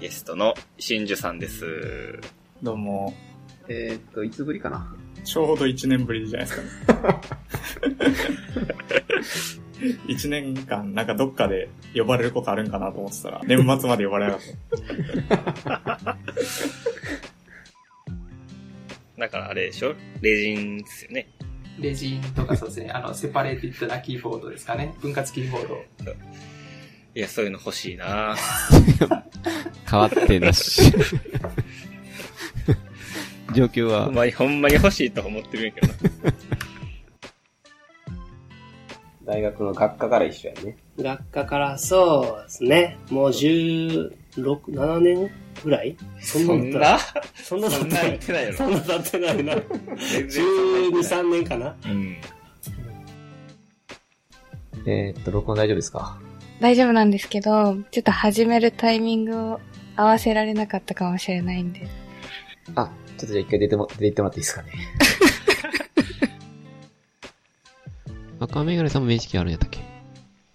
ゲストの真珠さんです。どうも。えーっと、いつぶりかな。ちょうど1年ぶりじゃな いですか、ね。1年間、なんかどっかで呼ばれることあるんかなと思ってたら、年末まで呼ばれなかった。だからあれでしょレジンですよね。レジンとかそうですね、あの、セパレーティッドなキーボードですかね。分割キーボード。いや、そういうの欲しい な変わってなし。 状況ほはん、まに、ほんまに欲しいと思ってるんやけどな。大学の学科から一緒やね。学科からそうですね。もう16、7年ぐらいそんそなだっんたらなそんなだそっんなた言っらてないやそろ。んなだってないな。全然12、そんな3年かな。言ってないうん。えーっと、録音大丈夫ですか大丈夫なんですけど、ちょっと始めるタイミングを合わせられなかったかもしれないんで。あ、ちょっとじゃあ一回出ても、出て行ってもらっていいですかね。赤メガネさんも面識あるんやったっけ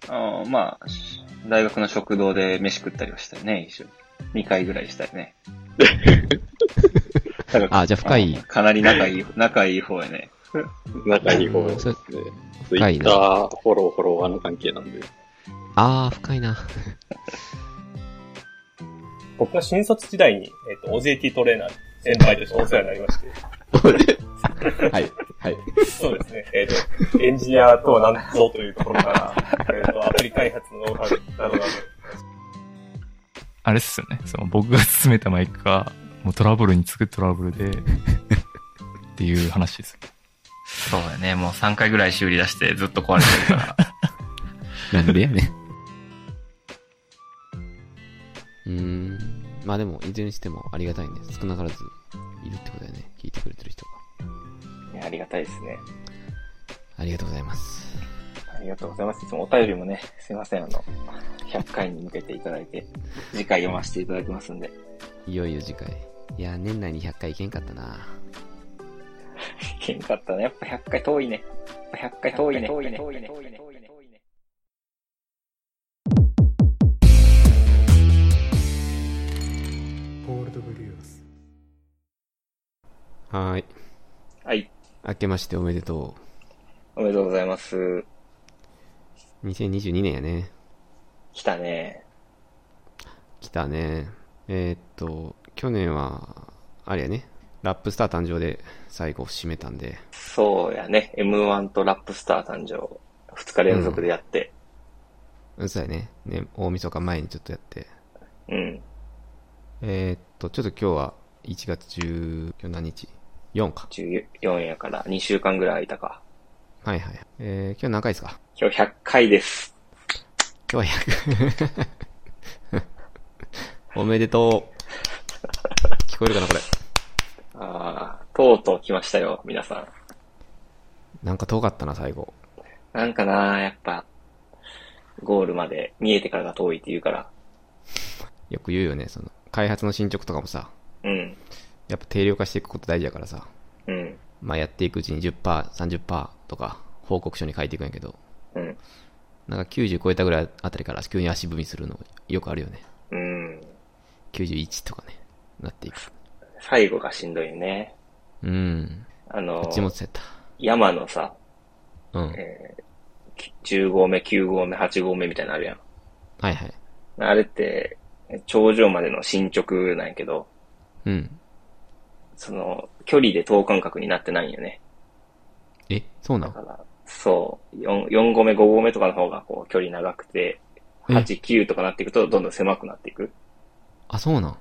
あーまあ、し大学の食堂で飯食ったりはしたよね、一緒に。2回ぐらいしたよ ね。だからあ、じゃあ深いあ、かなり仲いい、仲いい方やね。仲いい方ですそねツう。イ深いッタなー、フォロー、フォロワーの関係なんで。あー、深いな。 僕は新卒時代に、えっ、と、OJT トレーナー、先輩としてお世話になりまして。 はい、はい。 そうですね。えっ、と、エンジニアとは何ぞというところ から、えっ、と、アプリ開発のノウハウなどなど、あれっすよね。その僕が勧めたマイクが、もうトラブルに次ぐトラブルで、っていう話です。そうやね。もう3回ぐらい修理出してずっと壊れてるから。なんでや ねん。うーん。まあでも、いずれにしてもありがたいんで、少なからずいるってことだよね。聞いてくれてる人が。いやありがたいですね。ありがとうございます。ありがとうございます。いつもお便りもね、すいません、あの、100回に向けていただいて、次回読ませていただきますんで。いよいよ次回。いやー、年内に100回いけんかったな。いけんかったね。やっぱ100回遠いね。やっぱ100回遠いね。遠いね。遠いね。遠いね。遠いね。はーい。はい。明けましておめでとおめでとうございます。う。2022年やね。来たね。来たね。えーっと、去年は、あれやね。ラップスター誕生で最後締めたんで、そうやね。M1 とラップスター誕生、2日連続でやって。うん、そうやね。ね、大晦日前にちょっとやって。うん。えーっと、ちょっと今日は1月10、今日何日 ?4 か。 14やから2週間ぐらい空いたか。はいはい。えー、今日何回ですか今日100回です。今日は100。おめでとう。聞こえるかなこれ。ああ、とうとう来ましたよ、皆さん。なんか遠かったな、最後。なんかな、やっぱ、ゴールまで見えてからが遠いって言うから。よく言うよね、その、開発の進捗とかもさ、うん、やっぱ定量化していくこと大事やからさ。うん、まあやっていくうちに10%、30%とか報告書に書いていくんやけど、うん、なんか90超えたぐらいあたりから急に足踏みするのよくあるよね。うん。 91とかね、なっていく。最後がしんどいね。うん。あのう、ちもつやった。山のさ、うん。えー、10合目、9合目、8合目みたいなのあるやん。はいはい。あれって、頂上までの進捗なんやけど、うん。その、距離で等間隔になってないんよね。え、そうなだかのら、そう、4, 4合目、5合目とかの方がこう距離長くて、8、9とかなっていくとどんどん狭くなっていく。あ、そうなん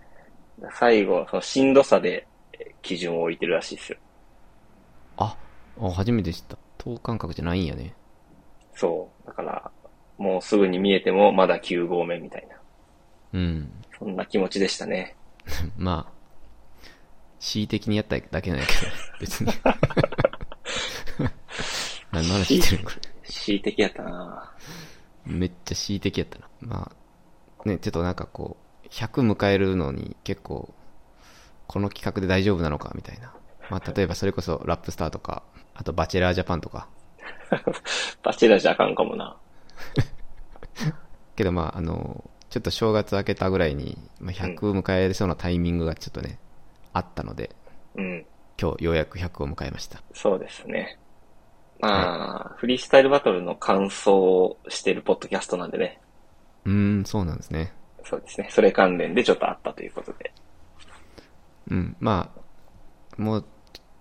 最後、そのしんどさでえー基準を置いてるらしいですよ。あ、あ、初めて知った。等間隔じゃないんやね。そう。だから、もうすぐに見えてもまだ9合目みたいな。うん。そんな気持ちでしたね。まあ、恣意的にやっただけなんやけど、 別に。何の話してるのこれ。恣意的やったなめっちゃ恣意的やったな。まあ、ね、ちょっとなんかこう、100迎えるのに結構、この企画で大丈夫なのかみたいな。まあ、例えばそれこそラップスターとか、あとバチェラージャパンとか。バチェラーじゃあかんかもな。けどまあ、あの、ちちょっと正月明けたぐらいに、まあ、100迎えそうなタイミングがちょっとね、あったので、うん。今日ようやく100を迎えました。そうですね。まあ、フリースタイルバトルの感想をしてるポッドキャストなんでね。うーん、そうなんですね。そうですね。それ関連でちょっとあったということで。うん、まあ、もう、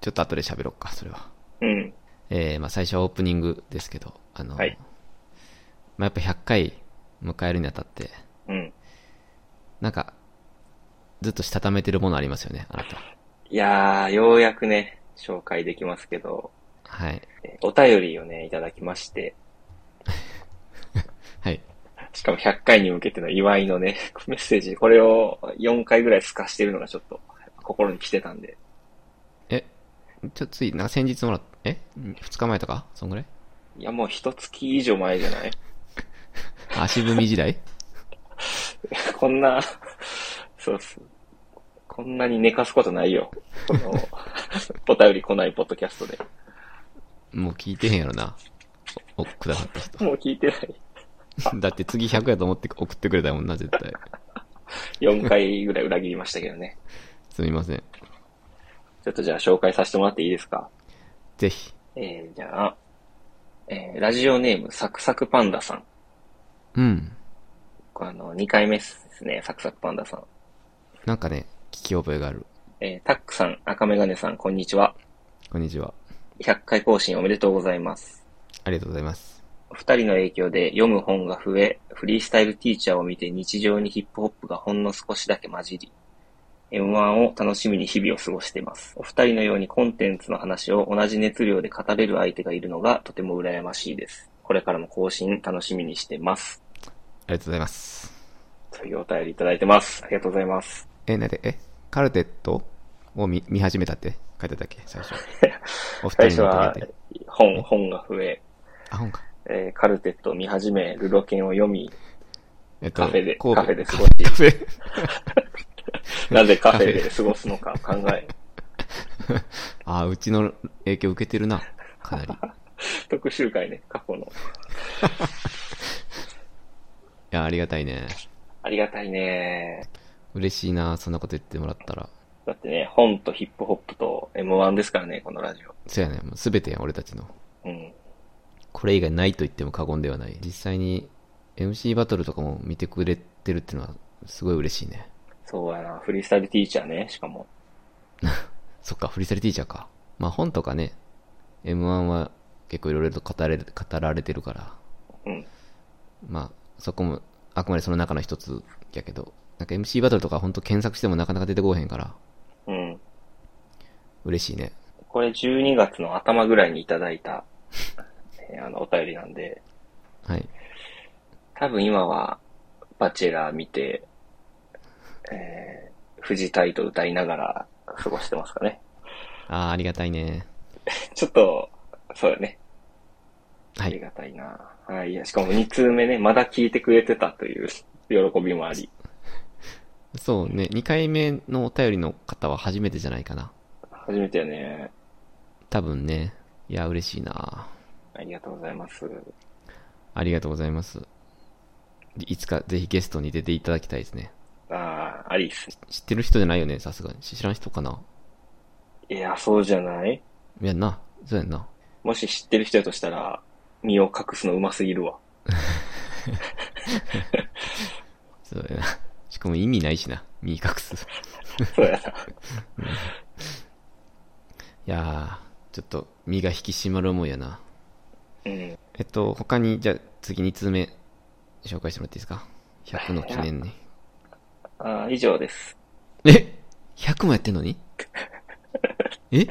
ちょっと後で喋ろっか、それは。うん。えー、まあ最初はオープニングですけど、あの、まあやっぱ100回迎えるにあたって、うん。なんか、ずっとしたためてるものありますよね、あなた。いやー、ようやくね、紹介できますけど、はい。えお便りをね、いただきまして。はい。しかも100回に向けての祝いのね、 メッセージ、これを4回ぐらい透かしてるのがちょっと心に来てたんで。え、ちょ、つい、なんか先日もらっえ ?2 日前とかそんぐらいいや、もう一月以上前じゃない あ足踏み時代こんな、 そうっす。こんなに寝かすことないよ。この、 お便り来ないポッドキャストで。もう聞いてへんやろな。お、おくださった人。もう聞いてない。 だって次100やと思って送ってくれたもんな、絶対。 4回ぐらい裏切りましたけどね。すみません。ちょっとじゃあ紹介させてもらっていいですかぜひ。えー、じゃあ、えー、ラジオネームサクサクパンダさん。うん。これあの、2回目ですね、サクサクパンダさん。なんかね、聞き覚えがある。えー、タックさん、赤メガネさん、こんにちは。こんにちは。 100回更新おめでとうございます。ありがとうございます。お二人の影響で読む本が増え、フリースタイルティーチャーを見て日常にヒップホップがほんの少しだけ混じり、M1 を楽しみに日々を過ごしています。お二人のようにコンテンツの話を同じ熱量で語れる相手がいるのがとても羨ましいです。これからも更新楽しみにしてます。ありがとうございます。というお便りいただいてます。ありがとうございます。え、なんで、え、カルテットを見見始めたって書いてたっけ 最初。お最初二人のおかはげで。本、本が増え、あ、本か。えーカルテットを見始め、ルロケンを読み、えっとカフェで、神戸カフェで過ごし、 なぜカフェで過ごすのか考え、あ、うちの影響受けてるな。かなり。い特集会ね、過去の。や、ありがたいね。ありがたいね。嬉しいな、そんなこと言ってもらったら。だってね、本とヒップホップと M1 ですからね、このラジオ。そうやね、もうすべてやん、俺たちの。うん。これ以外ないと言っても過言ではない。実際に MC バトルとかも見てくれてるってのは、すごい嬉しいね。そうやな、フリースタイルティーチャーね、しかも。そっか、フリースタイルティーチャーか。まあ本とかね、M1 は結構いろいろと語れる語られてるから、うん。まあそこもあくまでその中の一つやけど、なんか MC バトルとか本当検索してもなかなか出てこうへんから、うん。嬉しいね。これ12月の頭ぐらいにいただいた、えーあの、お便りなんで、はい。多分今は、バチェラー見て、えー、富士タイと歌いながら過ごしてますかね。ああ、ありがたいね。ちょっと、そうだね。はいありがたいな。はい。いやしかも2通目ね、まだ聞いてくれてたという喜びもあり。そうね、2回目のお便りの方は初めてじゃないかな。初めてよね。多分ね。いや、嬉しいなありがとうございます。ありがとうございます。いつかぜひゲストに出ていただきたいですね。ああ、ありっす。知ってる人じゃないよね、さすがに。知らん人かないや、そうじゃないいやんな。そうやんな。もし知ってる人だとしたら、身を隠すの上手すぎ るわ。そうやな。 しかも意味ないしな。身隠す。そうやな。いやー、ちょっと身が引き締まる思いやな。うん。えっと、他に、じゃあ次2通目、紹介してもらっていいですか ?100 の記念に。ああ、以上です。 え ?100 もやってんのにえ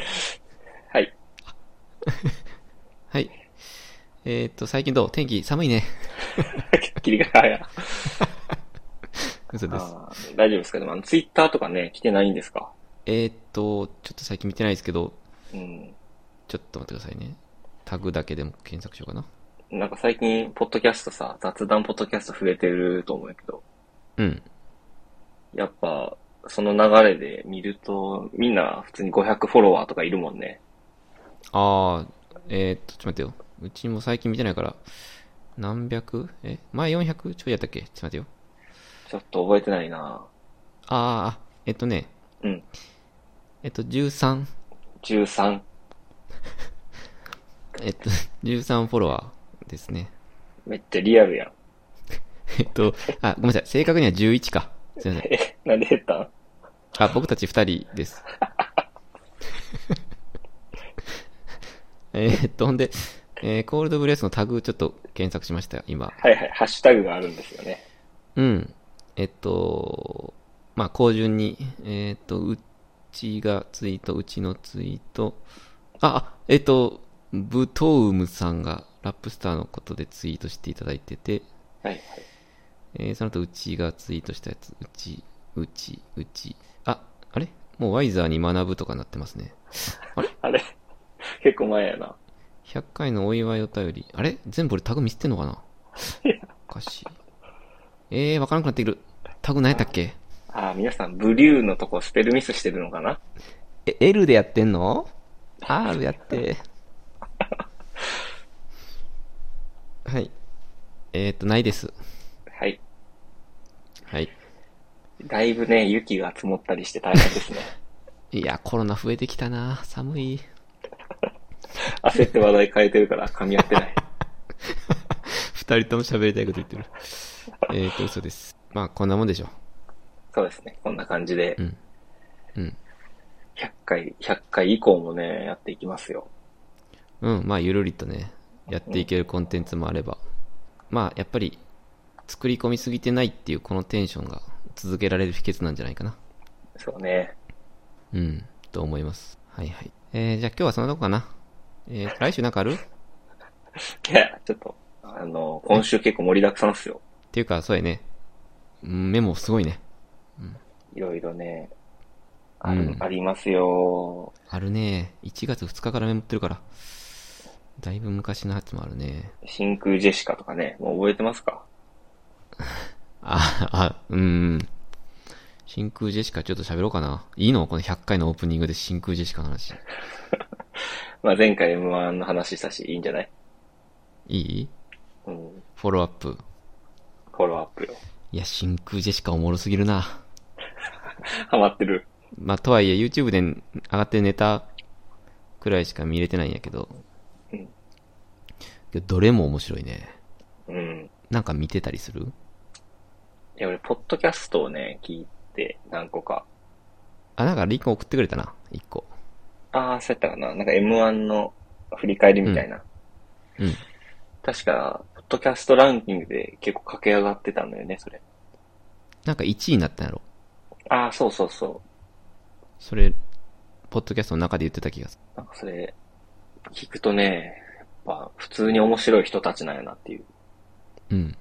はい。 はい。えーっと、最近どう天気寒いね。切り替え早い。嘘です。あー大丈夫ですかでも、あの、ツイッターとかね、来てないんですかえーっと、ちょっと最近見てないですけど、うん。ちょっと待ってくださいね。タグだけでも検索しようかな。なんか最近、ポッドキャストさ、雑談ポッドキャスト増えてると思うんやけど、うん。やっぱ、その流れで見ると、みんな普通に500フォロワーとかいるもんね。ああ、えーっと、ちょっと待ってよ。うちも最近見てないから、何百え前400ちょいやったっけちょっと待ってよ。ちょっと覚えてないなああ、えっとね、うん。えっと、13、 13。えっと、13フォロワーですね。めっちゃリアルやん。えっと、あ、ごめんなさい、正確には11か。すいません。え、なんで減ったんあ、僕たち2人です。 えーっと、ほんで、えーコールドブレスのタグちょっと検索しましたよ、今。はいはい。ハッシュタグがあるんですよね。うん。えっと、まあ、後順に、えーっと、うちがツイート、うちのツイート、あ、あえっと、ブトウムさんがラップスターのことでツイートしていただいてて、はいはい。えーその後、うちがツイートしたやつ、うち、うち、うち、あ、あれもうワイザーに学ぶとかなってますね。あれあれ結構前やな。 100回のお祝いお便り。あれ全部俺タグ見せてんのかなおかしい。えー、わからなくなってくる。タグ何やったっけああ、皆さん、ブリューのとこスペルミスしてるのかなえ、L でやってんの ?R やって。はい。えーっと、ないです。はい。はい。だいぶね、雪が積もったりして大変ですね。 いや、コロナ増えてきたな寒い。焦って話題変えてるから噛み合ってない。二人とも喋りたいこと言ってる。えーっと、嘘です。まあ、こんなもんでしょそうですね。こんな感じで、う。うん。 100回、100回以降もね、やっていきますよ。うん、まあ、ゆるりとね、やっていけるコンテンツもあれば。まあ、やっぱり、作り込みすぎてないっていうこのテンションが続けられる秘訣なんじゃないかな。そうね。うん、と思います。はいはい。えー、じゃあ今日はそんなとこかな。えー、来週なんかあるっいや、ちょっと、あの、今週結構盛りだくさんっすよ。ていうか、そうやね。うんメモすごいね。いろいろね、うあるん。ありますよ。あるね。1月2日からメモってるから。だいぶ昔のやつもあるね。真空ジェシカとかね、もう覚えてますかあ、あ、うん。真空ジェシカちょっと喋ろうかな。いいのこの100回のオープニングで真空ジェシカの話。まあ前回 M1 の話したし、いいんじゃないいいうん。フォローアップ。フォローアップよ。いや、真空ジェシカおもろすぎるな。ハマってる。まあ、とはいえ、YouTube で上がってるネタくらいしか見れてないんやけど。うんけどどれも面白いね。うん。なんか見てたりするいや、俺、ポッドキャストをね、聞いて、何個か。あ、なんかリンク送ってくれたな。一個。ああ、そうやったかな。なんか M1 の振り返りみたいな。うん。確か、ポッドキャストランキングで結構駆け上がってたんだよね、それ。なんか1位になったんやろ。ああ、そうそうそそれ、ポッドキャストの中で言ってた気がすう。なんかそれ、聞くとね、やっぱ、普通に面白い人たちなんやなっていう。る。うん。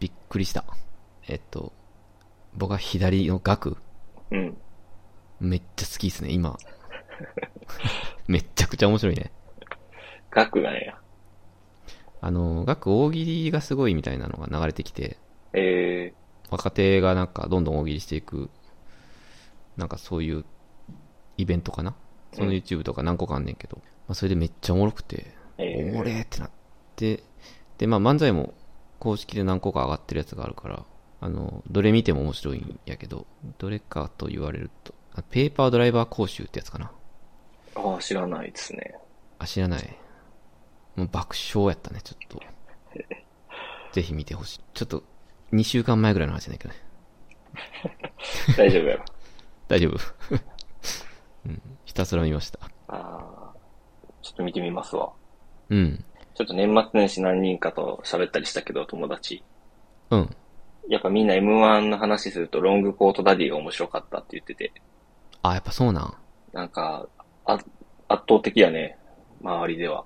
びっくりした。えっと、僕は左の額、うん。めっちゃ好きですね、 今。めっちゃくちゃ面白いね。額がね、あの、額大喜利がすごいみたいなのが流れてきて、え若手がなんかどんどん大喜利していく、なんかそういうイベントかなその YouTube とか何個かあんねんけど、まあ、それでめっちゃおもろくて、ええおもれーってなって、で、まあ漫才も公式で何個か上がってるやつがあるから、あの、どれ見ても面白いんやけど、どれかと言われると、あペーパードライバー講習ってやつかなー、ああ、知らないですね。あ、知らない。もう爆笑やったね、ちょっと。ぜひ見てほしい。ちょっと、2週間前ぐらいの話じゃないけどね。大丈夫やろ。 大丈夫。うん、ひたすら見ました。ああ、ちょっと見てみますわ。うん。ちょっと年末年始何人かと喋ったりしたけど、友達。うん。やっぱみんな M1 の話するとロングコートダディが面白かったって言ってて、あ、やっぱそうなん。なんか、あ圧倒的やね、周りでは。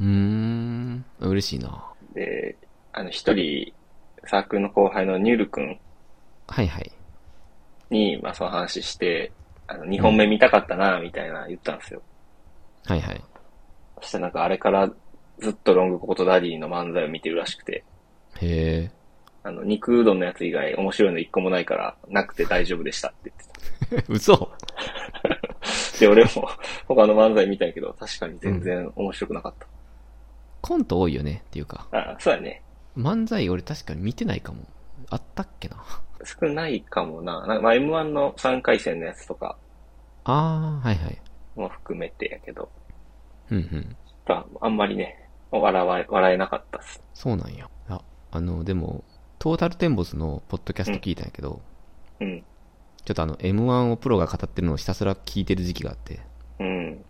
うーん。嬉しいな。で、あの、一人、サークルの後輩のニュール君はいはい。に、まあその話して、あの、2本目見たかったな、みたいな言ったんですよ。はいはい。そしてなんかあれからずっとロングコートダディの漫才を見てるらしくて、へえ。あの、肉うどんのやつ以外面白いの一個もないから、なくて大丈夫でしたって言って 嘘た。で、俺も 他の漫才見たんやけど、確かに全然面白くなかった。コント多いよね、っていうか。あ、そうやね。漫才俺確かに見てないかも。あったっけな。少ないかもな。なんかまあ M1 の3回戦のやつとかああ、はいはい。も含めてやけど、うんうん。ちょっとあんまりね、笑わ笑えなかったっす。そうなんや。あ、あの、でも、トータルテンボスのポッドキャスト聞いたんやけど、うん。ちょっとあの、M1 をプロが語ってるのをひたすら聞いてる時期があって、うん。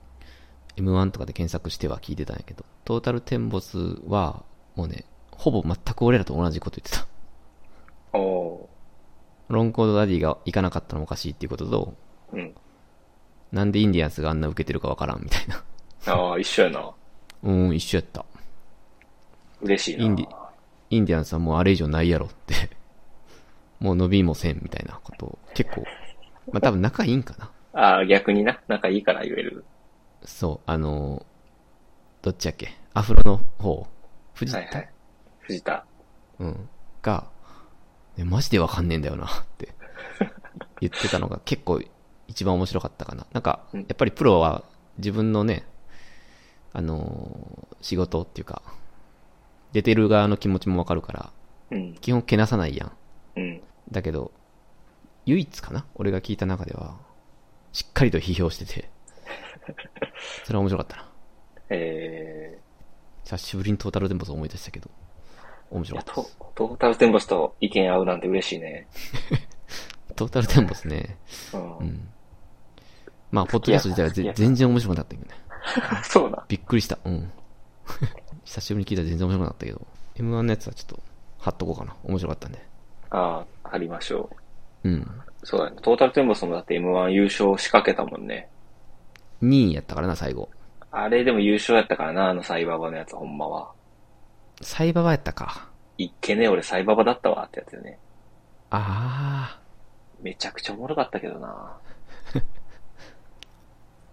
M1 とかで検索しては聞いてたんやけど、トータルテンボスは、もうね、ほぼ全く俺らと同じこと言ってた。おおロンコードダディが行かなかったのもおかしいっていうことと、ー。うん。なんでインディアンスがあんな受けてるかわからんみたいな。 ああ、一緒やな。うん、一緒やった。嬉しいな。インディ、インディアンスはもうあれ以上ないやろって。もう伸びもせんみたいなことを、結構。まあ多分仲いいんかな。ああ、逆にな。仲いいから言える。そう、あのーどっちやっけアフロの方。藤田、はいはい。藤田。うん。が、ね、マジでわかんねえんだよなって言ってたのが結構一番面白かったかな。なんか、うんやっぱりプロは自分のね、あのー仕事っていうか、出てる側の気持ちもわかるから、うん。基本けなさないやん。うん。だけど、唯一かな俺が聞いた中では、しっかりと批評してて、 それは面白かったな。え久しぶりにトータルテンボス思い出したけど、面ー、い白やかったトです。トータルテンボスと意見合うなんて嬉しいね。トータルテンボスね。うん。うん。まあ、ポッドキャスト自体は好きやぜから全然面白くなかったけどね。 そうだ。びっくりした。うん。 久しぶりに聞いたら全然面白くなかったけど、M1 のやつはちょっと、貼っとこうかな。面白かったんで。ああ、貼りましょうん。う。そうだね。トータルテンボスもだって M1 優勝仕掛けたもんね。 2位やったからな、最後。あれでも優勝やったからな、あのサイババのやつ、ほんまは。サイババやったか。いっけねえ、俺サイババだったわってやつよね。あめちゃくちゃおもろかったけどな。ー。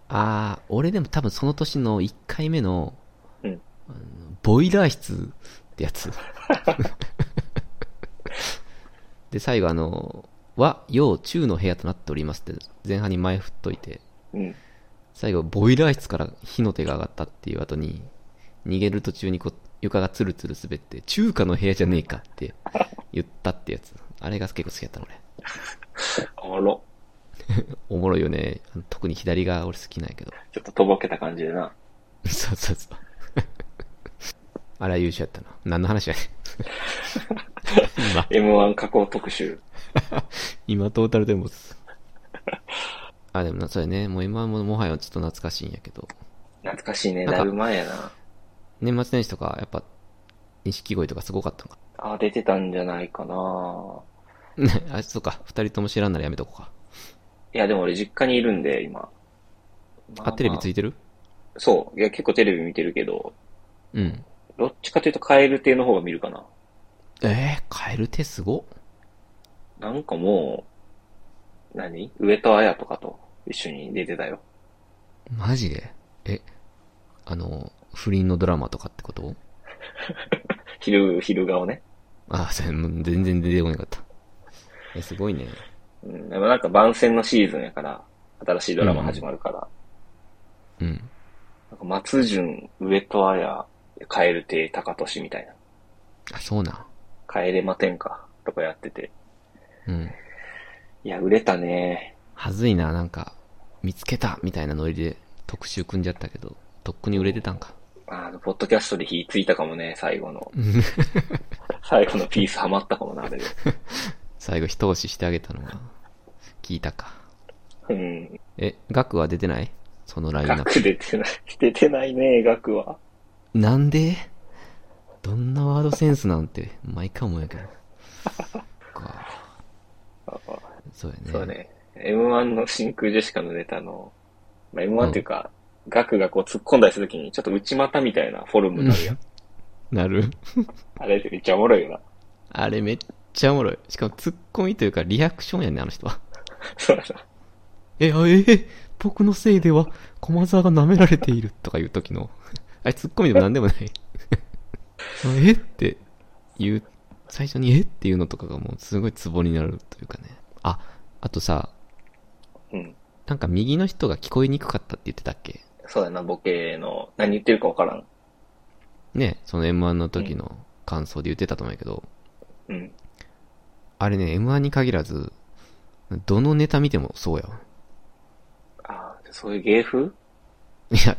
あー、俺でも多分その年の1回目の、うん。ボイラー室ってや つ。で、最後あの、和、洋、中の部屋となっておりますって、前半に前振っといて、うん。最後、ボイラー室から火の手が上がったっていう後に、逃げる途中にこう床がツルツル滑って、中華の部屋じゃねえかって言ったってやつ。あれが結構好きだったのね。おもろ。おもろいよね。あの特に左が俺好きなんやけど。ちょっととぼけた感じでな。そうそうそう。 あれは優秀やったな。何の話やねん今、 M1 加工特集。今トータルでも。あ、でもな、そうやね。もう今はもうもはやちょっと懐かしいんやけど。懐かしいね。なんかだいぶ前やな。年末年始とか、やっぱ、錦鯉とかすごかったのか。ああ、出てたんじゃないかな。あ、そうか。 二人とも知らんならやめとこうか。いや、でも俺実家にいるんで、今。まあ、テレビついててるそう。いや、結構テレビ見てるけど、うん。どっちかというとカエル亭の方が見るかな。えー、カエル手すごっなんかもう、何上戸彩とかと一緒に出てたよ。マジでえ、あの、不倫のドラマとかってこと昼、昼顔ね。あ、それ、もう全然出てこなかった。え、すごいね。うん、でもなんか番宣のシーズンやから、新しいドラマ始まるから、うん。なんか松潤、上戸彩、カエル亭、高俊みたいな、あ、そうな。帰れまてんか、とかやってて。うん。いや、売れたね。はずいな、なんか、見つけたみたいなノリで特集組んじゃったけど、とっくに売れてたんか。あの、ポッドキャストで火ついたかもね、最後の。最後のピースハマったかもな、あれで。最後、一押ししてあげたのが、聞いたか。うん。え、額は出てないそのラインナップ。額出てない。出てないね、額は。なんでどんなワードセンスなんて、毎回思うんやけど。かそうやね。そう。ね。M1 の真空ジェシカのネタの、まあ、M1 っていうか、ガクがこう突っ込んだりするときに、ちょっと内股みたいなフォルムになるやん。なる。あれってめっちゃおもろい よな。あれめっちゃおもろい。しかもツッコミというかリアクションやね、あの人は。そうそう。え、あええ僕のせいでは、駒沢が舐められているとかいう時の、 あれツッコミでも何でもない。 あえって言う、最初にえっていうのとかがもうすごいツボになるというかね。あ、あとさ、うん。なんか右の人が聞こえにくかったって言ってたっけそうやな、ボケの、何言ってるかわからん。ね、その M1 の時の感想で言ってたと思うけど、うん。あれね、M1 に限らず、どのネタ見てもそうやわ。あーそういう芸風いや、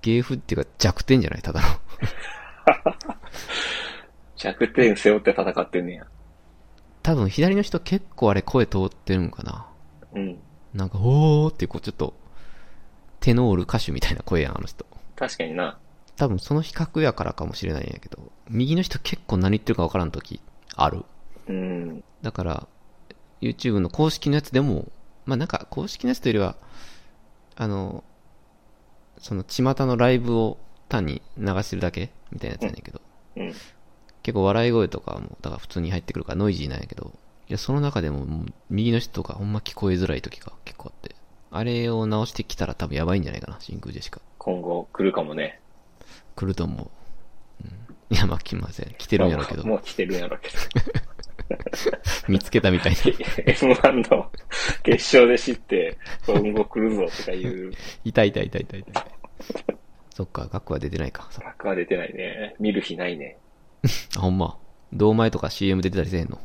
芸風っていうか弱点じゃないただの。弱点背負って戦ってんねや。多分左の人結構あれ声通ってるんかな。うん。なんか、おーってこうちょっと、テノール歌手みたいな声やん、あの人。確かにな。多分その比較やからかもしれないんやけど、右の人結構何言ってるかわからん時ある。うん。だから、YouTube の公式のやつでも、まあなんか公式のやつというよりは、あの、その巷のライブを単に流してるだけみたいなやつやねんけど、うん。結構笑い声とかも、だから普通に入ってくるからノイジーなんやけど、いや、その中でももう右の人とかほんま聞こえづらい時が結構あって、あれを直してきたら多分やばいんじゃないかな、真空ジェシカ。今後来るかもね。来ると思う。うん、いや、まあ来ません。来てるんやろうけどもう。もう来てるんやろうけど。見つけたみたいな。 M1 の決勝で知って、今後来るぞとかいう、いたいたいたいたいた。そっか、学校は出てないか。そっか枠は出てないね。見る日ないね。あ、ほんま。堂前とか CM 出てたりせえへんの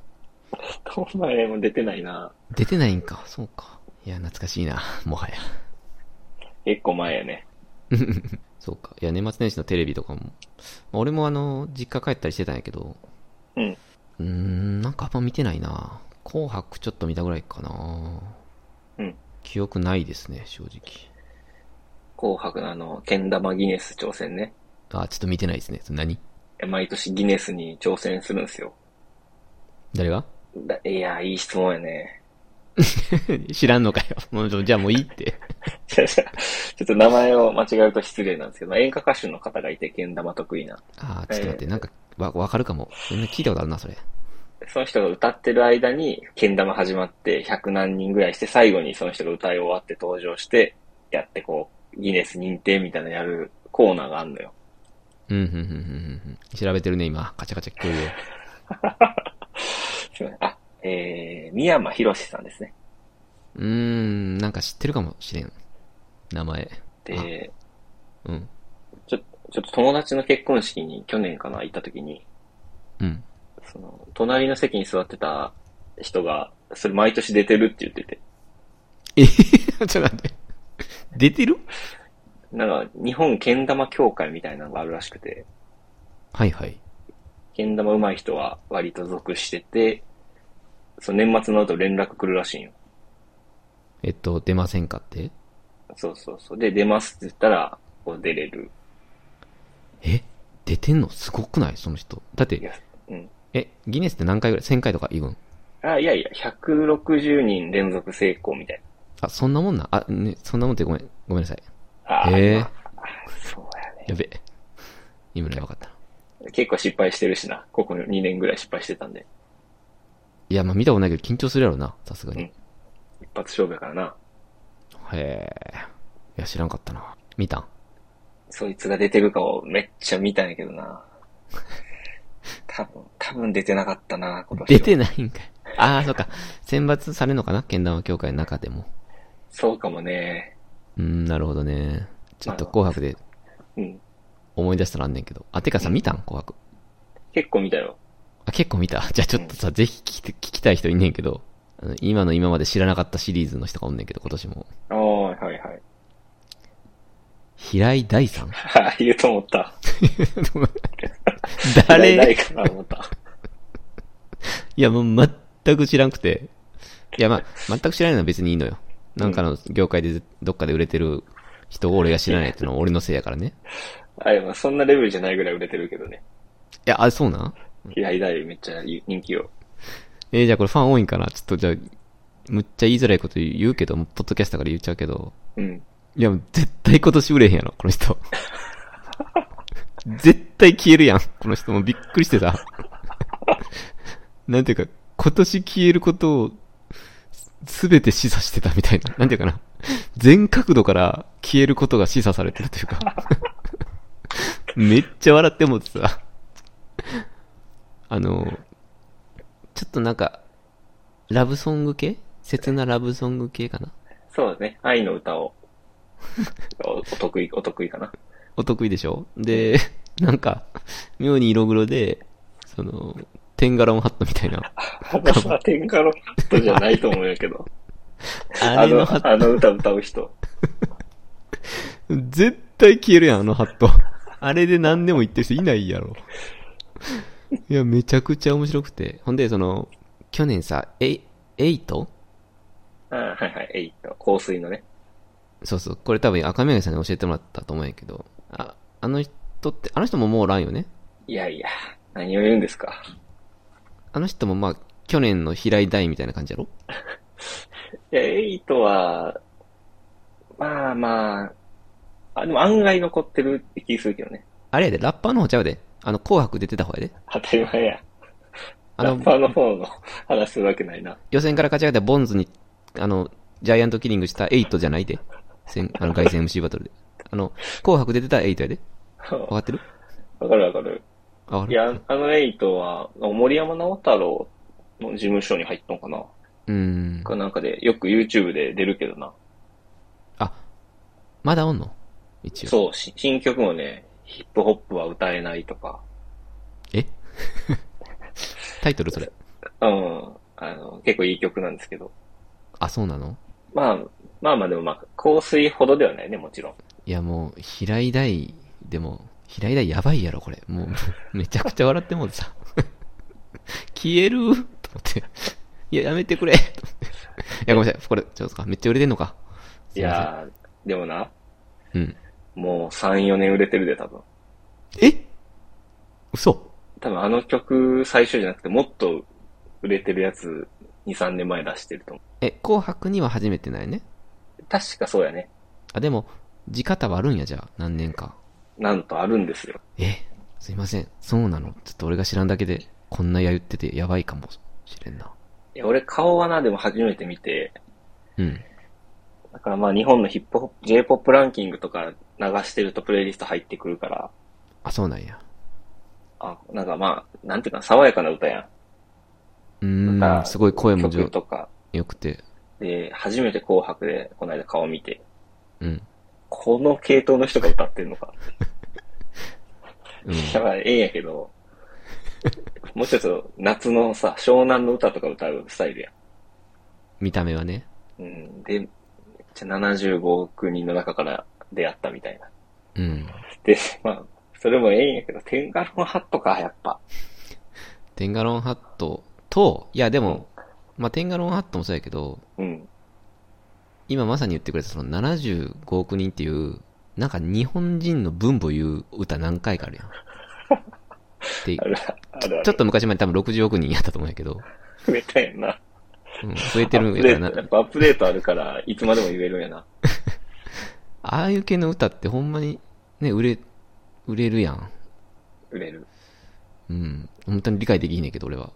この前も出てないな。出てないんか。そうか。いや、懐かしいな。もはや。結構前やね。 そうか。いや、年末年始のテレビとかも。まあ俺もあの、実家帰ったりしてたんやけど、うん。うーん、なんかあんま見てないな。紅白ちょっと見たぐらいかな。うん。記憶ないですね、正直。紅白のあの、けん玉ギネス挑戦ね。あ、ちょっと見てないですね。それ何毎年ギネスに挑戦するんですよ。誰が だいや、いい質問やね。 知らんのかよ。 もうじゃあもういいって。ちょっと名前を間違えると失礼なんですけど、まあ演歌歌手の方がいて、けん玉得意な。あー、ちょっと待って、なんか、わ、わかるかも。みんな聞いたことあるな、それ。その人が歌ってる間に、けん玉始まって100何人ぐらいして、最後にその人が歌い終わって登場して、やってこう、ギネス認定みたいなのやるコーナーがあるのよ。うん、うん、うん、うんうん。調べてるね、今。カチャカチャ聞こえるよ。すいませんあ、えー、宮山博さんですね。うーん、なんか知ってるかもしれん。名前。で、うん。ちょ、ちょっと友達の結婚式に去年かな、行った時に、うん。その、隣の席に座ってた人が、それ毎年出てるって言ってて、え ちょっと待って。出てるなんか、日本けん玉協会みたいなのがあるらしくて、はいはい。けん玉上手い人は割と属してて、その年末の後連絡来るらしいんよ。えっと、出ませんかってそうそうそう。で、出ますって言ったら、こう出れる。え出てんのすごくないその人。だっいやて、うん。え、ギネスって何回ぐらい ?1000 回とか言うんあ、いやいや、160人連続成功みたいあ、そんなもんなあ、ね、そんなもんってごめん、ごめんなさい。な。あーええまあそうやね。やべ。今のやばかったな。結構失敗してるしな。ここ2年ぐらい失敗してたんで。いや、まあ見たことないけど緊張するやろな。さすがに。うん一発勝負やからな。へえ。いや、知らんかったな。見たんそいつが出てるかをめっちゃ見たんやけどな。多分、多分出てなかったな、今年は出てないんかい。ああ、そっか。選抜されるのかな剣玉協会の中でも。そうかもね。うーん、なるほどね。ちょっと紅白でうん。思い出したらあんねんけど。あ、てかさ、見たん紅白。結構見たよ。あ、結構見た。 じゃあちょっとさ、ぜひ聞きて聞きたい人いんねんけど。あの今の今まで知らなかったシリーズの人がおんねんけど、今年も。ああ、はいはい。 平井大さんああ、言うと思った。誰ないかな、思った。いや、もう全く知らんくて。いや、まあ、全く知らないのは別にいいのよ。なんかの業界でどっかで売れてる人を俺が知らないってのは俺のせいやからね。あ、いやまあそんなレベルじゃないぐらい売れてるけどね。いや、あ、そうなん平井大めっちゃ人気よ。えーじゃあこれファン多いんかなちょっとじゃあ、むっちゃ言いづらいこと言うけど、もうポッドキャスターから言っちゃうけど。うん。いや、もう絶対今年売れへんやろ、この人。 絶対消えるやん、この人。もうびっくりしてた。 なんていうか、今年消えることを、すべて示唆してたみたいな。なんていうかな。全角度から消えることが示唆されてるというか。 めっちゃ笑ってもってさ。あの、ちょっとなんか、ラブソング系切なラブソング系かなそうだね。愛の歌 を。おお得意、お得意かな。 お得意でしょで、なんか、妙に色黒で、その、テンガロンハットみたいな。私は天下のハットじゃないと思うんやけど。 あれのハットあの、あの歌歌う人。絶対消えるやん、あのハット。あれで何でも言ってる人いないやろ。いや、めちゃくちゃ面白くて。ほんで、その、去年さ、え、エイトあはいはい、えいっと、香水のね。そうそう、これ多分赤宮さんに教えてもらったと思うんやけど、あ、あの人って、あの人ももうおらんよね。いやいや、何を言うんですか。あの人もまあ、去年の平井大みたいな感じやろいや、エイトは、まあまあ、あ、でも案外残ってるって気するけどね。あれやで、ラッパーの方ちゃうで。あの、紅白出てた方やで。当たり前や。あラのッパーの方の話するわけないな。予選から勝ち上がったボンズに、あの、ジャイアントキリングしたエイトじゃないで。せんあの、外戦 MC バトルで。あの、紅白出てたエイトやで。わかってるわかるわかる。あ、わかいるや、あのエイトは、森山直太郎の事務所に入ったのかな。うーん。かなんかで、よく YouTube で出るけどな。まだおんの一応。そう、し新曲もね、ヒップホップは歌えないとか、え タイトルそれ。うん、あの、結構いい曲なんですけど。あ、そうなのまあ、まあまあでもまあ、香水ほどではないね、もちろん。いやもう、平井大、でも、平井大やばいやろ、これ。もう、め ちゃくちゃ笑ってもうてさ。 消えると思って。いや、やめてくれ。と思っていや、ごめんなさい。これ、ちょっとか、めっちゃ売れてんのか。いすませんやー、でもな、うん。もう3、4年売れてるで、多分。え嘘多分あの曲最初じゃなくて、もっと売れてるやつ、2、3年前出してると思え、紅白には初めてないね。う。確かそうやね。あ、でも、地方はあるんや、じゃあ、何年か。なんとあるんですよ。え、すいません。そうなの。ちょっと俺が知らんだけで、こんなや言っててやばいかもしれんな。いや、俺顔はな、でも初めて見て、うん。だからまあ日本のヒップホップ、J-POP ランキングとか流してるとプレイリスト入ってくるから、あ、そうなんや。あ、なんかまあ、なんていうか、爽やかな歌や。うんー歌ん、すごい声も曲上とか。良くて。で、初めて紅白で、この間顔見て、うん。この系統の人が歌ってるのか。うん。だから、ええんやけ ど、もうちょっと、夏のさ、湘南の歌とか歌うスタイルや見た目はね。ん。うん。で、じゃあ75億人の中から出会ったみたいな。うん。で、まあ、それもええんやけど、天下のハットか、やっぱ。テンガロンハットと、いやでも、まあ、テンガロンハットもそうやけど、うん。今まさに言ってくれたその75億人っていう、なんか日本人の分母言う歌何回かあるやん。で、あるちあるあょる。ちょっと昔まで多分60億人やったと思うんやけど、増えたやんな。うん、増えてるアんップやデから ートやっ。なぱアップデートあるから、いつまでも言えるんやな。ああいう系の歌ってほんまにね、売れ、売れるやん。売れる。うん。本当に理解できひんねんけど俺は。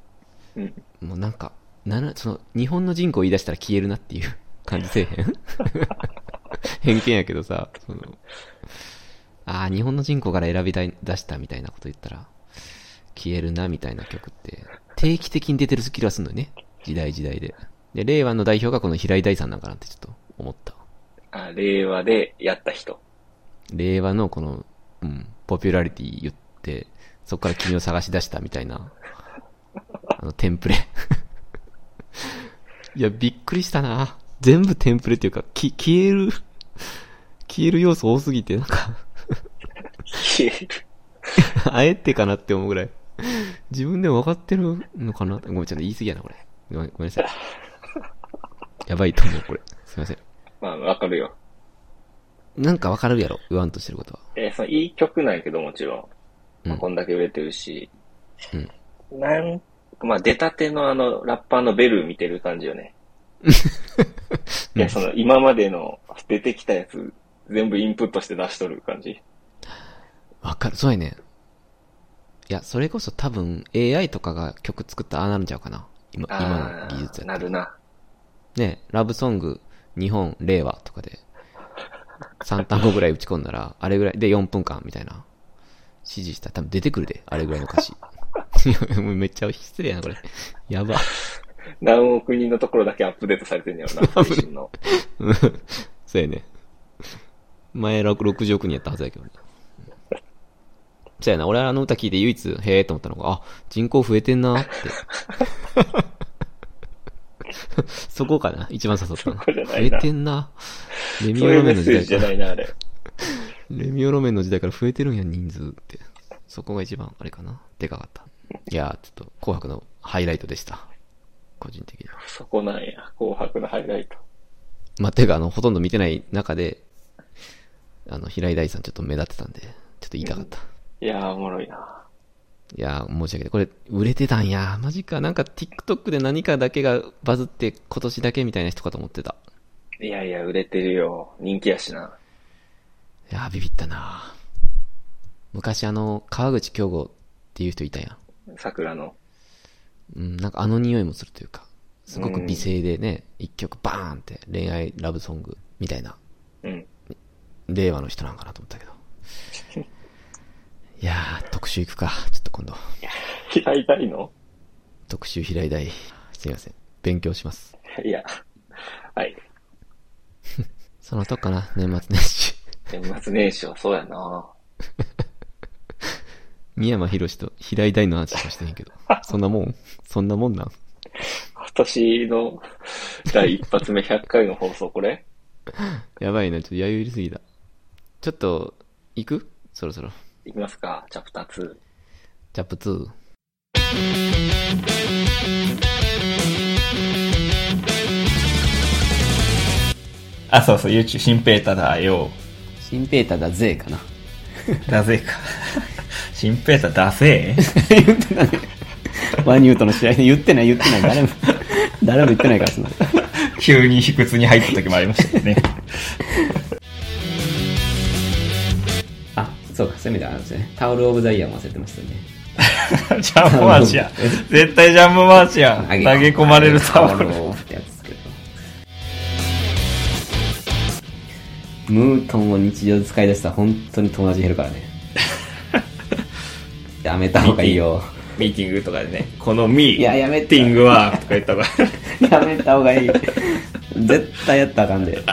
うん。もうなんか、なな、その、日本の人口言い出したら消えるなっていう 感じせえへん偏見やけどさ、その、ああ、日本の人口から選び出したみたいなこと言ったら、消えるなみたいな曲って、定期的に出てるスキルはすんのよね。時代時代で。で、令和の代表がこの平井大さんなんかなってちょっと思った。あ、令和でやった人。令和のこの、うん、ポピュラリティ言って、そこから君を探し出したみたい な、あの、テンプレ。 いや、びっくりしたな。全部テンプレっていうか、き、消える、消える要素多すぎて、なんか、消える。 あえてかなって思うぐらい。自分でも分かってるのかなごめん、ちょっと言い過ぎやな、これ。ごめんごめんな さい。やばいと思う、これ。すいません。まあ、わかるよ。なんか分かるやろ、言わんとしてることは。えーその、いい曲なんやけどもちろん。まあ、うんこんだけ売れてるし。なん、まあ、出たてのあの、ラッパーのベル見てる感じよね。いや、その、今までの出てきたやつ、全部インプットして出しとる感じ。わかる、そうやねん。いや、それこそ多分 AI とかが曲作ったらああなるんちゃうかな。今、あ今の技術ーやなったるら。な。ね、ラブソング、日本、令和とかで、3単語ぐらい打ち込んだら、あれぐらい、で4分間みたいな、指示したら多分出てくるで、あれぐらいの歌詞。 いやもうめっちゃ失礼やな、これ。やば。何億人のところだけアップデートされてんねやろな、最新 の。うんそうやね。前6、60億人やったはずやけどね。そうやな、俺はあの歌聞いて唯一、へえと思ったのが、あ、人口増えてんなって。 そこかな一番誘ったの。こじゃ増ないえなてんな。レミそオういうロメッメンのセ時ージ代じゃない。からな、あれ。レミオロメンの時代から増えてるんや、人数って。そこが一番、あれかなでかかった。いやー、ちょっと、紅白のハイライトでした。個人的には。そこなんや、紅白のハイライト。まあ、ていうか、あの、ほとんど見てない中で、あの、平井大さんちょっと目立ってたんで、ちょっと言いたかった。いやー、おもろいな。いやー、申し訳ない。これ、売れてたんや。マジか。なんか TikTok で何かだけがバズって、今年だけみたいな人かと思ってた。いやいや、売れてるよ。人気やしな。いやー、ビビったな昔あの、川口京吾っていう人いたやん。桜の。うん、なんかあの匂いもするというか、すごうくん美声でね、一曲バーンって恋愛ラブソングみたいな、 うん。令和の人なんかなと思ったけど。いやー、特集行くか。ちょっと今度、嫌いたいの特集平井大。すいません。勉強します。いや。はい。そのとこかな、年末年始。 年末年始はそうやな。宮山博士と平井大の話しかしてへんけど。そんなもんそんなもんなん今年の 第一発目100回の放送、これやばいな、ちょっとやゆ入りすぎた。ちょっと、行くそろそろ。いきますか、チャプター2。チャップ2。あ、そうそう、YouTube、新ペータだよ。新ペータだぜかな。だぜか。新ペータだぜ。ワニュートの試合で言ってない言ってない。誰も、 誰も言ってないから、そんな。 急に卑屈に入った時もありましたよね。 あ、そうか、そういう意味ではあるんですね。タオルオブザイヤーも忘れてましたね。 ジャンボマーチや。絶対ジャンボマーチや。投げ込まれるタオル。ってやつですけど。ムートンを日常で使い出したら本当に友達減るか らね。やめた方がいいよ。ミーティングとかでね、このミいややめーティング は、とか言った方が。やめた方がいい。 絶対やったらあかんで。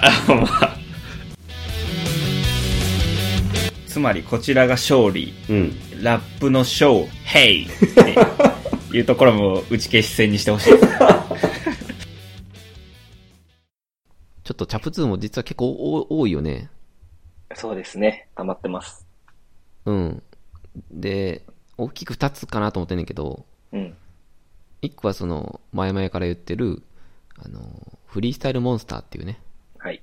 つまりこちらが勝利、ラップの勝、ヘ イっていうところも打ち消し戦にしてほしいです。ちょっとチャップ2も実は結構お多いよね。そうですね、溜まってます。うん。で、大きく2つかなと思ってんねんけど、うん。 1個はその、前々から言ってる、あの、フリースタイルモンスターっていうね、はい。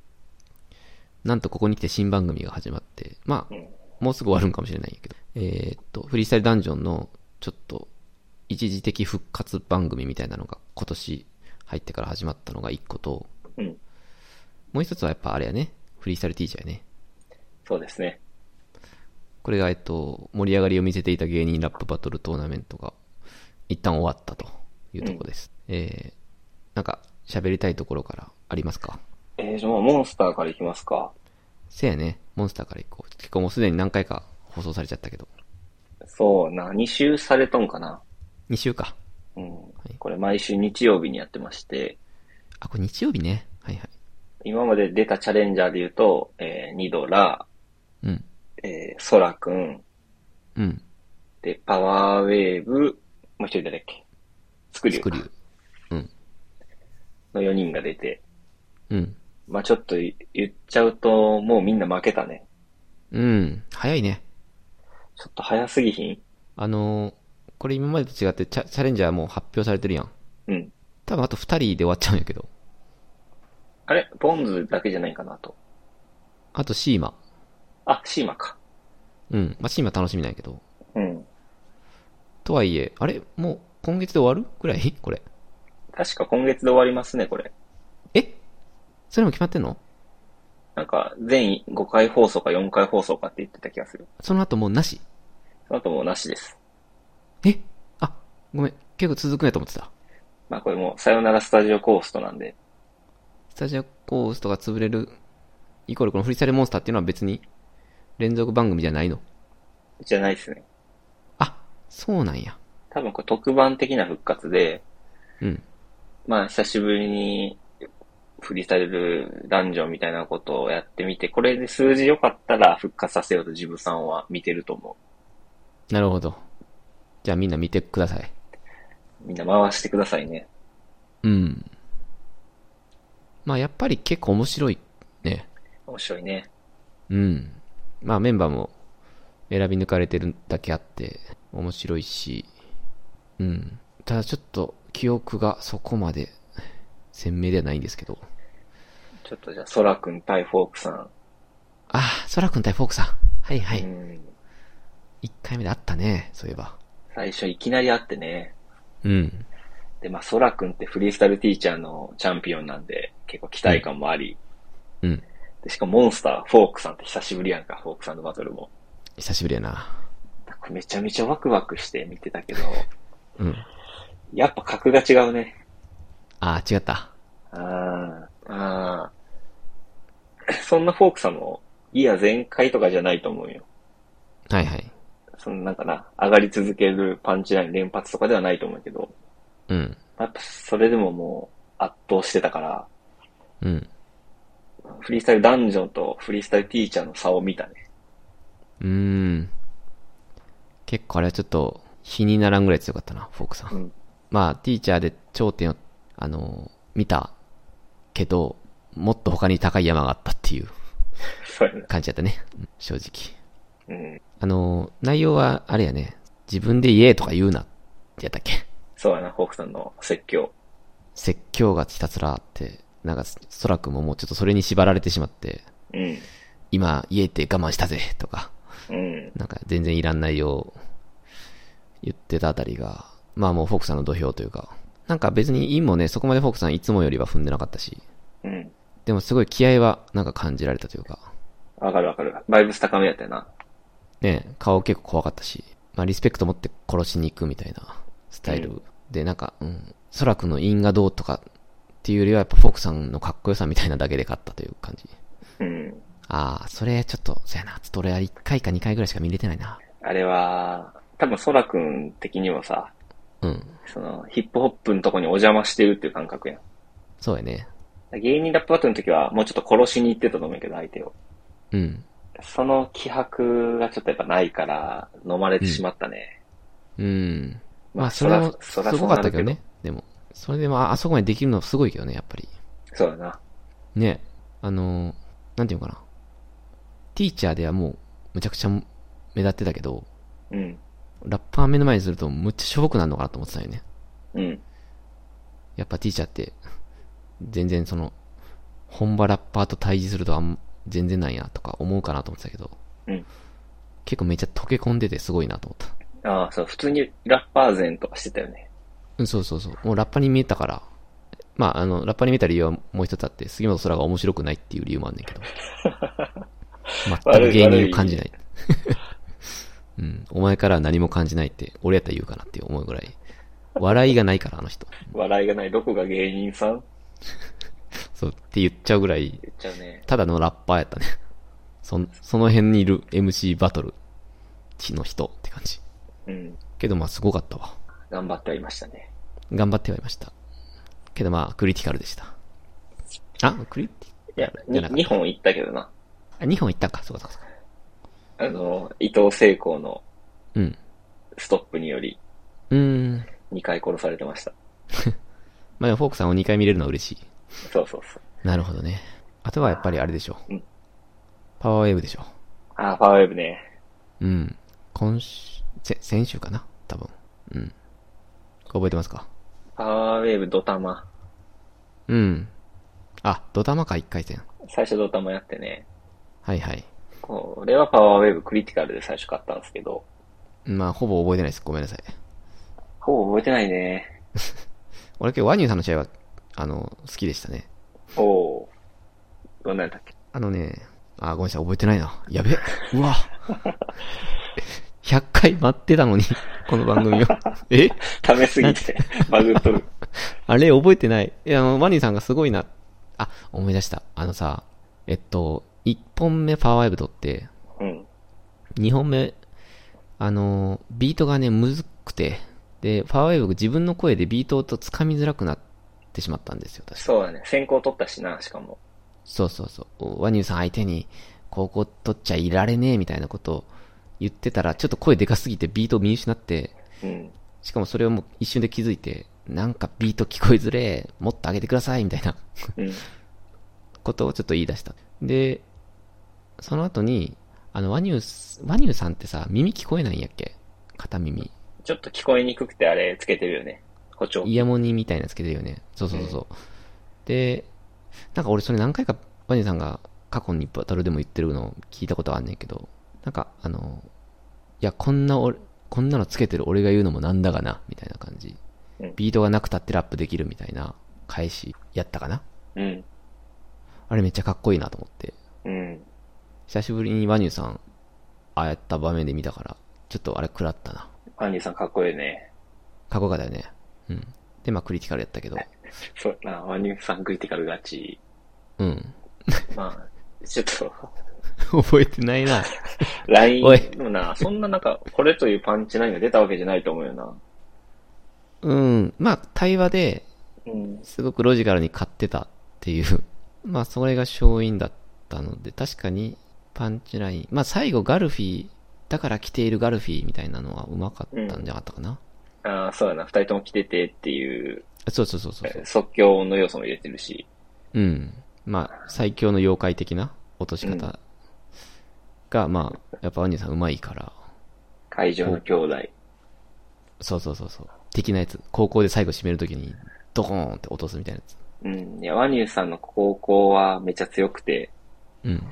なんとここに来て新番組が始まって、まあ、もうすぐ終わるんかもしれないんやけど、えーっと、フリースタイルダンジョンの、ちょっと、一時的復活番組みたいなのが今年入ってから始まったのが1個と、うん。もう一つはやっぱあれやね、フリースタイルティーチャーやね。そうですね。これが、えっと、盛り上がりを見せていた芸人ラップバトルトーナメントが、一旦終わったというとこです。えー、なんか、喋りたいところからありますかえー、じゃあまあモンスターからいきますか。せやね、モンスターから行こう。結構もうすでに何回か放送されちゃったけど、そうな、2週されとんかな。 2週か。うん。これ毎週日曜日にやってまして、あ、これ日曜日ね。はいはい。今まで出たチャレンジャーで言うと、えー、ニドラ、うん。えー、ソラくん、うん。で、パワーウェーブ、もう一人誰だっけスクリュー。スクリュー。うん。の4人が出て、うん。まあちょっと言っちゃうと、もうみんな負けたね。うん。早いね。ちょっと早すぎひんあのーこれ今までと違ってチャチャレンジャーもう発表されてるやん。うん。多分あと2人で終わっちゃうんやけど。あれボンズだけじゃないかなと。あとシーマ。あ、シーマか。うん。まあ、シーマ楽しみなんやけど。うん。とはいえ、あれもう今月で終わるくらい これ。確か今月で終わりますね、これ。それも決まってんのなんか、全5回放送か4回放送かって言ってた気がする。その後もうなし。その後もうなしです。ごめん。結構続くねと思ってた。まあこれもう、さよならスタジオコーストなんで。スタジオコースとか潰れる、イコールこのフリースタイルモンスターっていうのは別に連続番組じゃないの。じゃないですね。そうなんや。多分これ特番的な復活で、うん。まあ久しぶりに、フリースタイルダンジョンみたいなことをやってみて、これで数字良かったら復活させようとジブさんは見てると思なるほど。じゃあみんな見てください。みんな回してくださいね。うん。まあやっぱり結構面白いね。面白いね。うん。まあメンバーも選び抜かれてるだけあって面白いし、うん。ただちょっと記憶がそこまで鮮明ではないんですけど。ちょっとじゃあ、ソラくん対フォークさん。あ、ソラくん対フォークさん。はいはい。一回目であったね、そういえば。最初いきなり会ってね。うん。で、まあ、ソラくんってフリースタイルティーチャーのチャンピオンなんで、結構期待感もあり。うん。で、しかもモンスター、フォークさんって久しぶりやんか、フォークさんのバトルも。久しぶりやな。なんかめちゃめちゃワクワクして見てたけど、 うん。やっぱ格が違うね。あー、違った。あーあー。 そんなフォークさんも、いや、全開とかじゃないと思うよ。はいはい。そのなんかな、上がり続けるパンチライン連発とかではないと思うけど、うん。やっぱそれでももう圧倒してたから、うん。フリースタイルダンジョンとフリースタイルティーチャーの差を見たね。 うーん。結構あれはちょっと、比にならんぐらい強かったな、フォークさん。まあ、ティーチャーで頂点を、あのー見たけど、もっと他に高い山があったっていうそうや感じだったね。うん正直。な。うん。あのー内容は、あれやね、自分で言えとか言うなってやったっけそうやな、ホークさんの説教。説教がひたすらあって、なんか、ソラ君ももうちょっとそれに縛られてしまって、うん。今、家って我慢したぜとか、うん。なんか全然いらん内容を言ってたあたりが、まあもうフォークさんの土俵というか、なんか別にインもね、そこまでフォークさんいつもよりは踏んでなかったし、うん。でもすごい気合はなんか感じられたというか、わかるわかる。バイブス高めやったよな。ね、顔結構怖かったし、まあリスペクト持って殺しに行くみたいなスタイル、で、なんか、うん、ソラ君の因がどうとかっていうよりはやっぱフォークさんのかっこよさみたいなだけで勝ったという感じ。うん。ああ、それちょっと、そうやな、ちょっと俺は1回か2回ぐらいしか見れてないな。あれは、多分ソラくん的にもさ、うん。その、ヒップホップのとこにお邪魔してるっていう感覚やん。そうやね。芸人ラップバトルの時はもうちょっと殺しに行ってたと思うけど、相手を。うん。その気迫がちょっとやっぱないから、飲まれてしまったね。うん。まあまあ、それも、すそらそらごかったけどそうなるね。でも、それでまあ、あそこまでできるのすごいけどね、やっぱり。そうだな。ね。あのー、なんていうのかな。ティーチャーではもう、むちゃくちゃ目立ってたけど、うん。ラッパー目の前にすると、むっちゃしょぼくなるのかなと思ってたよね。うん。やっぱティーチャーって、全然その、本場ラッパーと対峙するとあん、全然ないなとか思うかなと思ってたけど、うん結構めっちゃ溶け込んでてすごいなと思った。ああ、そう、普通にラッパー前とかしてたよね。うん、そうそうそう。もうラッパに見えたから。まあ、あの、ラッパに見えた理由はもう一つあって、杉本空が面白くないっていう理由もあんねんけ ど。全く芸人を感じない。 うん、お前からは何も感じないって、俺やったら言うかなって思うぐらい。笑いがないから、あの人。笑いがない、どこが芸人さんそう、って言っちゃうぐらい、言っちゃうね。ただのラッパーやったね。そん、その辺にいる MC バトル、地の人って感じ。うん。けどまあすごかったわ。頑張ってはいましたね。頑張ってはいました。けどまあ、クリティカルでした。あ、クリテいや、じゃなかった2本行ったけどな。ィ、あ、2本いったんか、そうかそうかそうか。あの、伊藤聖光のうん。ストップによりうーん。 2回殺されてました。まあでもフォークさんを2回見れるのは嬉しい。そうそうそう。なるほどね。あとはやっぱりあれでしょ。うんパワーウェーブでしょ。ああ、パワーウェーブね。うん。今週、せ先週かな多分。うん。覚えてますかパワーウェーブドタマ。うん。あ、ドタマか1回戦。最初ドタマやってね。はいはい。これはパワーウェーブクリティカルで最初買ったんですけど、まあ、ほぼ覚えてないです。ごめんなさい。ほぼ覚えてないね。俺今日ワニューさんの試合は、あの、好きでしたね。おおー。どんなんだっけあのね、あ、ごめんなさい、覚えてないな。やべ、う わ。100回待ってたのに、この番組を。えためすぎ て、バグっとる。あれ、覚えてない。いや、あのワニさんがすごいな。あ、思い出した。あのさ、えっと、1本目パワーワイブ取って、うん。 2本目、あの、ビートがね、むずくて、で、パワーワイブ自分の声でビートとつかみづらくなってしまったんですよ、確かそうだね。先行取ったしな、しかも。そうそうそう。ワニューさん相手に、ここ取っちゃいられねえみたいなことを言ってたら、ちょっと声でかすぎてビートを見失って、うん。しかもそれをもう一瞬で気づいて、なんかビート聞こえづれえ、もっと上げてください、みたいなうん。ことをちょっと言い出した。で、その後に、あの、ワニュース、ワニューさんってさ、耳聞こえないんやっけ片耳。ちょっと聞こえにくくてあれつけてるよね。補聴器。イヤモニみたいなのつけてるよね。そうそうそうそう。で、なんか俺それ何回かバニーさんが過去にバトルでも言ってるのを聞いたことはあんねんけど、なんかあの、いや、こんな俺、こんなのつけてる俺が言うのもなんだがな、みたいな感じうん。ビートがなくたってラップできるみたいな返しやったかな。うん。あれめっちゃかっこいいなと思って。うん。久しぶりにワニューさん、ああやった場面で見たから、ちょっとあれ食らったな。アンディさんかっこいいね。かっこよかったよね。うん。で、まあクリティカルやったけど、そうやな、ワニューさんクリティカルガチ。うん。 まあ、ちょっと、覚えてないな。 LINE おいでもな、そんななんか、これというパンチラインが出たわけじゃないと思うよな。うん。まあ、対話でうん、すごくロジカルに買ってたっていう。 まあ、それが勝因だったので、確かにパンチライン。まあ、最後ガルフィー、だから着ているガルフィーみたいなのはうまかったんじゃなかったかな。ああ、そうやな、二人とも着ててっていう、そうそうそうそうそう。即興の要素も入れてるし。うん。まあ、最強の妖怪的な落とし方が、まあ、やっぱワニさんうまいから。会場の兄弟。そうそうそうそう。的なやつ。高校で最後締めるときに、ドコーンって落とすみたいなやつ。うん。いや、ワニューさんの高校はめっちゃ強くて、うん。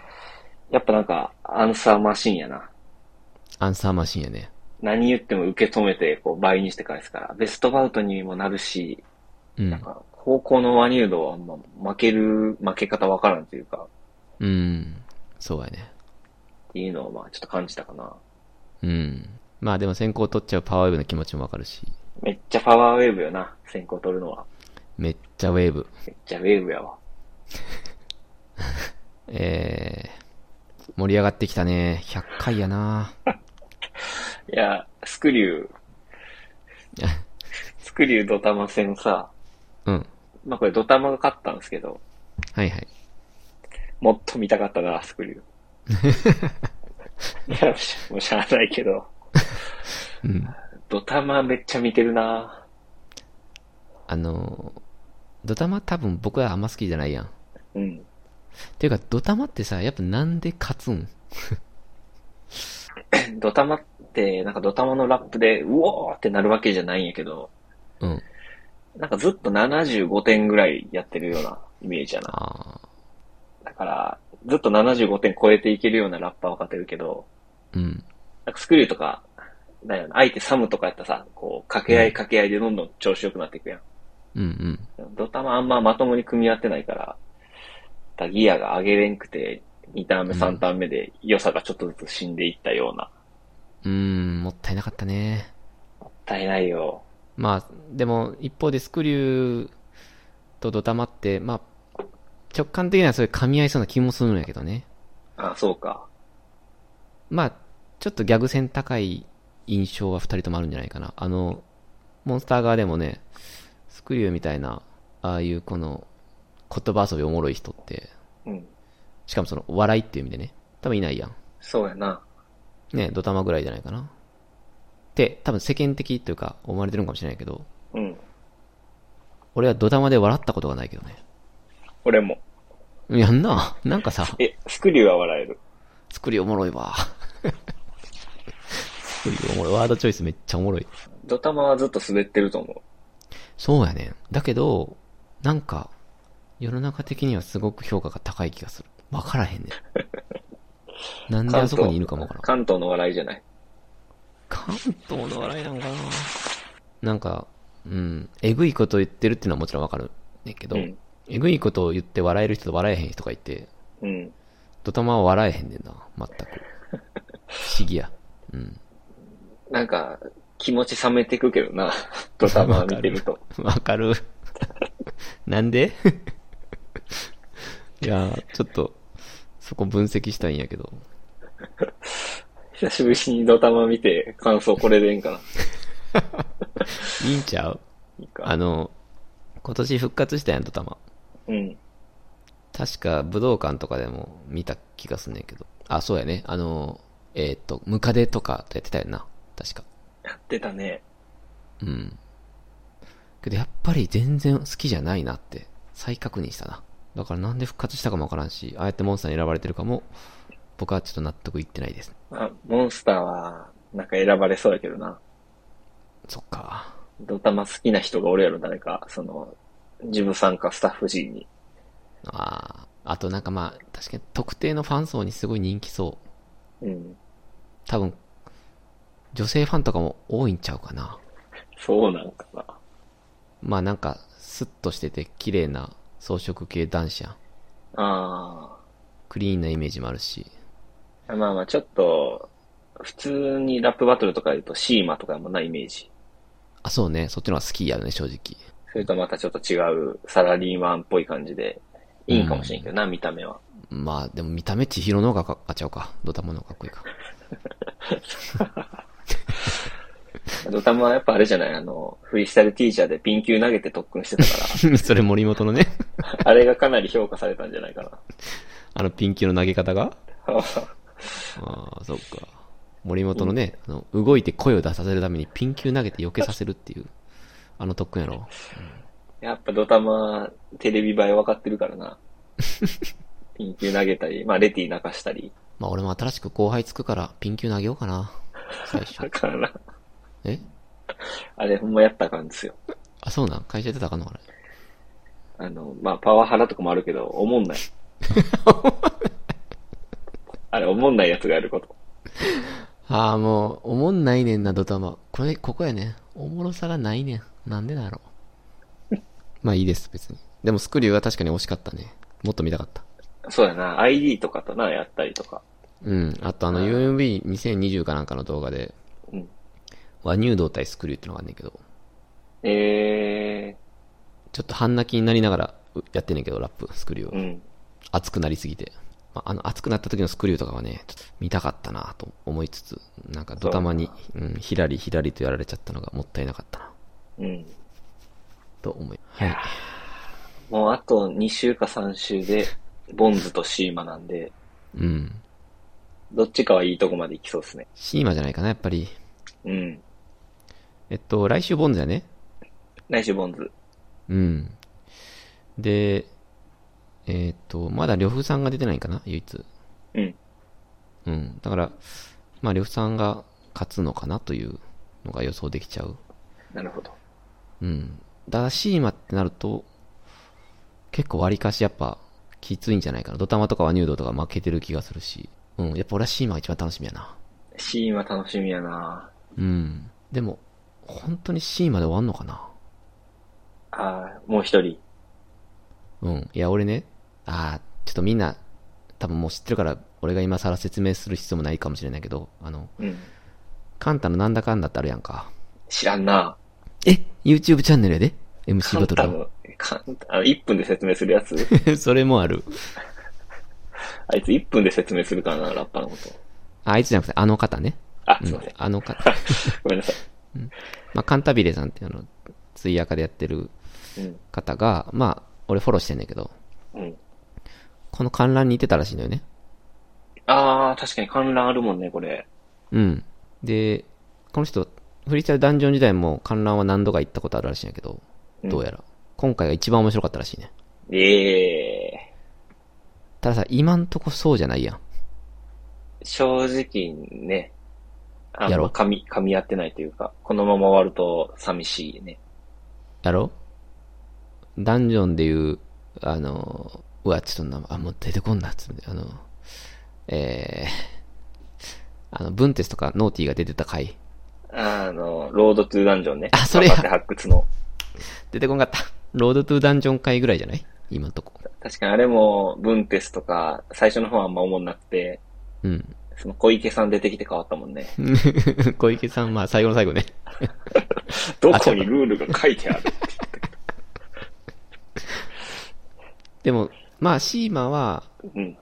やっぱなんか、アンサーマシンやな。アンサーマシンやね。何言っても受け止めて、こう、倍にして返すから、ベストバウトにもなるし、うん。高校のワニュードは、まあ、負ける、負け方わからんというか、うん。そうやね。っていうのを、まあ、ちょっと感じたかな。うん。まあでも先行取っちゃうパワーウェーブの気持ちもわかるし、めっちゃパワーウェーブよな、先行取るのは。めっちゃウェーブ。めっちゃウェーブやわ。えー、盛り上がってきたね。100回やな いや、スクリュー、スクリュードタマ戦さ、うん。まあこれドタマが勝ったんですけど、はいはい。もっと見たかったな、スクリュー。いや、しもうしゃあないけど、うん。ドタマめっちゃ見てるなあのー、ドタマ多分僕はあんま好きじゃないやん。うん。ていうか、ドタマってさ、やっぱなんで勝つんドタマって、なんかドタマのラップで、うおーってなるわけじゃないんやけど、うん。なんかずっと75点ぐらいやってるようなイメージやな。あだから、ずっと75点超えていけるようなラッパーは勝てるけど、ーうん。なんかスクリューとか、だよな、相手サムとかやったらさ、こう、掛け合い掛け合いでどんどん調子良くなっていくやん。うんうん。ドタマあんままともに組み合ってないから、だギアが上げれんくて、2ターン目、3ターン目で良さがちょっとずつ死んでいったような。うーん、もったいなかったね。もったいないよ。まあ、でも、一方でスクリューとドタマって、まあ、直感的にはそれ噛み合いそうな気もするんやけどね。あ、そうか。まあ、ちょっとギャグ線高い印象は二人ともあるんじゃないかな。あの、モンスター側でもね、スクリューみたいな、ああいうこの、言葉遊びおもろい人って、うん。しかもその、笑いっていう意味でね、多分いないやん。そうやな。ね、ドタマぐらいじゃないかな。って、多分世間的というか、思われてるのかもしれないけど、うん。俺はドタマで笑ったことがないけどね。俺も。やんな なんかさ、え、スクリューは笑える。スクリューおもろいわ。 スクリューおもろい。ワードチョイスめっちゃおもろい。ドタマはずっと滑ってると思う。そうやねん。だけど、なんか、世の中的にはすごく評価が高い気がする。わからへんね ん。なんであそこにいるかもわからん。関東の笑いじゃない。関東の笑いなのかななんか、うん、えぐいことを言ってるっていうのはもちろんわかるねんけど、うんえぐいことを言って笑える人と笑えへん人がいて、うん。ドタマは笑えへんねんな、全く。不思議や。うん。なんか、気持ち冷めてくけどな。 ドタマ見てると。わかる。なんでいやー、ちょっと、そこ分析したいんやけど。久しぶりにドタマ見て、感想これでいいんかな。いいんちゃうあの、今年復活したやん、ドタマ。うん。確か武道館とかでも見た気がすんねんけど。あ、そうやね。あの、えーっと、ムカデとかとやってたよな。確か。やってたね。うん。けどやっぱり全然好きじゃないなって再確認したな。だからなんで復活したかもわからんし、ああやってモンスターに選ばれてるかも、僕はちょっと納得いってないです。あ、モンスターは、なんか選ばれそうやけどな。そっか。ドタマ好きな人がおるやろ、誰か。その、ジムさんかスタッフ陣に。ああ、あとなんかまあ、確かに特定のファン層にすごい人気そう。うん。多分、女性ファンとかも多いんちゃうかな。そうなんかな。まあなんか、スッとしてて綺麗な装飾系男子やん。あクリーンなイメージもあるし。あ。まあまあ、ちょっと、普通にラップバトルとか言うとシーマとかもないイメージ。あ、そうね。そっちの方が好きやるね、正直。それとまたちょっと違うサラリーマンっぽい感じで、いいんかもしれんけどな、見た目は。まあ、でも見た目千尋の方がかあちゃうか。ドタマの方がかっ こいいか。ドタマはやっぱあれじゃないあの、フリースタイルティーチャーでピン球投げて特訓してたかそれ森本のね、 ら、あれがかなり評価されたんじゃないかあのピンキーの投げ方が。な。ああ、そっか。森本のね、あの動いて声を出させるためにピン球投げて避けさせるっていう、あの特訓やろ。やっぱドタマ、テレビ映え分かってるからな。ピン球投げたり、まあレティ泣かしたり。まあ俺も新しく後輩つくからピン球投げようかな。最初。 だからな、えあれほんまやったらあかんですよ。あ、そうなん会社やってたらあかんのあれ。あの、まあパワハラとかもあるけど、おもんない。あれ、おもんないやつがやること。ああ、もう、おもんないねんな、ドタマ。これ、ここやね。おもろさがないねん。なんでだろう。まあいいです、別に。でもスクリューは確かに惜しかったね。もっと見たかった。そうやな、ID とかとな、やったりとか。うん。あとあの、UMB2020 かなんかの動画で、うん和乳動対スクリューってのがあんねんけど、えちょっと半泣きになりながらうやってんねんけど、ラップ、スクリューを。うん熱くなりすぎて。まああの、熱くなった時のスクリューとかはね、ちょっと見たかったなと思いつつ、なんかドタマに、うん、ひらりひらりとやられちゃったのがもったいなかったな、ー、うん。と思い。はい。もうあと2週か3週で、ボンズとシーマなんで、うん。どっちかはいいとこまで行きそうですね。シーマじゃないかな、やっぱり。うん。えっと、来週ボンズやね。来週ボンズ。うん。で、えーっと、まだ呂布さんが出てないかな、唯一。うん。うん。だから、まあ、呂布さんが勝つのかなというのが予想できちゃう。なるほど。うん。だし、今ってなると、結構割りかしやっぱ、きついんじゃないかな。ドタマとかは入道とか負けてる気がするし。うん。やっぱ俺はシーマが一番楽しみやな。シーマ楽しみやなうん。でも、本当にシーマで終わんのかなあーもう一人。うん。いや、俺ね、あーちょっとみんな、多分もう知ってるから、俺が今更説明する必要もないかもしれないけど、あの、うん。カンタのなんだかんだってあるやんか。知らんなえ ?YouTube チャンネルやで ?MC 簡バト単ルの、簡単、あの、1分で説明するやつ。を。 それもある。あいつ1分で説明するからな、ラッパのこと。あいつじゃなくて、あの方ね。あうすいませんあの方。ごめんなさい。まあ、カンタビレさんっていうあの、ツイヤカでやってるうん方が、まあ、俺フォローしてんだけど、うん。この観覧にいてたらしいのよね。あー、確かに観覧あるもんね、これ。うん。で、この人、フリースタイルダンジョン時代も観覧は何度か行ったことあるらしいんやけど、うんどうやら。今回が一番面白かったらしいね。ええー。たださ、今んとこそうじゃないやん。正直ね、あやろの、噛み、噛み合ってないというか、このまま終わると寂しいね。やろダンジョンでいう、あの、うわ、ちょっとな、あ、もう出てこんな、つって、あの、えー、あの、ブンテスとかノーティーが出てた回。あの、ロードトゥーダンジョンね。あそれ若手発掘の。出てこんかった。ロードトゥーダンジョン回ぐらいじゃない今んとこ。確かにあれも、ブンテスとか、最初の方はあんま思んなくて、うん。 その小池さん出てきて変わったもんね。小池さん、まあ、最後の最後ね。どこにルールが書いてあるでも、まあ、シーマは、うん。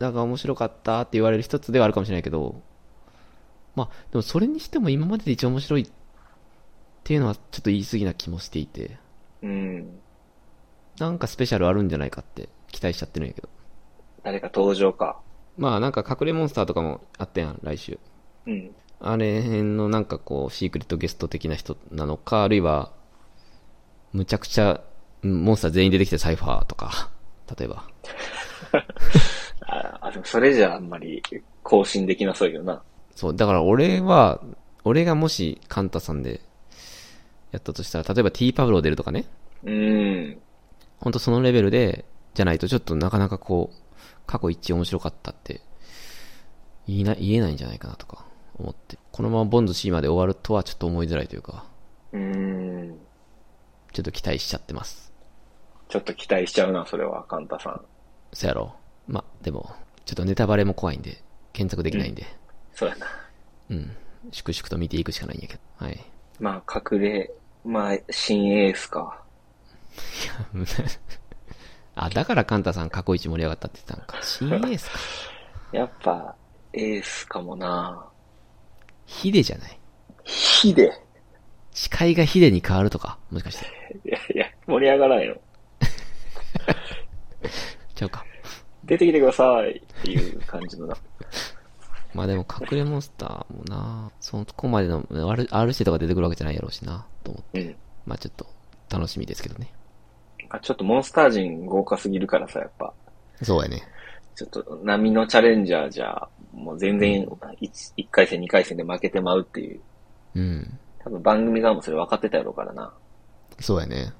なんか面白かったって言われる一つではあるかもしれないけど、まあ、でもそれにしても今までで一番面白いっていうのはちょっと言い過ぎな気もしていて、うん。なんかスペシャルあるんじゃないかって期待しちゃってるんやけど。誰か登場か。まあなんか隠れモンスターとかもあったやん、来週。うん。あれ辺のなんかこう、シークレットゲスト的な人なのか、あるいは、むちゃくちゃ、うんモンスター全員出てきてサイファーとか、例えば。あ、あでもそれじゃあんまり更新できなそうよな。そう、だから俺は、俺がもしカンタさんでやったとしたら、例えば T パブロ出るとかね、うん。ほんとそのレベルで、じゃないとちょっとなかなかこう、過去一面白かったって、言いな、言えないんじゃないかなとか思って。このままボンズ C まで終わるとはちょっと思いづらいというか、うん。ちょっと期待しちゃってます。ちょっと期待しちゃうな、それは、カンタさん。そやろ。まあ、でも、ちょっとネタバレも怖いんで、検索できないんで、そうやな。うん、粛々と見ていくしかないんやけど。はい。まあ、隠れ、まあ、新エースか。あ、だからカンタさん過去一盛り上がったって言ってたのか。新エースか。やっぱ、エースかもな。ヒデじゃない。ヒデ視界がヒデに変わるとか、もしかして。いやいや、盛り上がらんよ。ちゃうか。出てきてくださいっていう感じのな。 まあでも隠れモンスターもな、そこまでの、R- RC とか出てくるわけじゃないやろうしな、と思って。うんまあちょっと、楽しみですけどね。あちょっとモンスター陣豪華すぎるからさ、やっぱ。そうやね。ちょっと波のチャレンジャーじゃ、もう全然 1, 一回戦、2回戦で負けてまうっていう。うん。多分番組側もそれ分かってたやろうからな。そうやね。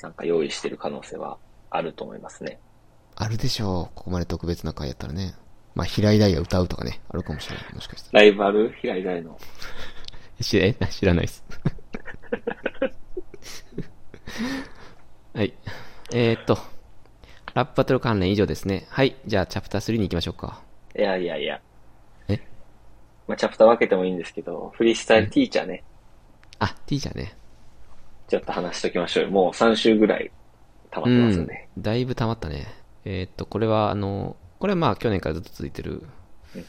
なんか用意してる可能性はあると思いますね。あるでしょう。ここまで特別な回やったらね。まあ平井大が歌うとかね、あるかもしれない。もしかして。ライバル平井大の。知え知らないです。はい。えー、っと、ラップバトル関連以上ですね。はい。じゃあ、チャプター3に行きましょうか。いやいやいや。えまあ、チャプター分けてもいいんですけど、フリースタイルティーチャーね、あ、T じゃね。ちょっと話しときましょうよ。もう3週ぐらい溜まってますんで。うん。だいぶ溜まったね。えーっと、これは、あの、これはまあ、去年からずっと続いてるうん、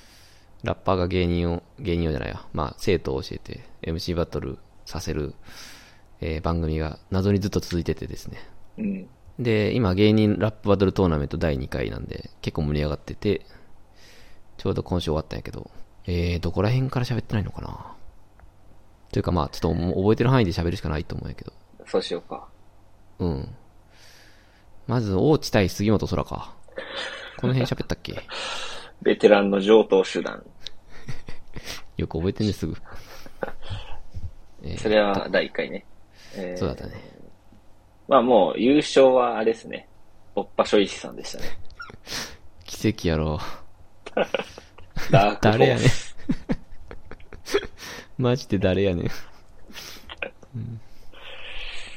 ラッパーが芸人を、芸人をじゃないや、まあ、生徒を教えて、MC バトルさせる、えー番組が謎にずっと続いててですね。うん。で、今、芸人ラップバトルトーナメント第2回なんで、結構盛り上がってて、ちょうど今週終わったんやけど、えー、どこら辺から喋ってないのかなというかまあ、ちょっともう覚えてる範囲で喋るしかないと思うんやけど、そうしようか。うん。まず、大地対杉本空か。この辺喋ったっけベテランの上等手段。よく覚えてんね、すぐ。えーそれは第1回ね。えーそうだったね。まあもう優勝はあれですね。おっぱしょいしさんでした ね。奇跡やろ。ダークホ誰やーねんス。。 マジで誰やねん。うん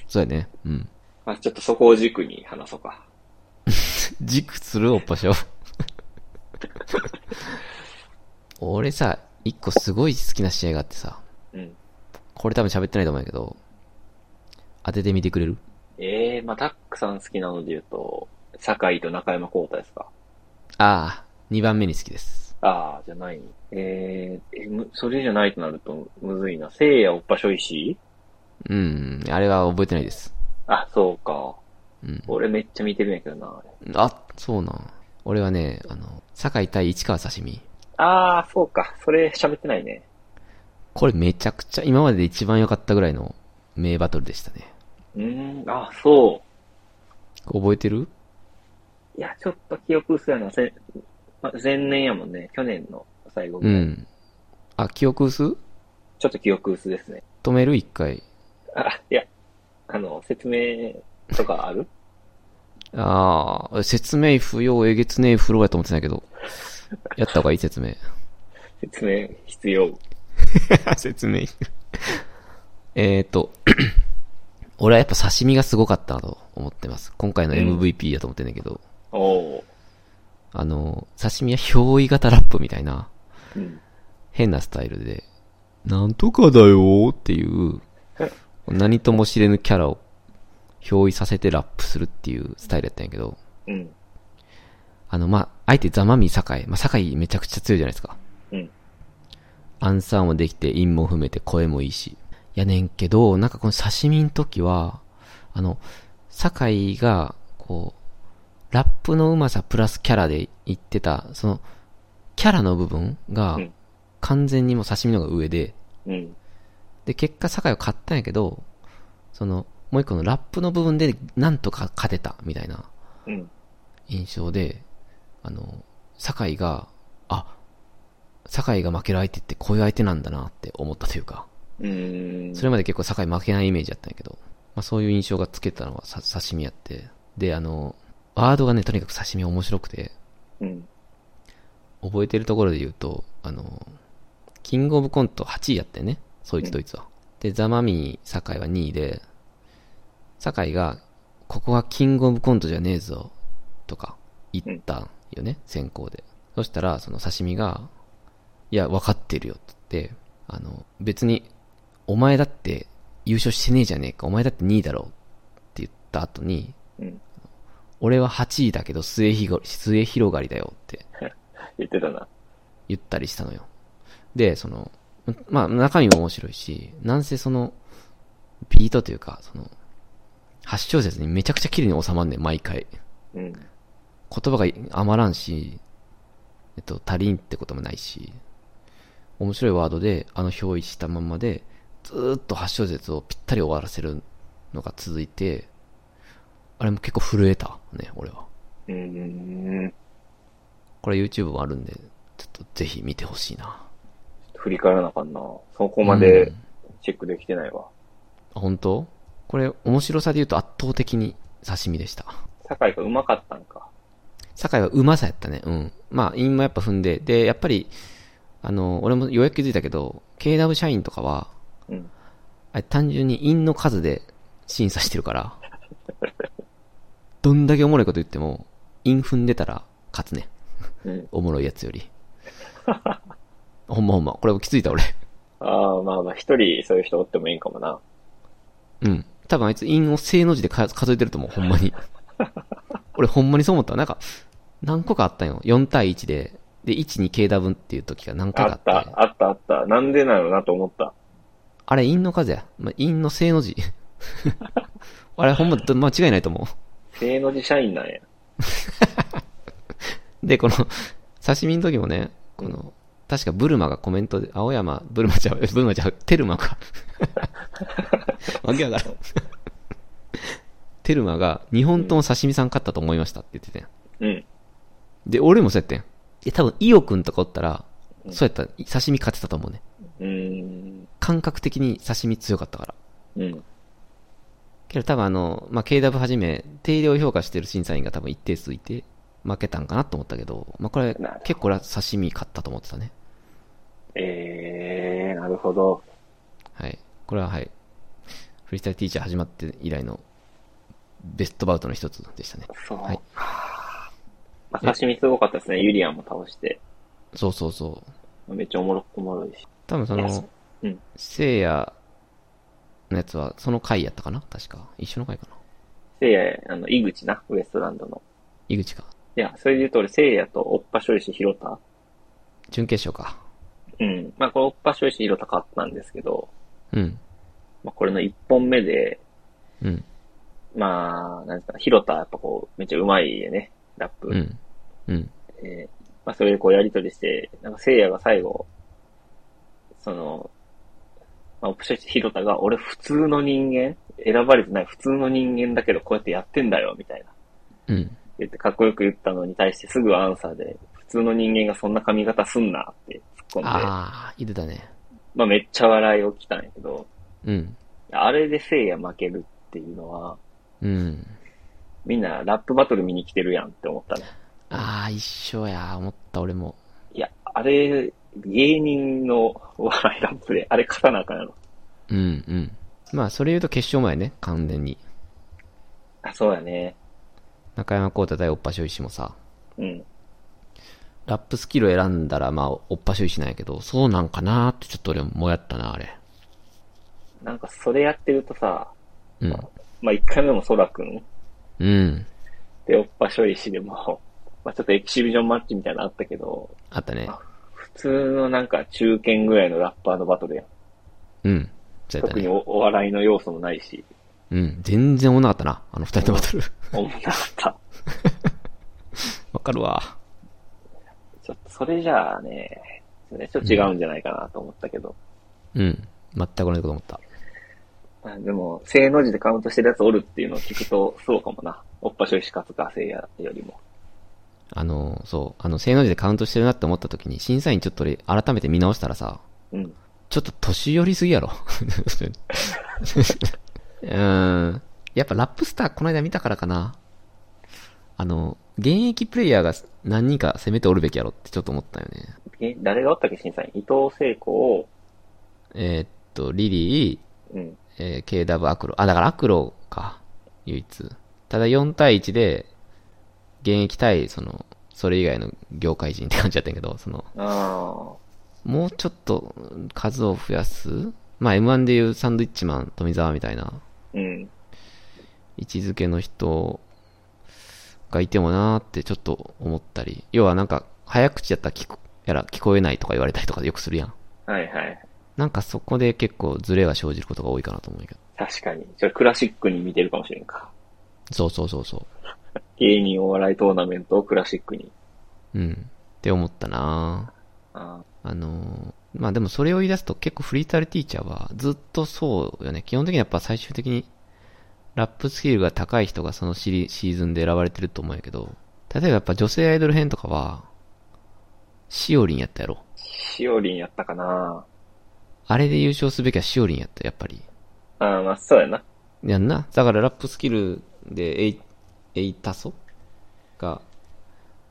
そうやね。うん。まあちょっとそこを軸に話そうか。軸するおっぱし ょ。俺さ、一個すごい好きな試合があってさ、うん。これ多分喋ってないと思うんやけど、当ててみてくれるええまあタックさん好きなので言うと、酒井と中山幸太ですか。ああ、二番目に好きです。ああ、じゃない。えーえ、むそれじゃないとなるとむずいな。聖夜おっぱしょいしうん、あれは覚えてないです。あ、そうか。うん俺めっちゃ見てるんやけどな。あ、そうなん。俺はね、あの、酒井対市川刺身。ああ、そうか。それ喋ってないね。これめちゃくちゃ今までで一番良かったぐらいの名バトルでしたね。うーん、あ、そ覚えてるう。いや、ちょっと記憶薄いな。せま前年やもんね。去年の最後ぐうらい。ん。あ、記憶薄ちょっと記憶薄ですね。止める一回。あ、いや、あの、説明とかあるああ、説明不要、えげつねえ風呂やと思ってたんやけど。やった方がいい説明。説明必要。 説明。 えーと、 俺はやっぱ刺身がすごかったと思ってます。今回の MVP だと思ってんだけど。おーあの、刺身は憑依型ラップみたいな、うん変なスタイルで、なんとかだよーっていう、何とも知れぬキャラを憑依させてラップするっていうスタイルやったんやけど、うん。あの、まあ、あえてザマミ酒井、まあ、酒井めちゃくちゃ強いじゃないですか。うん。アンサーもできて、韻も含めて声もいいし。やねんけど、なんかこの刺身の時は、あの、酒井が、こう、ラップのうまさプラスキャラで言ってた、その、キャラの部分が、完全にもう刺身の方が上で、うん。で、結果、酒井を買ったんやけど、その、もう一個のラップの部分で、なんとか勝てた、みたいなうん。印象で、あの、酒井が、あ、酒井が負ける相手ってこういう相手なんだなって思ったというか、うん。それまで結構酒井負けないイメージだったんやけど、まあそういう印象がつけたのはさ刺身やって、で、あの、ワードがね、とにかく刺身面白くて、うん。覚えてるところで言うと、あの、キングオブコント8位やってね、そいつドイツは。で、ザマミィ、酒井は2位で、酒井が、ここはキングオブコントじゃねえぞ、とか、言ったんよね、先行で。そしたら、その刺身が、いや、分かってるよ、ってって、あの、別に、お前だって優勝してねえじゃねえか、お前だって2位だろ、って言った後に、うん。俺は8位だけど末広末広がりだよって言ってたな。言ったりしたのよ。で、その、まあ中身も面白いし、なんせその、ビートというか、その、8小節にめちゃくちゃ綺麗に収まんねん、毎回。うん。言葉が余らんし、えっと、足りんってこともないし、面白いワードで、あの表意したまんまで、ずーっと8小節をぴったり終わらせるのが続いて、あれも結構震えたね、俺は。うん。これ YouTube もあるんで、ちょっとぜひ見てほしいな。振り返らなあかんな。そこまでうんチェックできてないわ。あ本当これ面白さで言うと圧倒的に刺身でした。酒井がうまかったんか。酒井はうまさやったね。うん。まあ、陰もやっぱ踏んで。で、やっぱり、あの、俺もようやく気づいたけど、KW 社員とかは、うんあれ単純に陰の数で審査してるから、どんだけおもろいこと言っても、陰踏んでたら勝つね。うん。おもろいやつより。ほんまほんま。これ気づいた俺。ああ、まあまあ、一人そういう人おってもいいんかもな。うん。多分あいつ陰を正の字でか数えてると思う、ほんま に。俺ほんまにそう思った。なんか、何個かあったんよ。4対1で。で、1に KW っていう時が何回あかあっった。た、あった、あった。なんでなのなと思った。あれ、陰の数や。まあ、陰の正の字。 あれ、ほんま、ど間違いないと思性の字社員なんや。う。で、この、刺身の時もね、この、確かブルマがコメントで、青山、ブルマちゃう、ブルマちゃう、テルマ か。わけわからん。テルマが、日本とも刺身さん勝ったと思いましたって言ってて、うん。で、俺もそうやってん。いや、多分、イオくんとかおったら、そうやったら、刺身勝てたと思うね。うーん。感覚的に刺身強かったから。うん。けど多分あの、まあ、KW はじめ、定量評価してる審査員が多分一定数いて、負けたんかなと思ったけど、まあ、これ、結構ら刺身買ったと思ってたね。ええー、なるほど。はい。これははい。フリースタイルティーチャー始まって以来の、ベストバウトの一つでしたね。そう。はい。まあ、刺身すごかったですね。ユリアンも倒して。そうそうそう。めっちゃおもろおもろいし。多分そいやその、うん聖夜のやつは、その回やったかな確か。一緒の回かな。せいや、あの、井口な、ウエストランドの。井口か。いや、それで言うと俺、せいやと、おっぱ処理し、ひろた。準決勝か。うん。まあ、これ、おっぱ処理し、ひろた勝ったんですけど、うん。まあ、これの1本目で、うん。まあ、なんですか、ひろた、やっぱこう、めっちゃうまいよね、ラップ。うん。うん。えーまあ、それでこうやりとりして、なんか、せいやが最後、その、まあ、オプションしてひろたが、俺普通の人間、選ばれてない普通の人間だけど、こうやってやってんだよ、みたいな。うん。言って、かっこよく言ったのに対してすぐアンサーで、普通の人間がそんな髪型すんなって突っ込んで、ああ、言ってたね。まあ、めっちゃ笑い起きたんやけど、うん。あれでせいや負けるっていうのは、うん。みんなラップバトル見に来てるやんって思ったね。ああ、一緒や、思った俺も。いや、あれ、芸人のお笑いラップで、あれ勝たなあかんやろ。うんうん。まあ、それ言うと決勝前ね、完全に。あ、そうやね。中山浩太対おっぱしょいしもさ、うん。ラップスキルを選んだら、まあ、おっぱしょいしないけど、そうなんかなーってちょっと俺ももやったな、あれ。なんかそれやってるとさ、うん。まあ、一回目もソラくんうん。で、おっぱ処理しでも、 まあ、ちょっとエキシビジョンマッチみたいなのあったけど、あったね。普通のなんか中堅ぐらいのラッパーのバトルやん。うん。そうやった特にね。おお笑いの要素もない し、うん。全然おもんなか ったな、あの二人のバトル。おもんなかった。わかるわ。それじゃあね、ちょっと違うんじゃないかなと思ったけど。うん。全く同じこと思った。まあでも、正の字でカウントしてるやつおるっていうのを聞くと、そうかもな。おっぱしょいしかつかせいやよりも。あの、そう、あの、正の字でカウントしてるなって思った時に、審査員ちょっと俺改めて見直したらさ、うんちょっと年寄りすぎやろ。 うーん。やっぱラップスターこの間見たからかな。あの、現役プレイヤーが何人か攻めておるべきやろってちょっと思ったよね。え、誰がおったっけ、審査員。伊藤聖子を、えーっと、リリー、うん。えー、KW アクロ。あ、だからアクロか。唯一。ただ4対1で、現役対、その、それ以外の業界人って感じだったんやけど、その、あもうちょっと数を増やすまあ M1 でいうサンドイッチマン、富澤みたいなーうん。位置づけの人がいてもなーってちょっと思ったり。要はなんか、早口やったら聞こやら聞こえないとか言われたりとかよくするやん。はいはい。なんかそこで結構ズレが生じることが多いかなと思うけど。確かに。それクラシックに似てるかもしれんか。そうそうそうそう。芸人お笑いトーナメントをクラシックに。うん。って思ったなああのーまあでもそれを言い出すと結構フリースタイルティーチャーはずっとそうよね。基本的にやっぱ最終的にラップスキルが高い人がそのシリシーズンで選ばれてると思うんやけど、例えばやっぱ女性アイドル編とかは、しおりんやったやろ。しおりんやったかなあれで優勝すべきはしおりんやった、やっぱり。ああ、まあそうやな。やんな。だからラップスキルでエイ、エイタソが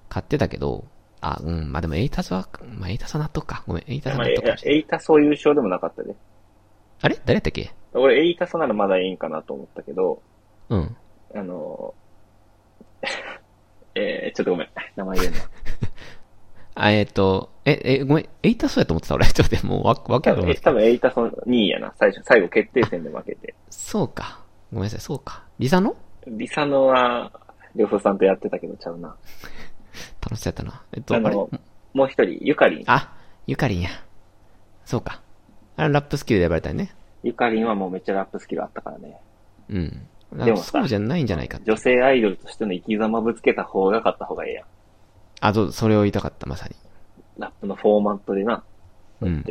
買ってたけど、あ、うん、まあでもエイタソは、まあエイタソは納得か。ごめん、エイタソまはあ、納え得かもしれない。エイタソ優勝でもなかったで。あれ誰やったっけ俺、エイタソならまだいいんかなと思ったけど、うん。あのー、 えー、ちょっとごめん。名前言うの。あ、えっ、と、え、え、ごめん、エイタそうやと思ってた俺。 ちょっと待ってもうわ、わけ多わかん分なえい。多分エイタソ2位やな。最初、最後決定戦で負けて。そうか。ごめんなさい、そうか。リサのリサノは、リョソさんとやってたけどちゃうな。楽しそうやったな。えっと、ああれの、もう一人、ゆかりん。あ、ゆかりんや。そうか。あれラップスキルで呼ばれたよね。ゆかりんはもうめっちゃラップスキルあったからね。うん。なんかでもさそうじゃないんじゃないか。女性アイドルとしての生き様ぶつけた方が勝った方がええやん。あ、そう、それを言いたかった、まさに。ラップのフォーマットでな、うん。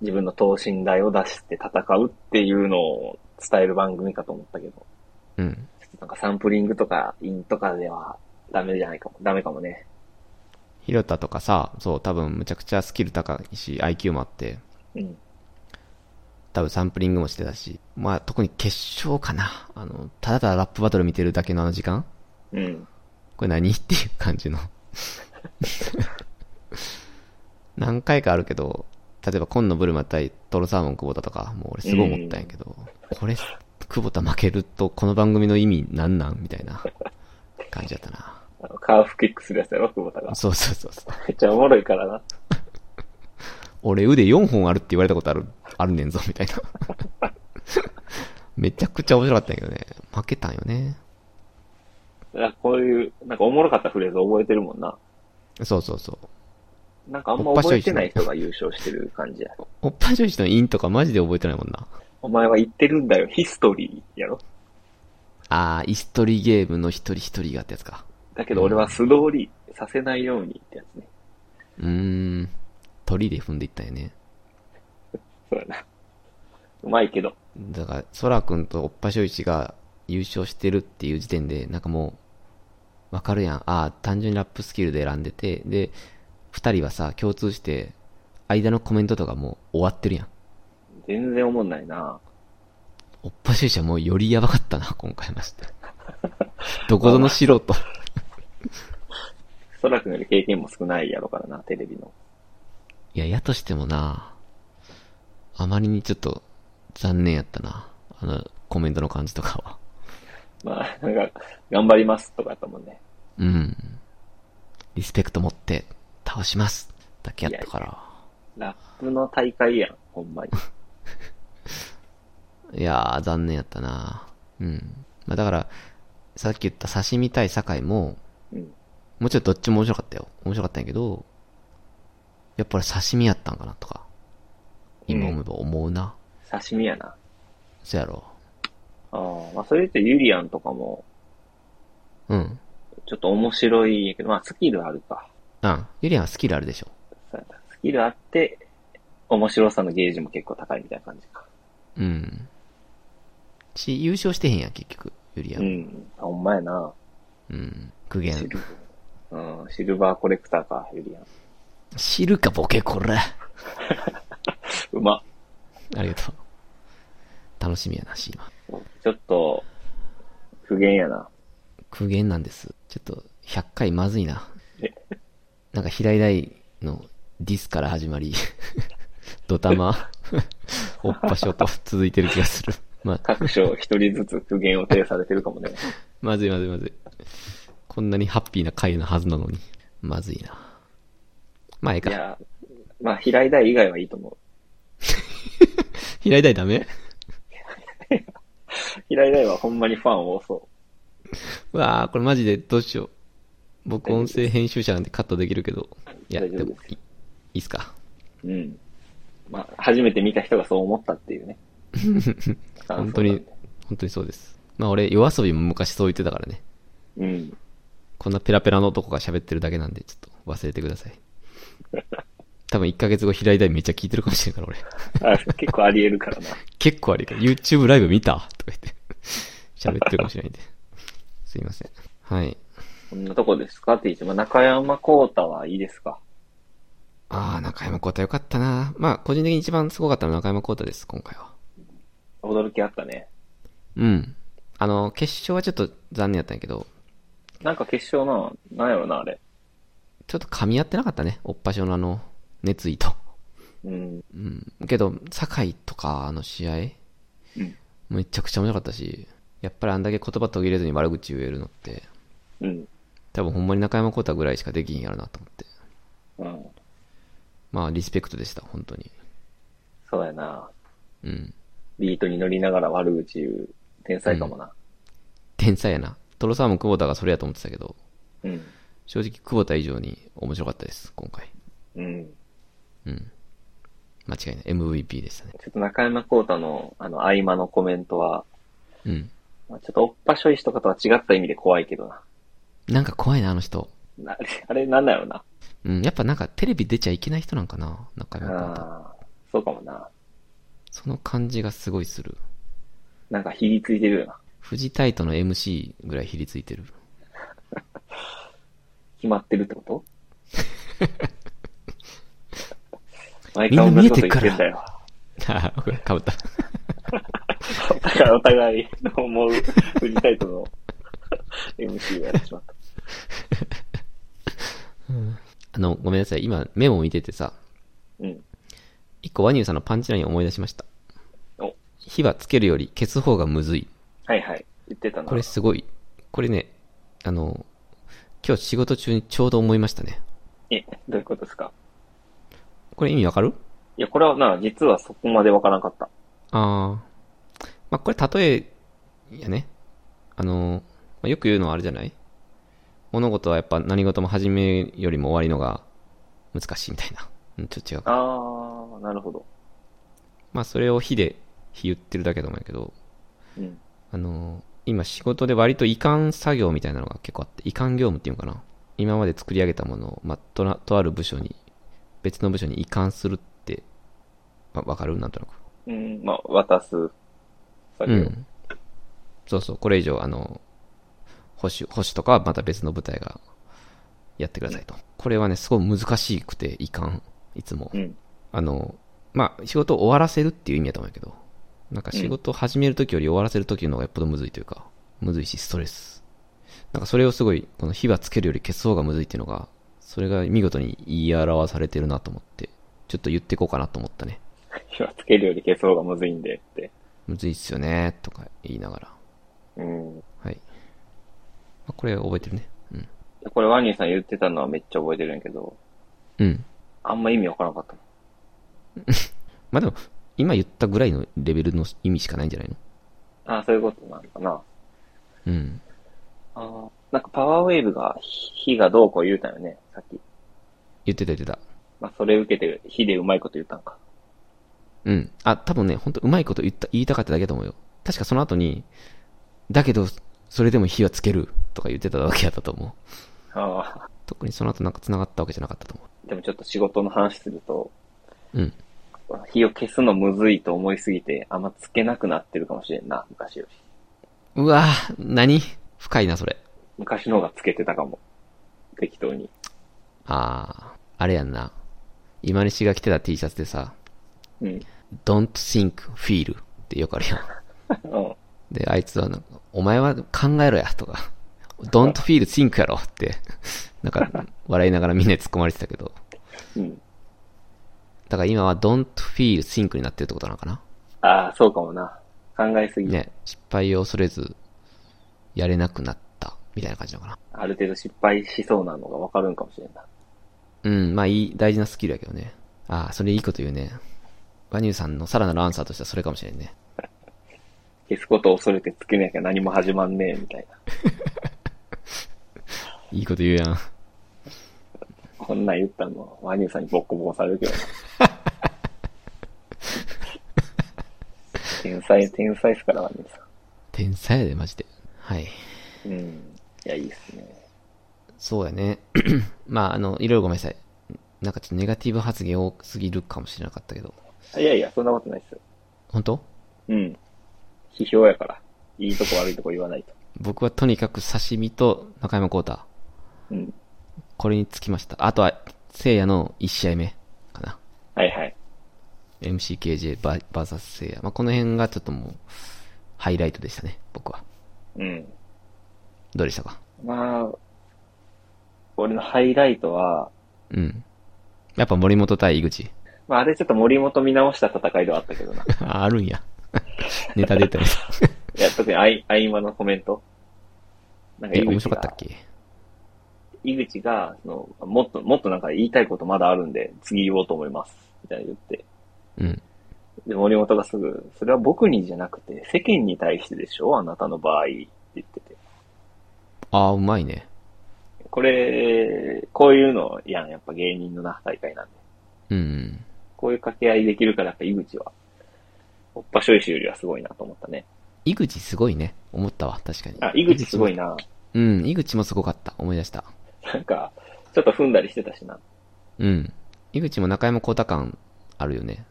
自分の等身大を出して戦うっていうのを伝える番組かと思ったけど、うん。なんかサンプリングとかインとかではダメじゃないかも、ダメかもね。ひろたとかさ、そう、多分むちゃくちゃスキル高いし、IQ もあって、うん。多分サンプリングもしてたし、まあ特に決勝かな。あの、ただただラップバトル見てるだけのあの時間うん。これ何っていう感じの。何回かあるけど、例えば今野ブルマ対トロサーモン久保田とか、もう俺すごい思ったんやけど、これ、久保田負けるとこの番組の意味なんなんみたいな感じだったな。あのカーフキックするやつやろ、久保 田が。そうそうそうそう。めっちゃおもろいからな。俺腕4本あるって言われたことある、あるねんぞ、みたいな。めちゃくちゃ面白かったんやけどね。負けたんよね。だからこういう、なんかおもろかったフレーズ覚えてるもんな。そうそうそう。なんかあんま覚えてない人が優勝してる感じや。おっぱい女子のインとかマジで覚えてないもんな。お前は言ってるんだよ、ヒストリーやろ。あー、イストリゲームの一人一人がってやつか。だけど俺は素通りさせないようにってやつね。うーん。鳥で踏んでいったよね。そうやな。うまいけど。だから、ソラ君とおっぱしょいちが優勝してるっていう時点で、なんかもう、わかるやん。ああ、単純にラップスキルで選んでて、で、二人はさ、共通して、間のコメントとかもう終わってるやん。全然おもんないな。おっぱしょいちはもうよりやばかったな、 今回まして。どこぞの素人。そらくんより経験も少ないやろからな、テレビの。いや、やとしてもな、あまりにちょっと残念やったな。あの、コメントの感じとかは。まあ、なんか、頑張りますとかやったもんね。うん。リスペクト持って倒します。だけやったから。ラップの大会やん、ほんまに。いやー、残念やったなうん。まあだから、さっき言った刺身対酒井も、うんもちろんどっちも面白かったよ。面白かったんやけど、やっぱり刺身やったんかなとか、今思えば思うな。刺身やな。そやろ。ああ、まあ、それってユリアンとかも、うん。ちょっと面白いけど、まあ、スキルあるか。あうん。ゆりやんはスキルあるでしょ。スキルあって、面白さのゲージも結構高いみたいな感じか。うん。し、優勝してへんやん、結局、ゆりや。うんん。ほんまやな。うん。苦言。うん。シルバーコレクターか、ユリアン。知るか、ボケ、これ。うま。ありがとう。楽しみやな、し、今。ちょっと、苦言やな。苦言なんです。ちょっと、100回まずいな。なんか、平井大のディスから始まり、 ドタマ、おっぱしょと続いてる気がする。まあ、各所一人ずつ苦言を呈されてるかも ね。まずいまずいまずい。こんなにハッピーな回のはずなのに。まずいな。まあ、ええいか。や、まあ、平井大以外はいいと思う。平井大ダメ平井大はほんまにファン多そうわあこれマジでどうしよう。僕音声編集者なんでカットできるけど。いや、でも、いいいっすか。う。うん。まあ、初めて見た人がそう思ったって いうね。本当に、本当にそうです。まあ俺、夜遊びも昔そう言ってたからね。うん。こんなペラペラの男が喋ってるだけなんで、ちょっと忘れてください。多分1ヶ月後、平井大めっちゃ聞いてるかもしれんから、俺。あ結構あり得るからな。結構ありか、YouTube ライブ見たとか言って、喋ってるかもしれないんで。すいません。はい。こんなとこですかって言って、まあ、中山幸太はいいですかああ、中山幸太よかったな。まあ、個人的に一番すごかったのは中山幸太です、今回は。驚きあったね。うん。あの、決勝はちょっと残念だったんやけど、なんか決勝な、なんやろな、あれ。ちょっと噛み合ってなかったね。おっぱしょのあの、熱意と。うん。うん。けど、酒井とかあの試合、うんめちゃくちゃ面白かったし、やっぱりあんだけ言葉途切れずに悪口言えるのって、うん。多分ほんまに中山幸太ぐらいしかできひんやろなと思って。うん。まあ、リスペクトでした、本当に。そうやな。うん。ビートに乗りながら悪口言う天才かもな。天才やな。トロサーモン久保田がそれやと思ってたけど、うん。正直久保田以上に面白かったです、今回。うん。うん。間違いない。MVP でしたね。ちょっと中山幸太の、あの、合間のコメントは、うん。まあ、ちょっとおっぱしょいしとかとは違った意味で怖いけどな。なんか怖いな、あの人。なあれ、あれなんだろうな。うん、やっぱなんかテレビ出ちゃいけない人なんかな、中山幸太。ああ、そうかもな。その感じがすごいする。なんかひりついてるよな。フジタイトの MC ぐらいひりついてる。 決まってるってこと毎みん回な同見じえこてとる言ってからんだよ。。ああ、かぶった。だからお互いの思う、フジタイト の MC をやってしまった。あの、ごめんなさい。今、メモを見ててさ、うん。一個ワニューさんのパンチラインを思い出しました。お火はつけるより消す方がむずい。はいはい。言ってたな。これすごい。これね、あの、今日仕事中にちょうど思いましたね。え、どういうことですかこれ意味わかるいや、これはな、実はそこまでわからんかった。ああ。まあ、これ例え、やね。あの、まあ、よく言うのはあれじゃない物事はやっぱ何事も始めよりも終わりのが難しいみたいな。うん、ちょっと違うか。あー、なるほど。まあ、それを火で、火言ってるだけだと思うんやけど、うん。あの、今仕事で割と移管作業みたいなのが結構あって、移管業務っていうのかな。今まで作り上げたものを、まあ、となとある部署に、別の部署に移管するって、まあわかるなんとなく。うん、まあ、渡す作業。うん。そうそう、これ以上、あの、保守、保守とかはまた別の部隊がやってくださいと。これはね、すごい難しくて、いかん。いつも。うんあの、まあ、仕事を終わらせるっていう意味だと思うんやけど、なんか仕事を始めるときより終わらせるときの方がよっぽどむずいというか、むずいし、ストレス。なんかそれをすごい、この火はつけるより消す方がむずいっていうのが、それが見事に言い表されてるなと思って、ちょっと言っていこうかなと思ったね。火はつけるより消す方がむずいんでって。むずいっすよね、とか言いながら。うん。はい。あこれ覚えてるね。うん。これワニーさん言ってたのはめっちゃ覚えてるんやけど、うん。あんま意味わからなかった。まあでも、今言ったぐらいのレベルの意味しかないんじゃないのあー、そういうことなのかな。うん。あーなんかパワーウェーブが、火がどうこう言うたよね、さっき。言ってた言ってた。まあ、それ受けて火でうまいこと言ったんか。うん。あ、多分ね、ほんとうまいこと言った、言いたかっただけだと思うよ。確かその後に、だけど、それでも火はつけるとか言ってただけやったと思う。ああ、特にその後なんか繋がったわけじゃなかったと思でもちょっと仕事の話すると、う。うん。火を消すのむずいと思いすぎて、あんまつけなくなってるかもしれんな、昔より。うわぁ、何深いな、それ。昔の方がつけてたかも。適当に。あー、あれやんな。今西が着てた T シャツでさ、うん。 don't think, feel ってよくあるやん。うん。で、あいつはなんか、お前は考えろや、とか、don't feel, think やろって、なんか、笑いながらみんなに突っ込まれてたけど。うん。だから今は don't feel, think になってるってことなのかなああ、そうかもな。考えすぎ。ね、失敗を恐れず、やれなくなった、みたいな感じなのかな。ある程度失敗しそうなのがわかるんかもしれんな。うん、まあいい、大事なスキルやけどね。ああ、それいいこと言うね。バニューさんのさらなるアンサーとしてはそれかもしれんね。消すことを恐れてつけなきゃ何も始まんねえ、みたいな。いいこと言うやん。 こんなん言ったの、ワニューさんにボッコボコされるけどな。天才、天才っすから、ワニューさ天才やで、マジで。はい。ん。うん。いや、いいっすね。そうやね。 まあ、あの、いろいろごめんなさい。なんかちょっとネガティブ発言多すぎるかもしれなかったけど。いやいや、そんなことないっすよ。本当うん。批評やから。いいとこ悪いとこ言わないと。僕はとにかく刺身と中山浩太。うん。これにつきました。あとは、聖夜の1試合目かな。はいはい。 MCKJ ババーサス聖夜。まあ、この辺がちょっともう、ハイライトでしたね、僕は。うん。どうでしたかまあ、俺のハイライトは、うん。やっぱ森本対井口。 まああれちょっと森本見直した戦いではあったけどな。ああるんや。 ネタ出たりさ。いや、特にあい合間のコメント。なんか え、井面口白かったっが、け井口がその、もっと、もっとなんか言いたいことまだあるんで、次言おうと思います。みたいな言って。うん。で、森本がすぐ、それは僕にじゃなくて、世間に対してでしょあなたの場合。って言ってて。ああ、うまいね。これ、こういうのやん、やっぱ芸人のな、大会なんで。うん。こういう掛け合いできるから、やっぱ井口は、おっぱしょいしよりはすごいなと思ったね。井口すごいね。思ったわ、確かに。あ、井口すごいな。な。うん、井口もすごかった。思い出した。なんか、ちょっと踏んだりしてたしな。うん。井口も中山幸太感あるよね。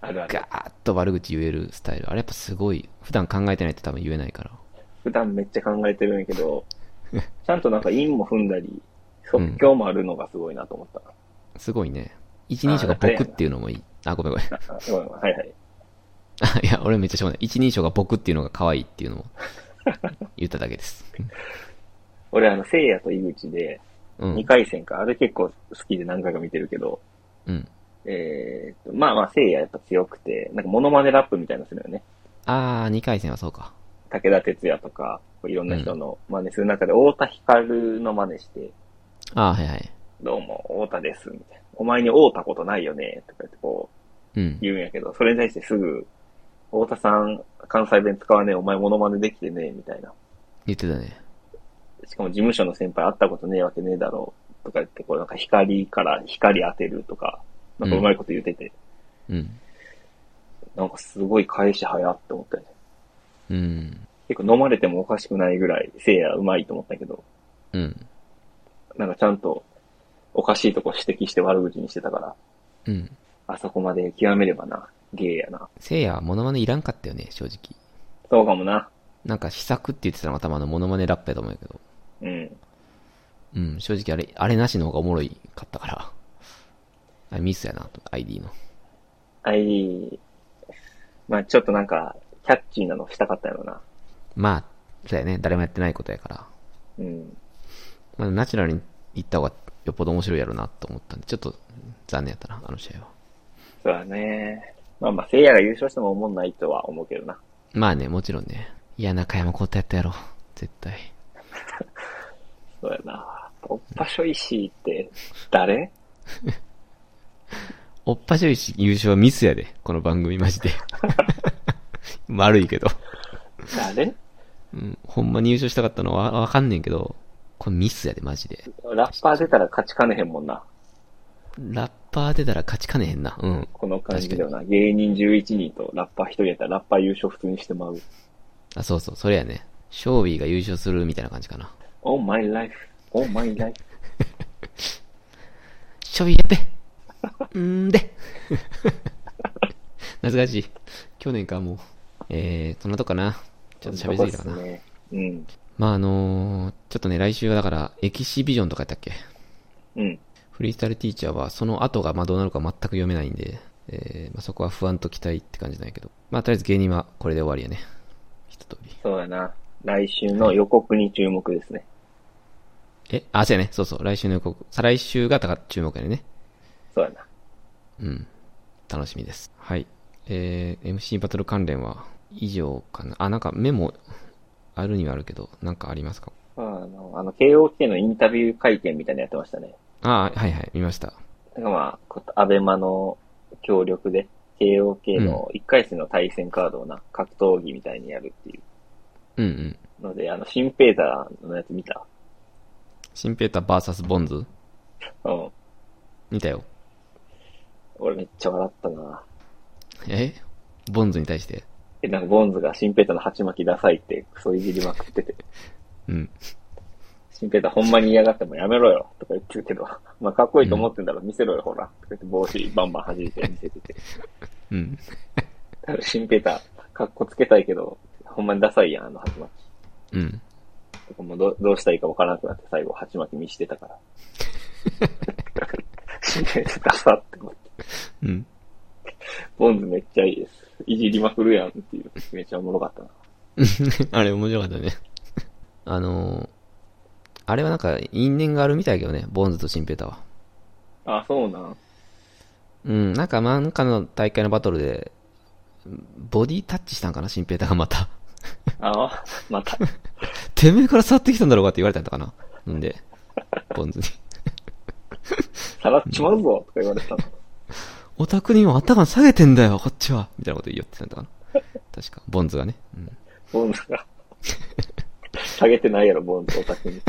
あるあるガ。ーッと悪口言えるスタイル。あれやっぱすごい。普段考えてないと多分言えないから。普段めっちゃ考えてるんやけど、ちゃんとなんか韻も踏んだり、即興もあるのがすごいなと思った。すごいね。一人称が僕っていうのもいい。あ、ごめん ごめん。ああすごいはいはい。あいや、俺めっちゃしょうもない。一人称が僕っていうのが可愛いっていうのを 言っただけです。俺あの、聖夜と井口で、うん。う2ん回戦か、あれ結構好きで何回か見てるけど、うん。えーっと、まあまあ、聖夜やっぱ強くて、なんかモノマネラップみたいなのするよね。あー、二回戦はそうか。武田鉄矢とか、いろんな人の真似する中で、太田光の真似して、あー、はいはい。どうも、太田です、みたいな。お前に会うたことないよね、とか言ってこう、うん。言うんやけど、それに対してすぐ、太田さん、関西弁使わねえ、お前モノマネできてねえ、みたいな。言ってたね。しかも事務所の先輩会ったことねえわけねえだろう、とか言って、こうなんか光から光当てるとか、なんかうまいこと言ってて、うん。なんかすごい返し早って思ったよね。うん。結構飲まれてもおかしくないぐらい、せいやうまいと思ったけど、うん。なんかちゃんと、おかしいとこ指摘して悪口にしてたから、うん。あそこまで極めればな、芸やな。せいやはモノマネいらんかったよね、正直。そうかもな。なんか、秘策って言ってたのが頭のモノマネラップやと思うけど。うん。うん、正直あれ、あれなしの方がおもろいかったから。あれミスやな、と ID の。はい。まあちょっとなんか、キャッチーなのしたかったやろな。まあ、そうやね、誰もやってないことやから。うん。まあ、ナチュラルに行った方がよっぽど面白いやろなと思ったんで、ちょっと残念やったな、あの試合は。そうだね。まあまあ、聖夜が優勝しても思んないとは思うけどな。まあね、もちろんね。いや、中山こうやったやろ。絶対。そうやな。おっぱしょいしって誰、おっぱしょいし優勝はミスやで、この番組マジで。 悪いけど。誰うん、ほんまに優勝したかったのはわわかんねんけど、これミスやで、マジで。ラッパー出たら勝ちかねへんもんな。ラッパー出たら勝ちかねへんな。うん。この感じだよな。芸人11人とラッパー1人やったらラッパー優勝普通にしてまう。あ、そうそう、それやね。ショービーが優勝するみたいな感じかな。 Oh my life. Oh my life. ちょいやべ。んーで。懐かしい。去年か、もう。えー、そんなとこかな。ちょっと喋りすぎたかな。そうですねうん。まあ、あのーちょっとね、来週はだから、エキシビジョンとかやったっけうん。フリースタイルティーチャーは、その後がまあどうなるか全く読めないんで、えーまあ、そこは不安と期待って感じなんやけど。まあ、とりあえず芸人はこれで終わりやね。そうやな。来週の予告に注目ですね。えあ、そうやね。そうそう。来週の予告。再来週がだから注目やね。そうやな。うん。楽しみです。はい。えー、MC バトル関連は以上かな。あ、なんかメモあるにはあるけど、なんかありますかあの、あの、KOK のインタビュー会見みたいなのやってましたね。あーはいはい。見ました。だからまあこ、アベマの協力で、KOK の1回戦の対戦カードをな、格闘技みたいにやるっていうんうん。うので、あの、シンペーターのやつ見たシンペーター VS ボンズうん。見たよ。俺めっちゃ笑ったなえボンズに対して。え、なんかボンズがシンペーターの鉢巻きダサいってクソいじりまくってて。うん。シンペーターほんまに嫌がってもやめろよとか言ってるけど、 まあかっこいいと思ってんだろ、見せろよほら。とか言って帽子バンバン弾いて見せてて。 うん。多分シンペーター、かっこつけたいけど、ほんまにダサいやん、あの鉢巻うん。き。とかもうどどうしたらいいかわからなくなって最後鉢巻き見してたから。 シンペーターダサって思って。うん。ボンズめっちゃいいです。いじりまくるやんっていう。めっちゃおもろかったな。 あれ面白かったね。 あのーあれはなんか因縁があるみたいだけどね、ボンズとシンペーターは。あ、そうなん。うん、なんかなんかの大会のバトルで、ボディタッチしたんかな、シンペーターがまた。あ、また。てめえから触ってきたんだろうかって言われたのかな。んで、ボンズに。さらっちまうぞとか言われてたの。オタクにも頭下げてんだよ、こっちはみたいなこと言ってたんだかな。確か、ボンズがね。うんボンズが。下げてないやろ、ボンズ、オタクに。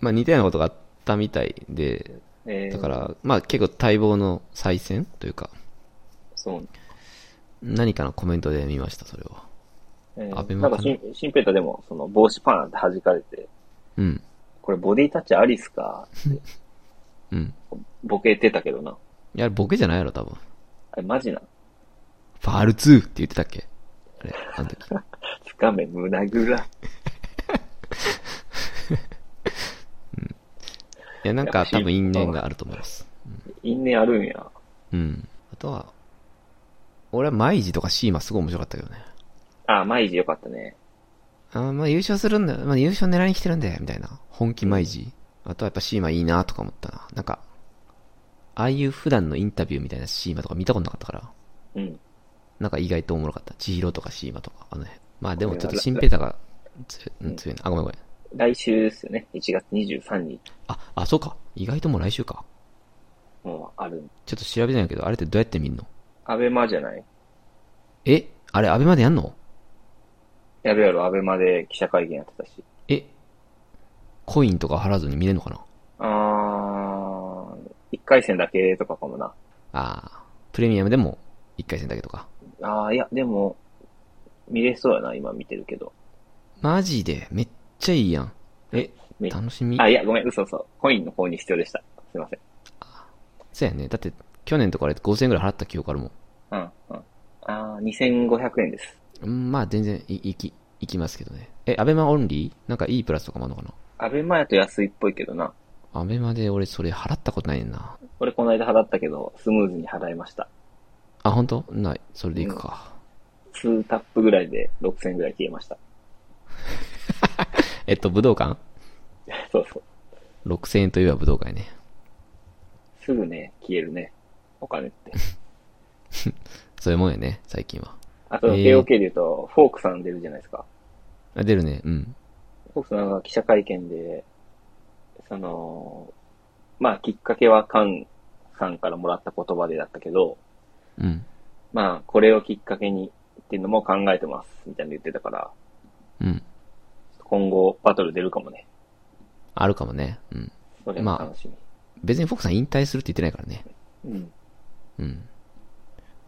まあ似たようなことがあったみたいで、えーだから、まあ結構待望の再戦というか、そう。何かのコメントで見ました、それは。えアベー、なマんかかなシン、シンペーターでも、その、帽子パーンって弾かれて、うん。これボディタッチありっすかってうん。ボケてたけどな。いや、ボケじゃないやろ、多分。あれ、マジな。ファール2って言ってたっけあれ、あの時。つかめ、胸ぐら。いや、なんか多分因縁があると思います。因縁あるんや。うん。あとは、俺はマイジとかシーマすごい面白かったけどね。あ、マイジよかったね。あーまあ優勝するんだ、まあ優勝狙いに来てるんだよ、みたいな。本気マイジ。あとはやっぱシーマいいなとか思ったな。なんか、ああいう普段のインタビューみたいなシーマとか見たことなかったから、うん。なんか意外とおもろかった。千尋とかシーマとか、あの辺。まあでもちこょっれとはシンペーターが強いうん強いな。あ、ごめんごめん。来週ですよね。1月23日。あ、そうか。意外ともう来週か。もう、ある。ちょっと調べてないけど、あれってどうやって見んのアベマじゃないえあれ、アベまでやんのやるやろ、アベマで記者会見やってたし。えコインとか払わずに見れるのかなあー、1回戦だけとかかもな。ああ、プレミアムでも1回戦だけとか。あー、いや、でも、見れそうやな、今見てるけど。マジで、めっちゃいいやん。え、ね楽しみ。あ、いや、ごめん、嘘嘘。コインの方に必要でした。すいません。そうやね。だって、去年とかあれ5000円ぐらい払った記憶あるもうん、うん。あー、2500円です。ん。うん、まあ全然い、いき、いきますけどね。え、アベマオンリーなんかいいプラスとかもあるのかなアベマやと安いっぽいけどな。アベマで俺それ払ったことないねんな。俺この間払ったけど、スムーズに払いました。あ、本当ない。それでいくか。 2タップぐらいで6000円ぐらい消えました。 えっと、武道館そうそう。 ?6000 円といえば武道館やね。すぐね、消えるね。お金って。そういうもんやね、最近は。あと、えー KOK で言うと、フォークさん出るじゃないですか。あ出るね、うん。フォークさんが記者会見で、その、まあ、きっかけはカンさんからもらった言葉でだったけど、うん。まあ、これをきっかけにっていうのも考えてます、みたいなの言ってたから、うん。今後バトル出るかもね。あるかもね。うん。それも楽しみ。別にフォークさん引退するって言ってないからね。うん。うん。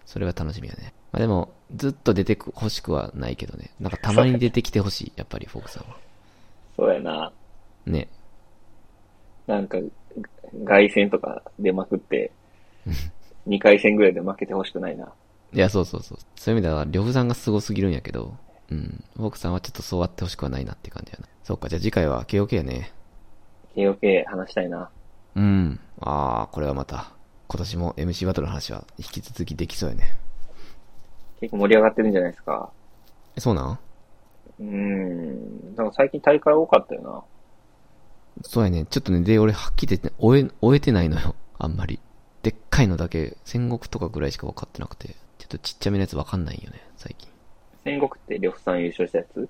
それは楽しみやね。まあでも、ずっと出てく、欲しくはないけどね。なんかたま に出てきてほしい。やっぱりフォークさんは。そうやな。ね。なんか、外戦とか出まく って、2回戦ぐらいで負けてほしくないな。いや、そうそうそう。そういう意味では、呂布さんがすごすぎるんやけど、うん。僕さんはちょっとそうあってほしくはないなって感じやな。そっか、じゃあ次回は KOK やね。 KOK 話したいな。うん。あー、これはまた、今年も MC バトルの話は引き続きできそうやね。結構盛り上がってるんじゃないですか。えそうなんうーん。なんか最近大会多かったよな。そうやね。ちょっとね、で、俺はっきり言ってね、終え、終えてないのよ。あんまり。でっかいのだけ、戦国とかぐらいしか分かってなくて、ちょっとちっちゃめのやつ分かんないんよね、最近。戦国って呂布さん優勝したやつ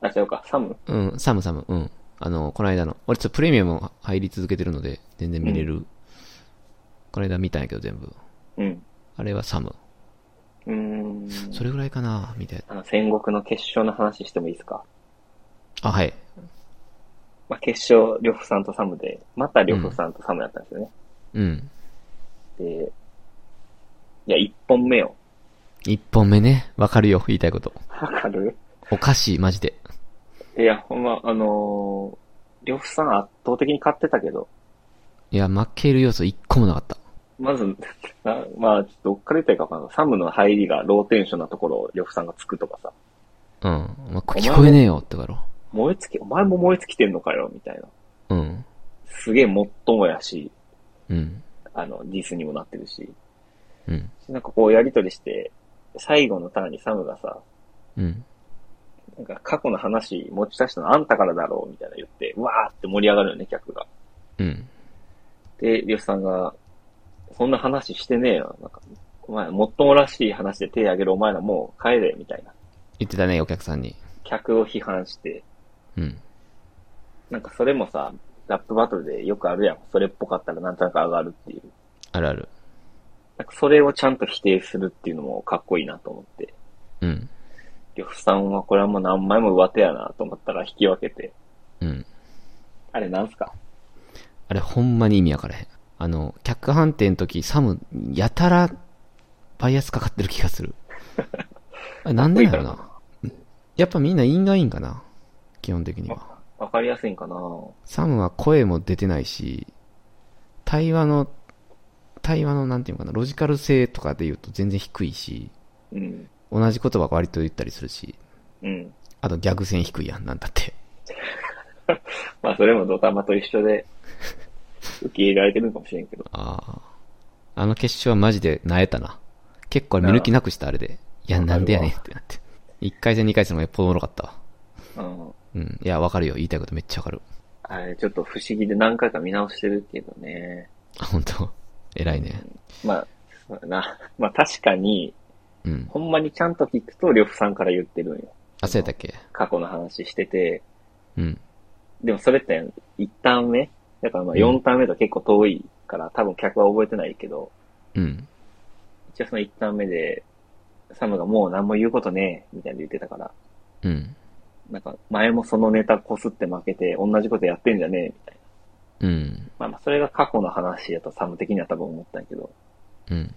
あ、違うか、サムうん、サムサム、うん。あの、この間の、俺ちょっとプレミアム入り続けてるので、全然見れる。この間見たんやけど全部。うん。あれはサム。うーん。それぐらいかな、みたいな。あの、戦国の決勝の話してもいいですかあ、はい。まあ、決勝、呂布さんとサムで、また呂布さんとサムだったんですよね。うん。で、いや、1本目を。一本目ね、わかるよ、言いたいこと。わかるおかしい、マジで。いや、ほんま、あのー、呂布さん圧倒的に勝ってたけど、いや、負ける要素一個もなかった。まず、 なまあ、ちょっとどっから言ったらいいかわかんない。サムの入りがローテンションなところを呂布さんがつくとかさ、うん。まあ、聞こえねえよってかろ。燃え尽き、お前も燃え尽きてんのかよ、みたいな。うん。すげえもっともやし、うん。あの、ディスにもなってるし、うん。なんかこうやりとりして、最後のターンにサムがさ、うん。なんか過去の話持ち出したのあんたからだろう、みたいな言って、うわーって盛り上がるよね、客が。うん。で、リオさんが、そんな話してねえよ。なんか、お前、もっともらしい話で手あげるお前らもう帰れ、みたいな。言ってたね、お客さんに。客を批判して。うん。なんかそれもさ、ラップバトルでよくあるやん。それっぽかったらなんとなく上がるっていう。あるある。なんかそれをちゃんと否定するっていうのもかっこいいなと思って。うん。呂布さんはこれはもう何枚も上手やなと思ったら引き分けて。うん。あれなんすかあれ、ほんまに意味わからへん。あの、客判定の時、サム、やたら、バイアスかかってる気がする。 あれ、なんでだろうな。やっぱみんな因がいいんかな。基本的には。わかりやすいんかなサムは声も出てないし、対話の、対話のなんていうのかな、ロジカル性とかで言うと全然低いし、うん。同じ言葉割と言ったりするし、うん。あと逆線低いやん、なんだって。まあそれもドタマと一緒で、受け入れられてるのかもしれんけど。ああ。あの決勝はマジで萎えたな。結構見抜きなくした、あれで。いや、なんでやねんってなって。1回戦、2回戦もよっぽどおもろかったわ。うん。うん。いや、わかるよ。言いたいことめっちゃわかる。あれ、ちょっと不思議で何回か見直してるけどね。あ、本当偉いね。まあ、そうだな。 まあ確かに、うん。ほんまにちゃんと聞くと、呂布さんから言ってるんよ。あ、そうやったっけ過去の話してて。うん。でもそれって1ターン目だからまあうん4ターン目と結構遠いから、多分客は覚えてないけど、うん。一応その1ターン目で、サムがもう何も言うことねえ、みたいな言ってたから、うん。なんか前もそのネタこすって負けて、同じことやってんじゃねえ、みたいな。うん。まあまあそれが過去の話やとサム的には多分思ったんやけど、うん。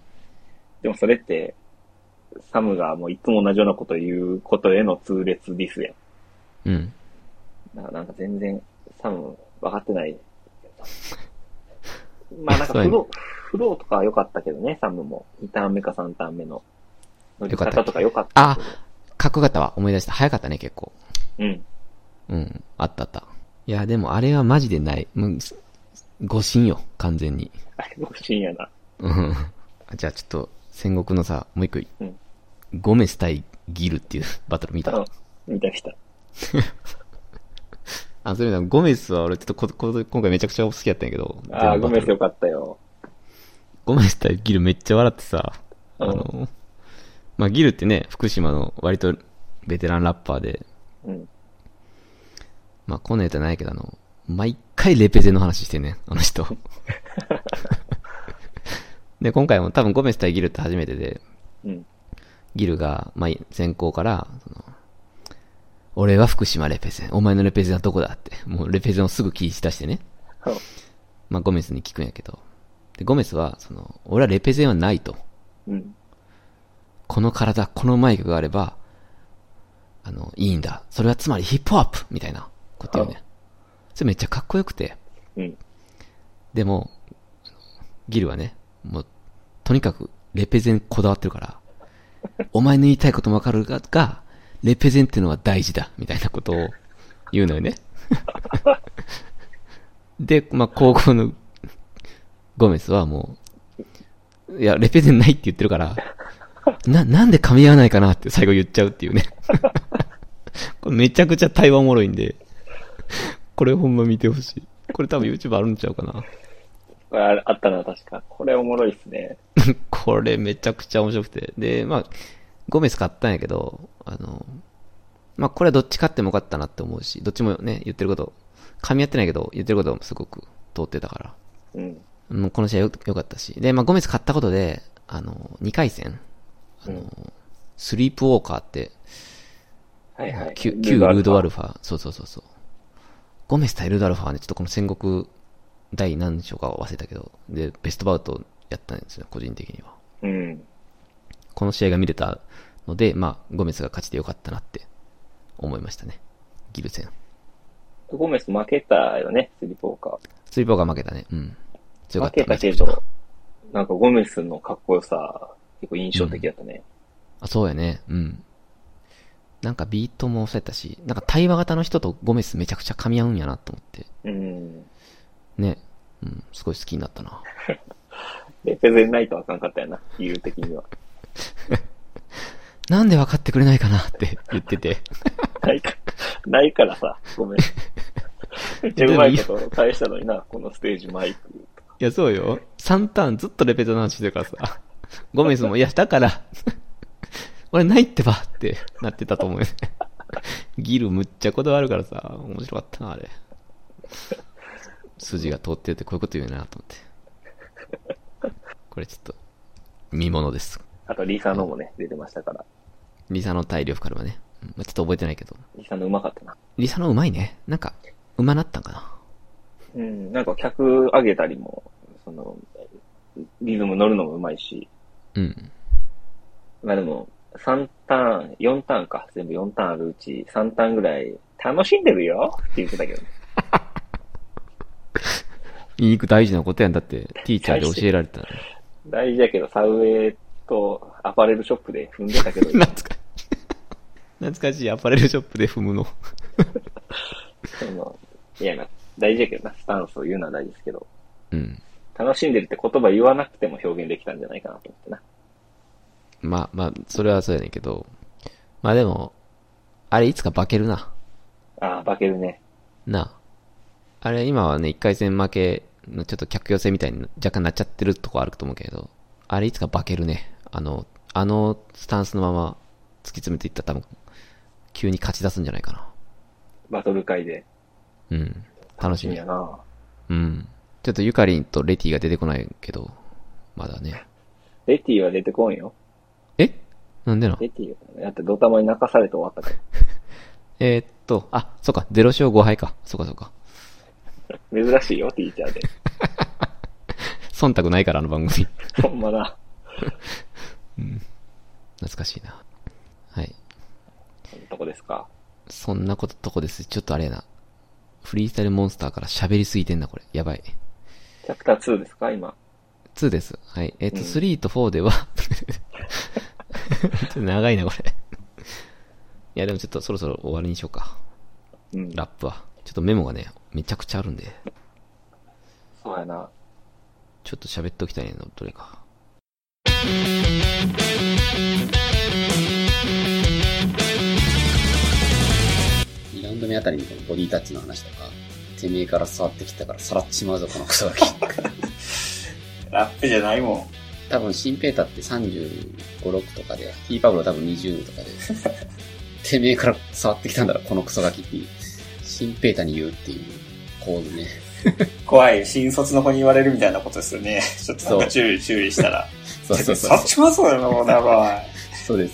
でもそれって、サムがもういつも同じようなこと言うことへの痛烈ディスやん。うん。だからなんか全然、サム分かって ない。まあなんかそうフやねロー、フローとかは良かったけどね、サムも。2ターン目か3ターン目の。乗りよかっ方たとか良かった。あ、かっこよかったわ。思い出した。早かったね、結構。うん。うん。あったあった。いや、でもあれはマジでない。もう、す誤信よ、完全に。あれも不審やな。うん。じゃあちょっと、戦国のさ、もう一個、うんゴメス対ギルっていう バトル見た。うん見た見た。あ、そういうの、ゴメスは俺ちょっとここ今回めちゃくちゃ好きやったんやけど。ああ、全部ごバめトんルよかったよ。ゴメス対ギルめっちゃ笑ってさ、あの、まあ、ギルってね、福島の割とベテランラッパーで、うん。まあ、こんなやつはないけど、あの、毎回レペゼの話してんねん、あ の人。で、今回も多分ゴメス対ギルって初めてで、うん。ギルが、まあ、先行から、その、俺は福島レペゼン、お前のレペゼンはどこだって、もうレペゼンをすぐ切り出してね。まあ、ゴメスに聞くんやけど。で、ゴメスは、その、俺はレペゼンはないと。うん。この体、このマイクがあれば、あの、いいんだ。それはつまりヒップホップみたいなこと言うね。それめっちゃかっこよくて。うん。でも、ギルはね、もう、とにかく、レペゼンこだわってるから、お前の言いたいこともわかるが、がレペゼンっていうのは大事だ、みたいなことを言うのよね。 で、まあ、高校のゴメスはもう、いや、レペゼンないって言ってるから、な、なんで噛み合わないかなって最後言っちゃうっていうね。 これめちゃくちゃ対話おもろいんで、これほんま見てほしい。これ多分 YouTube あるんちゃうかな。これああったな、確か。これおもろいっすね。これめちゃくちゃ面白くて。で、まあ、ゴメス買ったんやけど、あの、まあ、これはどっち買ってもよかったなって思うし、どっちもね、言ってること、噛み合ってないけど、言ってることもすごく通ってたから。うん。もうこの試合よ良かったし。で、まあ、ゴメス買ったことで、あの、2回戦、スリープウォーカーって、はいはい。旧旧ルードアルファ、そうそうそうそう。ゴメス対ルードアルファはね、ちょっとこの戦国第何章か忘れたけど、で、ベストバウトやったんですよ、個人的には。うん。この試合が見れたので、まあ、ゴメスが勝ちてよかったなって思いましたね。ギル戦。ゴメス負けたよね、スリーポーカスリーパーが負けたね。うん。ー。強負かっけたた。けど、なんかゴメスのかっこよさ、結構印象的だったね。あ、そうやね。うん。なんかビートも抑えたし、なんか対話型の人とゴメスめちゃくちゃ噛み合うんやなと思って。うん。ね。うん、すごい好きになったな。レペゼンないとあかんかったよな、理由的には。なんで分かってくれないかなって言ってて。ないか、 ないからさ、ご めん。めっちゃうまいこと返したのにな、このステージマイク。いや、そうよ。3ターンずっとレペゼンの話してるからさ。ゴメスも、いや、だから、俺ないってばってなってたと思うよね。ギルむっちゃこだわるからさ、面白かったな、あれ。筋が通ってるってこういうこと言うなと思って。これちょっと、見物です。あと、リーサのもね、出てましたから。リサの体力からはね。うんまあちょっと覚えてないけど。リーサのうまかったな。リサの上手いね。なんか、上手なったんかな。うん、なんか客上げたりも、その、リズム乗るのもうまいし。うん。まあでも、3ターン、4ターンか。全部4ターンあるうち、3ターンぐらい、楽しんでるよって言ってたけどね。言いに行く大事なことやん。だって、ティーチャーで教えられたの。大事やけど、サウェイとアパレルショップで踏んでたけど、 懐かしいアパレルショップで踏むの。その、いやな、大事やけどな、スタンスを言うのは大事ですけど。うん。楽しんでるって言葉言わなくても表現できたんじゃないかなと思ってな。まあまあ、それはそうやねんけど。まあでも、あれいつか化けるな。ああ、化けるね。なあ。あれ今はね、一回戦負けのちょっと客寄せみたいに若干なっちゃってるとこあると思うけど、あれいつか化けるね。あの、あのスタンスのまま突き詰めていったら多分、急に勝ち出すんじゃないかな。バトル会で。うん。楽しみ。やな。うん。ちょっとゆかりんとレティが出てこないけど、まだね。レティは出てこんよ。なんでなレティは、だってドタマに泣かされて終わったかえーっと、あ、そっか、0勝5敗か。そっかそっか。ら。珍しいよ、ティーチャーで。忖度ないから、あの番組。 ほんまな。うん。懐かしいな。はい。そんなとこですか。そんなこととこです。ちょっとあれやな。フリースタイルモンスターから喋りすぎてんな、これ。やばい。チャプター2ですか、今。 2です。はい。えっ、と、うん3と4では、ちょっと長いな、これ。いや、でもちょっとそろそろ終わりにしようか。うんラップは。ちょっとメモがね、めちゃくちゃあるんで、そうやな。ちょっと喋っときたいの、どれか。 2ラウンド目あたりのこのボディタッチの話とか、てめえから触ってきたからさらっちまうぞ、このクソガキ。 ラップじゃないもん。多分、シンペータって35、6とかで、ティーパブロ多分20とかで、てめえから触ってきたんだろ、このクソガキっていう。シンペータに言うっていう構図ね。怖い、新卒の子に言われるみたいなことですよね。ちょっとなんかそう注意、注意したら。そうそうそちうょっと触っちまうそうだな、もうな、おい。そうです。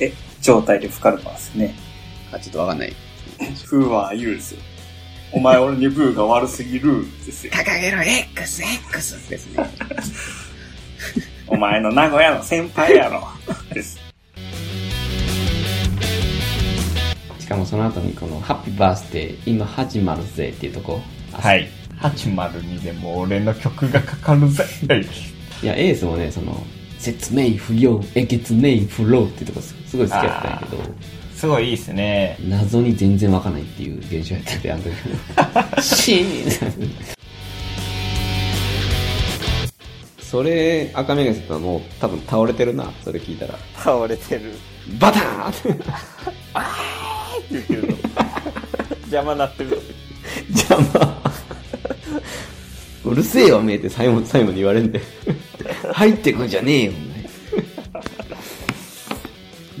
え、状態で吹かれますね。あ、ちょっとわかんない。ふーは言うですよ。お前俺にブーが悪すぎるですよ。掲げろ X、X ですね。お前の名古屋の先輩やろ。です。かもその後にこの、ハッピーバースデー、今始まるぜっていうとこ。はい。802でも俺の曲がかかるぜ。はい。いや、エースもね、その、説明不要、えげつねい不老っていうとこすすごい好きやったんやけど、すごいいいですね。謎に全然わかんないっていう現象やったんで、あの時 も死にそれ、赤目がさんはもう多分倒れてるな、それ聞いたら。倒れてる。バターンって言うけど。邪魔なってる。 邪魔。うるせえよ、見えて最後、最後に言われんで。 入ってくんじゃねえよ、お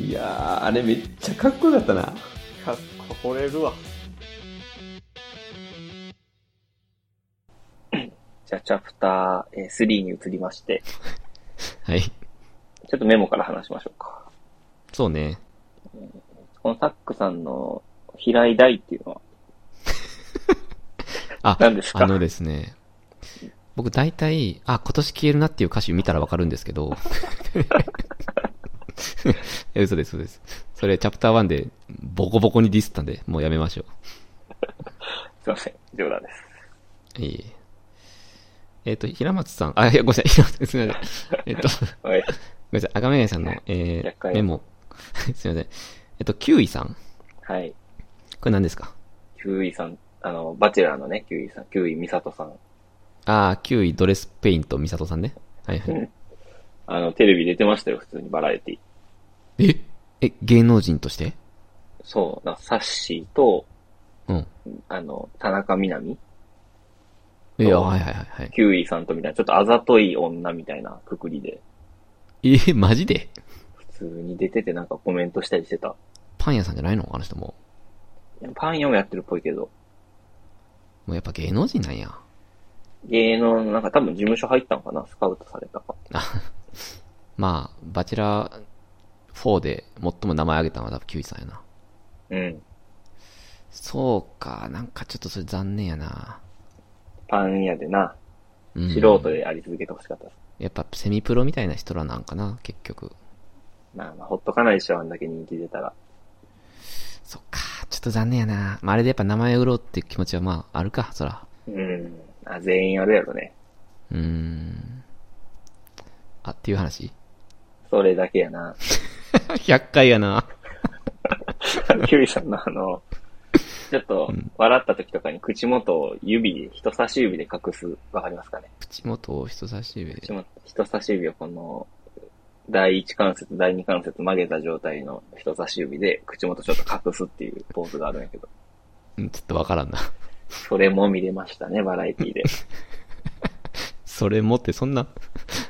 前。いやー、あれめっちゃかっこよかったな。かっこ惚れるわ。じゃあ、チャプターえー3に移りまして、はい。ちょっとメモから話しましょうか。そうね。このタックさんの平井大っていうのは、あ、何ですかあのですね。僕大体、あ、今年消えるなっていう歌詞見たらわかるんですけど。 え嘘です、嘘です。それ、チャプター1でボコボコにディスったんで、もうやめましょすいません、冗談です。う。いいえっ、と、平松さん、あ、いや、ごめんなさい、平松さん、すみません。えっ、と、ごめんなさい、赤目さんの、えー、メモ。 すみません。えっと、9位さん。はい。これ何ですかキュウイさん、あの、バチェラーのね、キュウイさん、キュウイミサトさん。あー、9位、ドレスペイント、美里さんね。はいはい。あの、テレビ出てましたよ、普通にバラエティ。ええ、芸能人としてそう、なサッシーと、うん。あの、田中みな実、いや、はいはいはいはい。キュウイさんとみたいな、ちょっとあざとい女みたいなくくりで、えマジで普通に出ててなんかコメントしたりしてた。パン屋さんじゃないのあの人も。パン屋もやってるっぽいけど、もうやっぱ芸能人なんや。芸能の、なんか多分事務所入ったのかな、スカウトされたか。まあ、バチェラー4で最も名前挙げたのは多分キュウイさんやな。うん。そうか、なんかちょっとそれ残念やな。パン屋でな、うん素人であり続けてほしかったです。やっぱセミプロみたいな人らなんかな、結局。まあまあ、ほっとかないでしょ、あんだけ人気出たら。あちょっと残念やな。まあ、あれでやっぱ名前売ろうっていう気持ちはまあ、あるか、そら。うん。あ、全員あるやろね。うーん。あ、っていう話それだけやな。 ?100 回やな。キュウリさんのあの、ちょっと、笑った時とかに口元を指で、人差し指で隠す、わかりますかね口元を人差し指で。口元人差し指をこの、第一関節、第二関節曲げた状態の人差し指で、口元ちょっと隠すっていうポーズがあるんやけど、うん、ちょっとわからんな。 それも見れましたね、バラエティで。それ持ってそんな、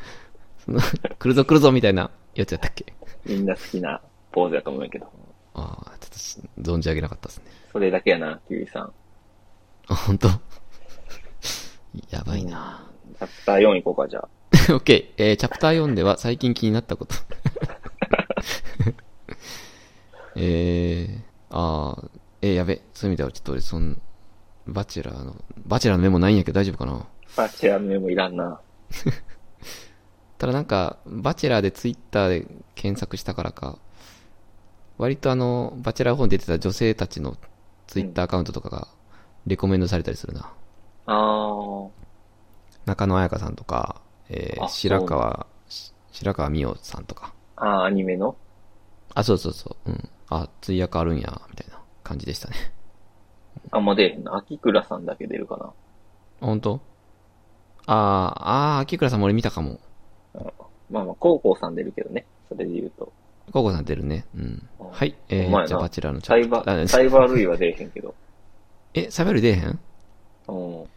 そんな、来るぞ来るぞみたいなやつやったっけみんな好きなポーズやと思うんやけど、ああ、ちょっとし存じ上げなかったですね。それだけやな、キュウリさん。あ、本当。 やばいな。 チャプター4行こうか、じゃあ。 OK、えー、チャプター4では最近気になったこと。 えー、あー、えー、やべ、そういう意味ではちょっと俺、そん、バチェラーの、バチェラーのメモないんやけど大丈夫かなバチェラーのメモいらんな。ただなんか、バチェラーでツイッターで検索したからか、割とあの、バチェラー4に出てた女性たちのツイッターアカウントとかが、レコメンドされたりするな。あー、中野彩香さんとか、えーあ白川、し白川美桜さんとか。あーアニメのあ、そうそうそう。うん。あ、通訳あるんや、みたいな感じでしたね。あんま出えへんな。秋倉さんだけ出るかな。本当あー、あー、秋倉さんも俺見たかも。まあまあ、高校さん出るけどね。それで言うと。ココさん出るね。うん。はい。えお前ー、なじゃあバチェラーのチサャイプバターー、あサイバー類は出えへんけど。え、サイバル出えへん うん。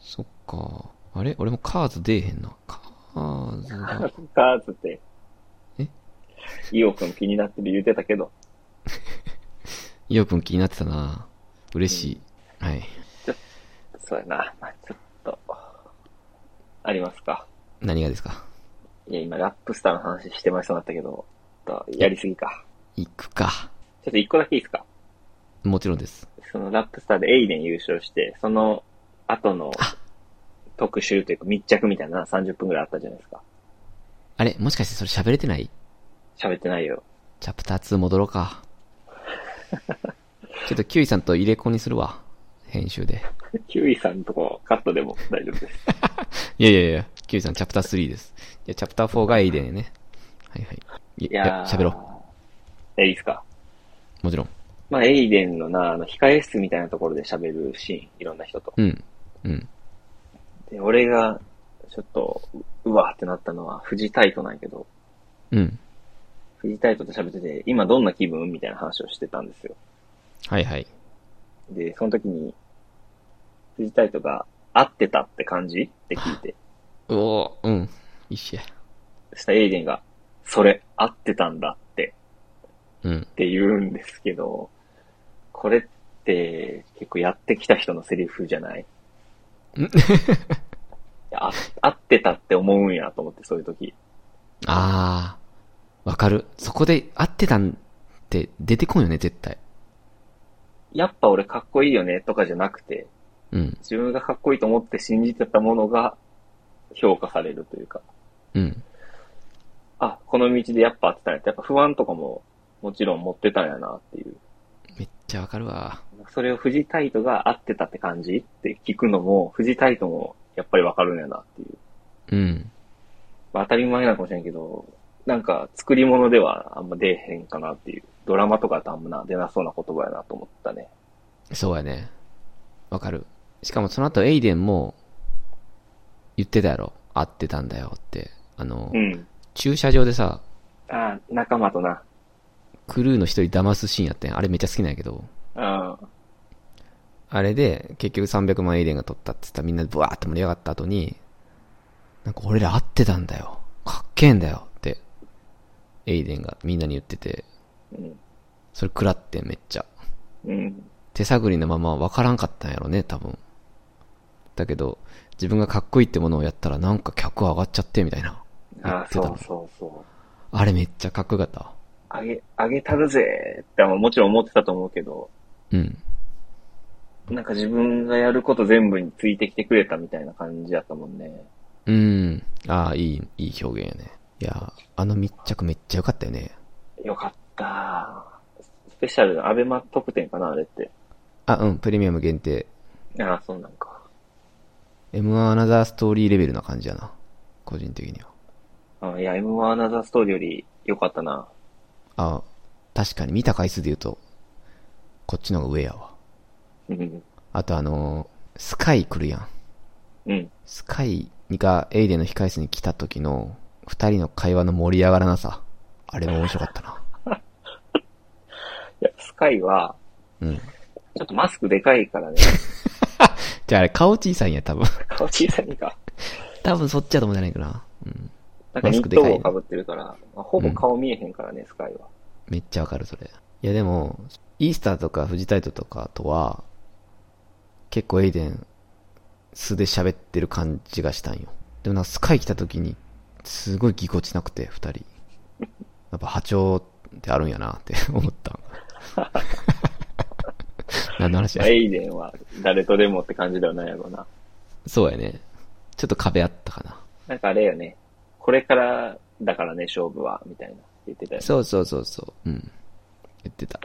そっか。あれ俺もカーズ出えへんな。カーズが。カーズって。えイオくん気になってる言うてたけど。イオくん気になってたな。嬉しい。はい。そうやな。まあ、ちょっと。ありますか。何がですかいや、今、ラップスターの話してましたなったけど、ちょっとやりすぎか。行くか。ちょっと一個だけいいですか。もちろんです。そのラップスターでエイデン優勝して、その後の特集というか密着みたいなの30分くらいあったじゃないですか。あれもしかしてそれ喋れてない喋ってないよ。 チャプター2戻ろうか。ちょっとキュウイさんと入れ子にするわ。編集で。キュウイさんとこカットでも大丈夫です。いやいやいや、キュウイさんチャプター3です。いや、チャプター4がエイデンね。はいはい。いいやーや、喋ろえ、いいですかう。もちろん。まあ、エイデンのな、あの、控え室みたいなところで喋るシーン、いろんな人と。うん。うん。で、俺が、ちょっと、ううわーってなったのは、富士タイトなんやけど、うん。富士タイトと喋ってて、今どんな気分みたいな話をしてたんですよ。はいはい。で、その時に、富士タイトが、合ってたって感じって聞いて、うおーうん。一緒や。そしたらエイデンが、それ、合ってたんだって、うん。って言うんですけど、これって、結構やってきた人のセリフじゃないあ合ってたって思うんやと思って、そういう時。あー。わかる。そこで合ってたんって出てこんよね、絶対。やっぱ俺かっこいいよねとかじゃなくて、うん。自分がかっこいいと思って信じてたものが評価されるというか、うん。あ、この道でやっぱ合ってたんやって、やっぱ不安とかももちろん持ってたんやなっていう。じゃあわかるわ。それを富士タイトが合ってたって感じって聞くのも、富士タイトもやっぱりわかるんやなっていう。うん。まあ当たり前なのかもしれんけど、なんか作り物ではあんま出えへんかなっていう。ドラマとかだとあんまな出なそうな言葉やなと思ったね。そうやね。わかる。しかもその後エイデンも言ってたやろ。合ってたんだよって。あの、うん駐車場でさ、ああ、仲間とな。クルーの一人騙すシーンやってん。あれめっちゃ好きなんやけど。ああ、あれで、結局300万エイデンが取ったって言ったらみんなブワーって盛り上がった後に、なんか俺ら合ってたんだよ。かっけえんだよって、エイデンがみんなに言ってて、うん。それ食らってんめっちゃ。うん。手探りのまま分からんかったんやろね、多分。だけど、自分がかっこいいってものをやったらなんか客は上がっちゃってみたいな。ああ、言ってそたのうそうそう。あれめっちゃかっこよかったわ。あげ、あげたるぜってもちろん思ってたと思うけど、うん。なんか自分がやること全部についてきてくれたみたいな感じやったもんね。うん。ああ、いい、いい表現やね。いやー、あの密着めっちゃ良かったよね。よかった。スペシャル、アベマ特典かな、あれって。あ、うん、プレミアム限定。ああ、そうなんか。 M1 アナザーストーリーレベルな感じやな。個人的には。あいや、M1 アナザーストーリーよりよかったな。あ、確かに見た回数で言うと、こっちの方が上やわ。うん。あとあのースカイ来るやん。うん。スカイがエイデンの控室に来た時の、二人の会話の盛り上がらなさ。あれも面白かったな。いや、スカイは、うん。ちょっとマスクでかいからね。 じゃああれ、顔小さいんや、多分。顔小さいか。多分そっちやと思うんじゃないかな。うん。なんかニマスックトでか帽いをねかぶってるから、まあほぼ顔見えへんからね、スカイは。めっちゃわかる、それ。いや、でも、イースターとかフジタイトとかとは、結構エイデン、素で喋ってる感じがしたんよ。でもなんかスカイ来た時に、すごいぎこちなくて、二人。やっぱ波長ってあるんやなって 思った。何の話まやあ、エイデンは誰とでもって感じではないやろうな。そうやね。ちょっと壁あったかな。なんかあれよね。これからだからね、勝負は、みたいな。言ってたよね。そうそうそうそう。うん。言ってた。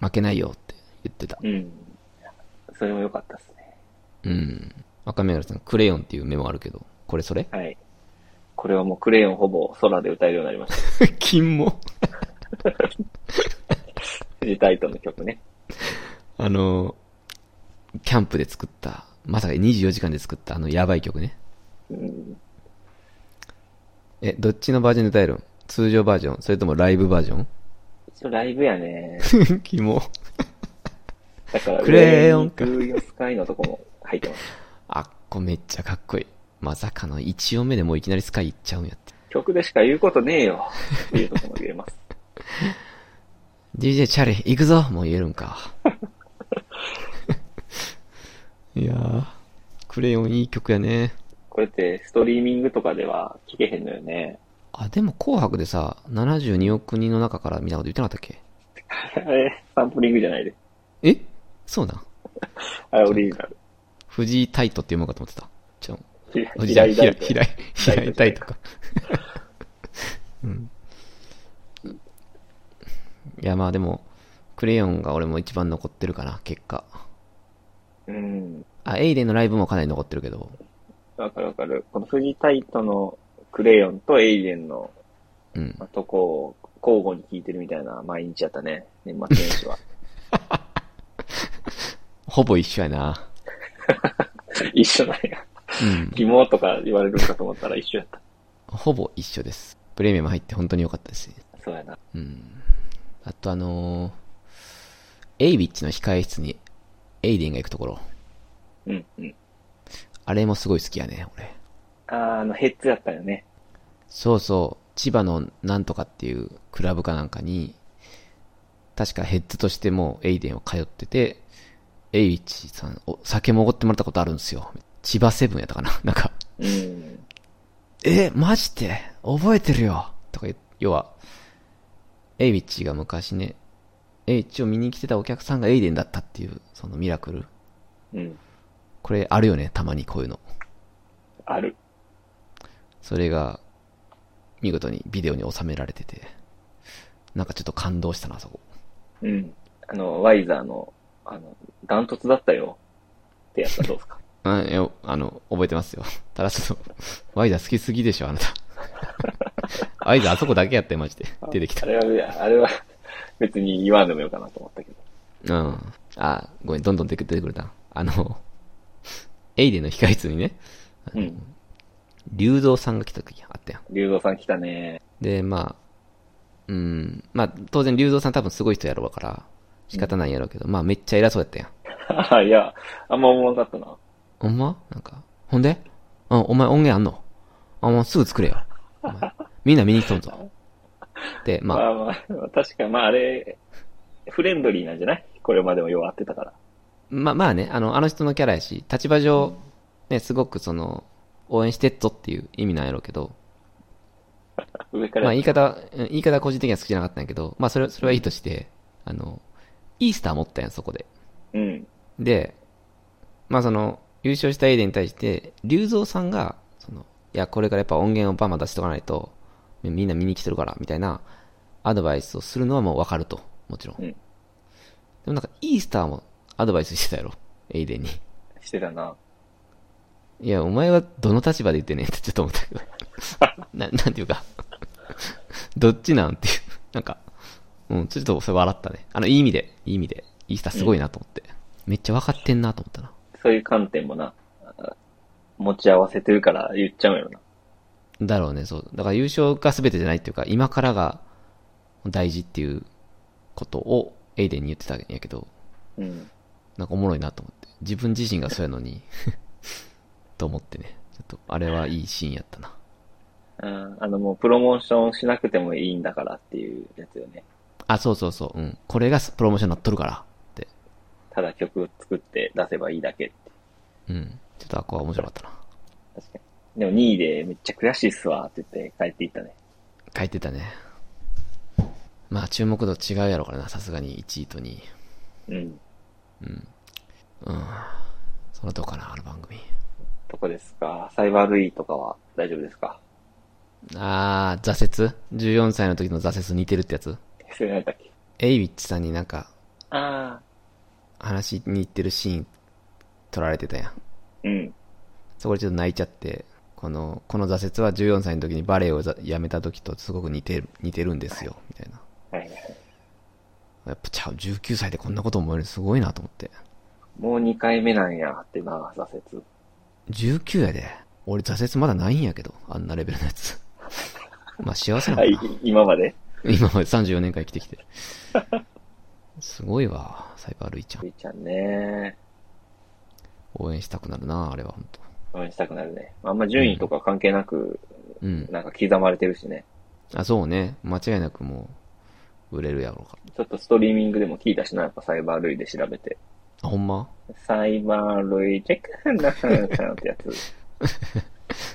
負けないよって言ってた。うん。それも良かったっすね。うん。赤目柄さん、クレヨンっていうメモあるけど、これそれはい。これはもうクレヨンほぼ空で歌えるようになりました。金も。フジタイトの曲ね。あの、キャンプで作った、まさか24時間で作ったあのやばい曲ね。うん。え、どっちのバージョンで歌えるん通常バージョンそれともライブバージョ一応ライブや ね。ン キモ。だから、クレヨンか上に行くよスカイのとこも入ってます。あっこめっちゃかっこいい。まさかの1音目でもういきなりスカイ行っちゃうんやって。曲でしか言うことねえよ。っていうとこも言えます。 DJ チャリ、行くぞもう言えるんか。 いやー、クレヨンいい曲やね。これってストリーミングとかでは聞けへんのよね。あ、でも紅白でさ、72億人の中からみたいなこと言ってなかったっけあれ、サンプリングじゃないで。えそうなんあれ、オリジナル。藤井タイトって読むかと思ってた。ちょ、ひ藤井じゃない平井平井大平井タイトか。 うん。いや、まあでも、クレヨンが俺も一番残ってるかな、結果。うん。あ、エイデンのライブもかなり残ってるけど。わかるわかる。このフジタイトのクレヨンとエイデンの、うんまあとこを交互に聞いてるみたいな毎日やったね。年末年 始は。ほぼ一緒やな。一緒なんや。うん疑問とか言われるかと思ったら一緒やった。ほぼ一緒です。プレミアム入って本当に良かったですね。そうやな。うん。あとあのーエイビッチの控え室にエイデンが行くところ。うん、うん。あれもすごい好きやね、俺。あーあの、ヘッズやったよね。そうそう、千葉のなんとかっていうクラブかなんかに、確かヘッズとしてもうエイデンを通ってて、エイウィッチさん、お酒もおごってもらったことあるんですよ。千葉セブンやったかな なんか、うん。え、マジで覚えてるよとか言う、要は、エイウィッチが昔ね、エイウィッチを見に来てたお客さんがエイデンだったっていう、そのミラクル。うん。これあるよね、たまにこういうの。ある。それが、見事にビデオに収められてて、なんかちょっと感動したな、そこ。うん。あの、ワイザーの、あの、ダントツだったよ。ってやったらどうですかあ、いや、あの、覚えてますよ。 ただちょっと、ワイザー好きすぎでしょ、あなた。 ワイザーあそこだけやって、マジで。 出てきたあ。れは、あれは、別に言わんでもよかなと思ったけど。うん。あ、ごめん、どんどん出てくるな。あの、 エイデンの控室にね、うん。竜造さんが来た時あったやん。竜造さん来たね。 で、まあ、うん、まあ、当然、竜造さん多分すごい人やろうから、仕方ないやろうけど、まあ、めっちゃ偉そうやったやん。いや、あんま思わなかったな。ほんまなんか、ほんであ、お前音源あんのあ、もうすぐ作れよ。お前みんな見に来とんぞ。で、まあ、まあまあ、確か、まああれ、フレンドリーなんじゃないこれまでも弱ってたから。まあまあね、あの、あの人のキャラやし、立場上、ね、すごくその、応援してっぞっていう意味なんやろうけど、上から。まあ言い方は、うん言い方は個人的には好きじゃなかったんやけど、まあそれは、それはいいとして、あの、イースター持ったやん、そこで。うん。で、まあその、優勝したエイデンに対して、竜造さんが、その、いや、これからやっぱ音源をバンバン出しとかないと、みみんな見に来てるから、みたいなアドバイスをするのはもうわかると、もちろん。うんでもなんか、イースターもアドバイスしてたやろ、エイデンに。してたな。いや、お前はどの立場で言ってんねんってちょっと思ったけど。な、なんていうか。どっちなんっていう。なんか、うん、ちょっとそれ笑ったね。あの、いい意味で、いい意味で。イースターすごいなと思って。めっちゃ分かってんなと思ったな。そういう観点もな、あ持ち合わせてるから言っちゃうんやろな。だろうね、そう。だから優勝が全てじゃないっていうか、今からが大事っていうことをエイデンに言ってたんやけど、うん。なんかおもろいなと思って。自分自身がそうやのに、 と思ってね。ちょっと、あれはいいシーンやったな。ああの、もうプロモーションしなくてもいいんだからっていうやつよね。あ、そうそうそう、うん。これがプロモーションになっとるから。ただ曲を作って出せばいいだけって。うん。ちょっとあこは面白かったな。でも2位でめっちゃ悔しいっすわって言って帰っていったね。書いてたね。まあ注目度違うやろからな、さすがに1位と2位。うん。うん。うん。そのどうかな、あの番組。どこですかサイバールイとかは大丈夫ですか あー、挫折 ?14 歳の時の挫折似てるってやつそれ何だっけエイウィッチさんになんかああ。話に行ってるシーン撮られてたやん。うん。そこでちょっと泣いちゃって、この、この挫折は14歳の時にバレエをざやめた時とすごく似てる、似てるんですよ、みたいな。はい。やっぱちゃう、19歳でこんなこと思えるすごいなと思って。もう2回目なんやってな、挫折。 19やで。俺挫折まだないんやけど、あんなレベルのやつ。 まあ幸せなのはかいな。、今まで今まで34年間生きてきて。すごいわ、サイバールイちゃん。ルイちゃんね。応援したくなるな、あれは本当。応援したくなるね。あんま順位とか関係なく、うんなんか刻まれてるしね。あ、そうね。間違いなくもう、売れるやろうから。ちょっとストリーミングでも聞いたしな、やっぱサイバー類で調べて。あ、ほんまサイバー類、チェックなさんちゃんってやつ。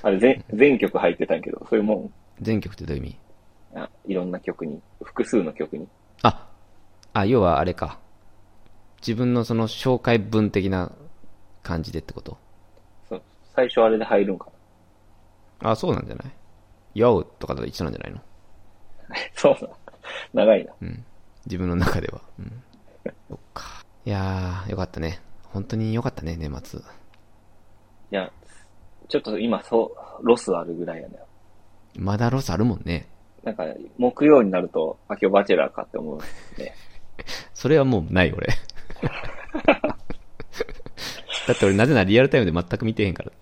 あれ全、全曲入ってたんやけど、そういうもん、全曲ってどういう意味あいろんな曲に、複数の曲に。あ、あ、要はあれか。自分のその紹介文的な感じでってことそう最初あれで入るんか あ、そうなんじゃない ?YO とかと一緒なんじゃないのな。そうな。長いな。うん。自分の中では。うん。いやー、よかったね。本当によかったね、年末。いや、ちょっと今、そう、ロスあるぐらいやね。まだロスあるもんね。なんか、木曜になると、あ、今日バチェラーかって思うね。それはもうな い、俺。だって俺、なぜならリアルタイムで全く見てへんから。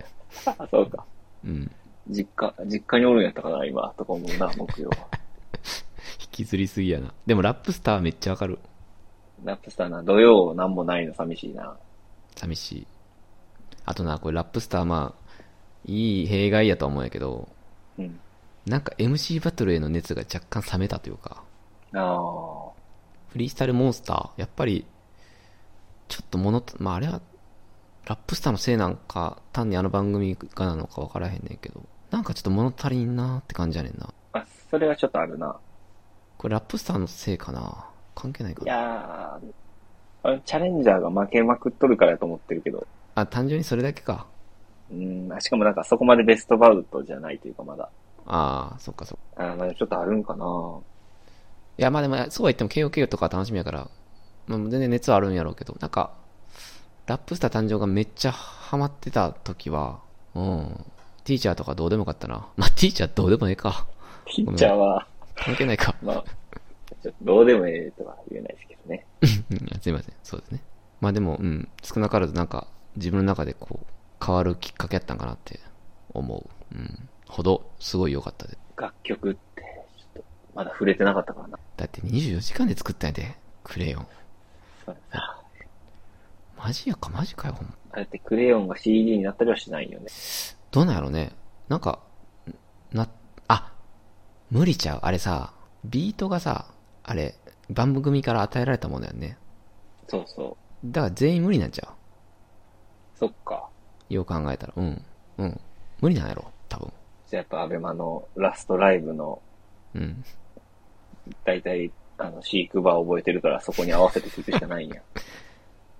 あそうか。うん。実家、実家におるんやったかな、今、とか思うな、木曜。引きずりすぎやな。でも、ラップスターはめっちゃわかる。ラップスターな、土曜なんもないの寂しいな。寂しい。あとな、これラップスターまあ、いい弊害やとは思うんやけど、うんなんか MC バトルへの熱が若干冷めたというか、ああ。フリースタイルモンスター、やっぱり、ちょっと物と、まああれは、ラップスターのせいなんか、単にあの番組がなのかわからへんねんけど、なんかちょっと物足りんなって感じやねんな。あ、それはちょっとあるな。これラップスターのせいかな関係ないかいやー、あれチャレンジャーが負けまくっとるからやと思ってるけど。あ、単純にそれだけか。うん、あしかもなんかそこまでベストバウトじゃないというかまだ。ああ、そっかそっあか。ーまあちょっとあるんかな。いや、まあでも、そうは言っても KOK とか楽しみやから、まあ全然熱はあるんやろうけど、なんか、ラップスター誕生がめっちゃハマってた時は、うん、ティーチャーとかどうでもよかったな。まあ、ティーチャーどうでもええか。ティーチャーは、関係ないか。まあ、ちょっとどうでもええとは言えないですけどね。うんすいません、そうですね。まあでも、うん、少なからずなんか、自分の中でこう、変わるきっかけやったんかなって思う。うん、ほど、すごい良かったです。楽曲って、ちょっとまだ触れてなかったからな。だって24時間で作ったんやで、クレヨン。 マジやか、マジかよ、ほんま。あれってクレヨンが CD になったりはしないよね。どうなんやろうね。なんか、な、あ、無理ちゃう。あれさ、ビートがさ、あれ、番組から与えられたものだよね。そうそう。だから全員無理なんちゃそっか。う。よう考えたら。うん。うん。無理なんやろ。多分。じゃあやっぱアベマのラストライブの、うん。だいたい、あの、飼育バー覚えてるからそこに合わせて聞くしかないんや。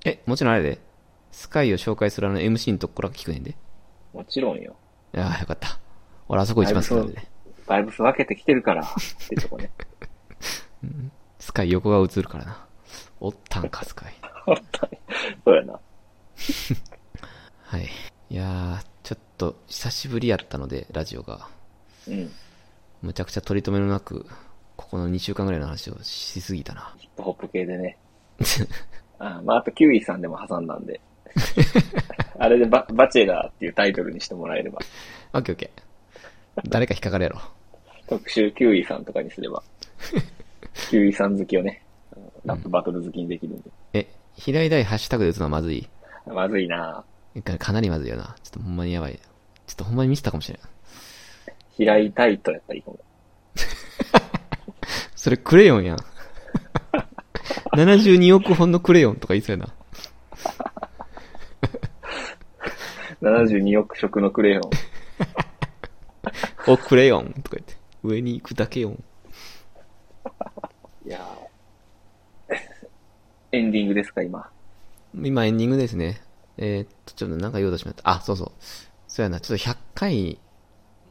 え、もちろんあれで。スカイを紹介するあの MC のとこから聞くねんで。もちろんよ。いやーよかった。俺あそこ一番好きなんでね。バイブス分けてきてるから、 ってとこね。スカイ横が映るからな。おったんか、スカイ。本当に。そうやな。はい。いやー、ちょっと久しぶりやったので、ラジオが。うん。むちゃくちゃ取り留めのなく、ここの2週間ぐらいの話をしすぎたな。ヒップホップ系で ね。あまあ、あと、キウイさんでも挟んだん で。あれでバ、バチェラーっていうタイトルにしてもらえれば。オッケーオッケー。誰か引っかかるやろ。特集キウイさんとかにすれ ば。キウイさん好きをね、あのラップバトル好きにできるんで。え、平井大ハッシュタグで打つのはまずいまずいなかかなりまずいよな。ちょっとほんまにやばい。ちょっとほんまにミスったかもしれん。平井タイトやったらいいかも。それクレヨンやん。72億本のクレヨンとか言いそうやな。 72億色のクレヨン。お、クレヨンとか言って。上に行くだけよん。いや ーエンディングですか、今。今エンディングですね。えーっと、ちょっとなんか言おうとしまった。あ、そうそう。そうやな。ちょっと100回、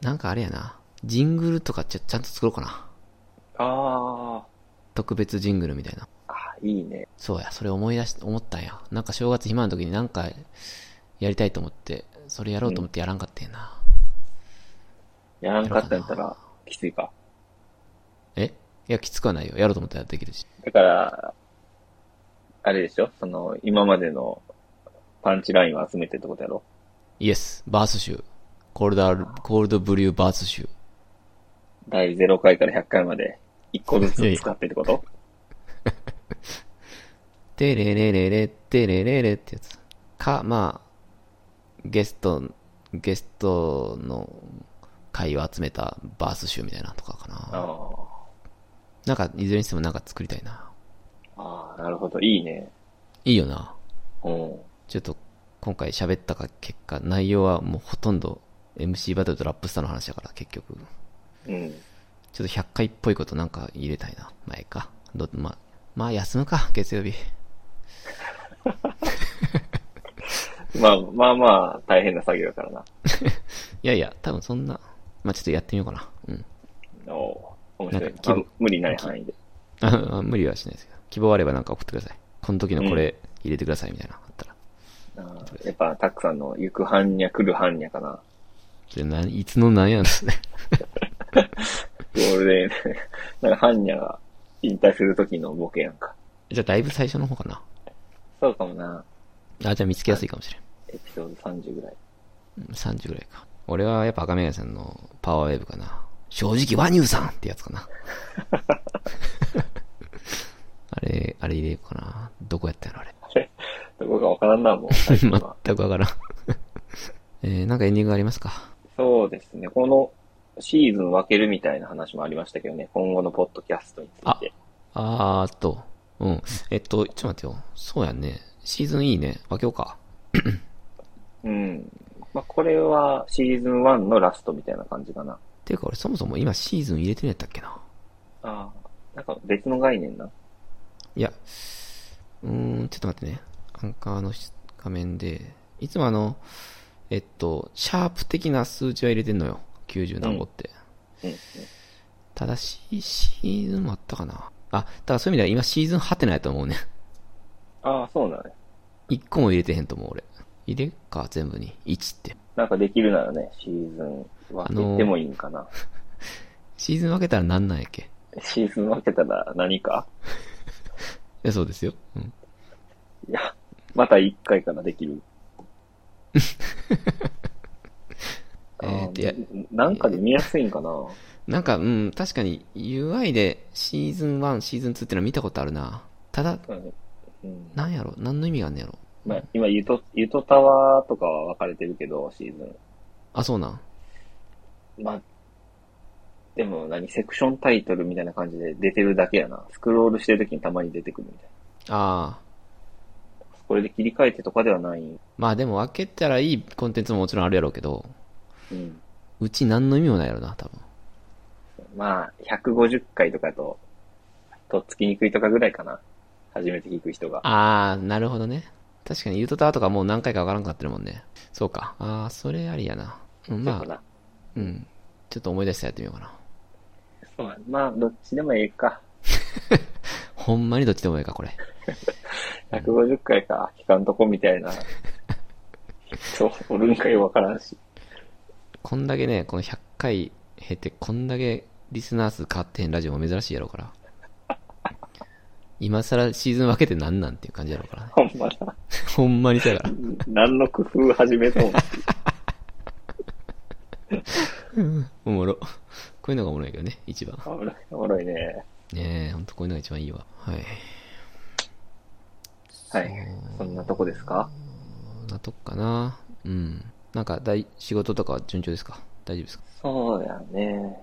なんかあれやな。ジングルとかちゃちゃんと作ろうかな。あ特別ジングルみたいな。ー、いいね。そうや、それ思い出し、思ったんや。なんか正月暇の時になんかやりたいと思って、それやろうと思ってやらんかったんやな。やらんかったんやったら、きついか。えいや、きつくはないよ。やろうと思ったらできるし。だから、あれでしょその、今までのパンチラインを集めてってことやろイエス、バース集。コールド、コールドブリューバース集。第0回から100回まで、1個ずつ使ってってことてれれれれ、てれれれってやつ。か、まあ、ゲスト、ゲストの会を集めたバース集みたいなのとかかな。なんか、いずれにしてもなんか作りたいな。ああ、なるほど。いいね。いいよな。うん。ちょっと、今回喋ったか結果、内容はもうほとんど MC バトルとラップスターの話だから、結局。ちょうん。っと100回っぽいことなんか入れたいな。前か。ど、まあ、まあ休むか、月曜日。まあ、まあまあ、大変な作業やからいやいや、多分そんな、まあちょっとやってみようかな。うん。な。おー面白いなんかな。気分あ無理ない範囲で。ああ無理はしないですけど。希望あればなんか送ってください。この時のこれ入れてくださいみたいなのあったら。あーやっぱ、たくさんの行く般若来る般若かな。それ何いつのなんやんですね。 ゴールデン、 なんか般若が引退する時のボケやんか。じゃあだいぶ最初の方かな。そうかもな。あ、じゃあ見つけやすいかもしれん。エピソード30ぐらい。うん30ぐらいか。俺はやっぱ赤メガネさんのパワーウェーブかな。正直ワニューさんってやつかな。あれ、あれ入れようかな。どこやったのあれ。 どこかわからんな、もう。最全 近くはわからん。えー、なんかエンディングありますかそうですね。このシーズン分けるみたいな話もありましたけどね。今後のポッドキャストについて。あーっと、うん。えっと、ちょっと待ってよ。そうやんね。シーズンいいね。分けようか。うん。まあ、これはシーズン1のラストみたいな感じかな。ていうか俺そもそも今シーズン入れてるんやったっけな。ああ。なんか別の概念な。いや、うーん、ちょっと待ってね。アンカーのし画面で、いつもあの、えっと、シャープ的な数値は入れてんのよ。90何本って。うんうんただし、シーズンもあったかな。あ、だからそういう意味では今シーズンはてないと思うね。ああ、そうだね。一個も入れてへんと思う俺。入れっか、全部に。1って。なんかできるならね、シーズン分けてもいいんかな。シーズン分けたらなんなんやっけシーズン分けたら何かいや、そうですよ。うん。いや、また1回からでき る。えーっと、いや、なんかで見やすいんかな。なんか、うん、確かに UI でシーズン1、シーズン2ってのは見たことあるな。ただ、うんなんやろ何の意味があんねやろまあ、今、ゆと、ゆとタワーとかは分かれてるけど、シーズあ、そうなん。ン。まあ、でも何、セクションタイトルみたいな感じで出てるだけやな。スクロールしてるときにたまに出てくるみたいああ。な。これで切り替えてとかではない。まあでも分けたらいいコンテンツももちろんあるやろうけど、うん。うち何の意味もないやろな、多分。まあ、150回とかと、とっつきにくいとかぐらいかな。初めて聞く人が。ああ、なるほどね。確かにユートタワーとかもう何回か分からんくなってるもんね。そうか。ああ、それありやな。うん、まそうかなあ、うん。ちょっと思い出してやってみようかな。そうなんまあ、どっちでもええか。ほんまにどっちでもいいか、これ。 150回か、聞かんとこみた いな。人おるんかよ、わからんし。こんだけね、この100回経て、こんだけリスナー数変わってへんラジオも珍しいやろうから。今更シーズン分けてなんなんっていう感じやろうからね。 ほんまだ。ほんまにそうやから。 何の工 夫始めたもん。おもろ。こういうのがおもろいけどね、一番。おもろい、おもろいね。ねえ、ほんとこういうのが一番いいわ。はい。はい。そんなとこですかこんなとこかな。うん。なんか、大、仕事とかは順調ですか大丈夫ですかそうやね。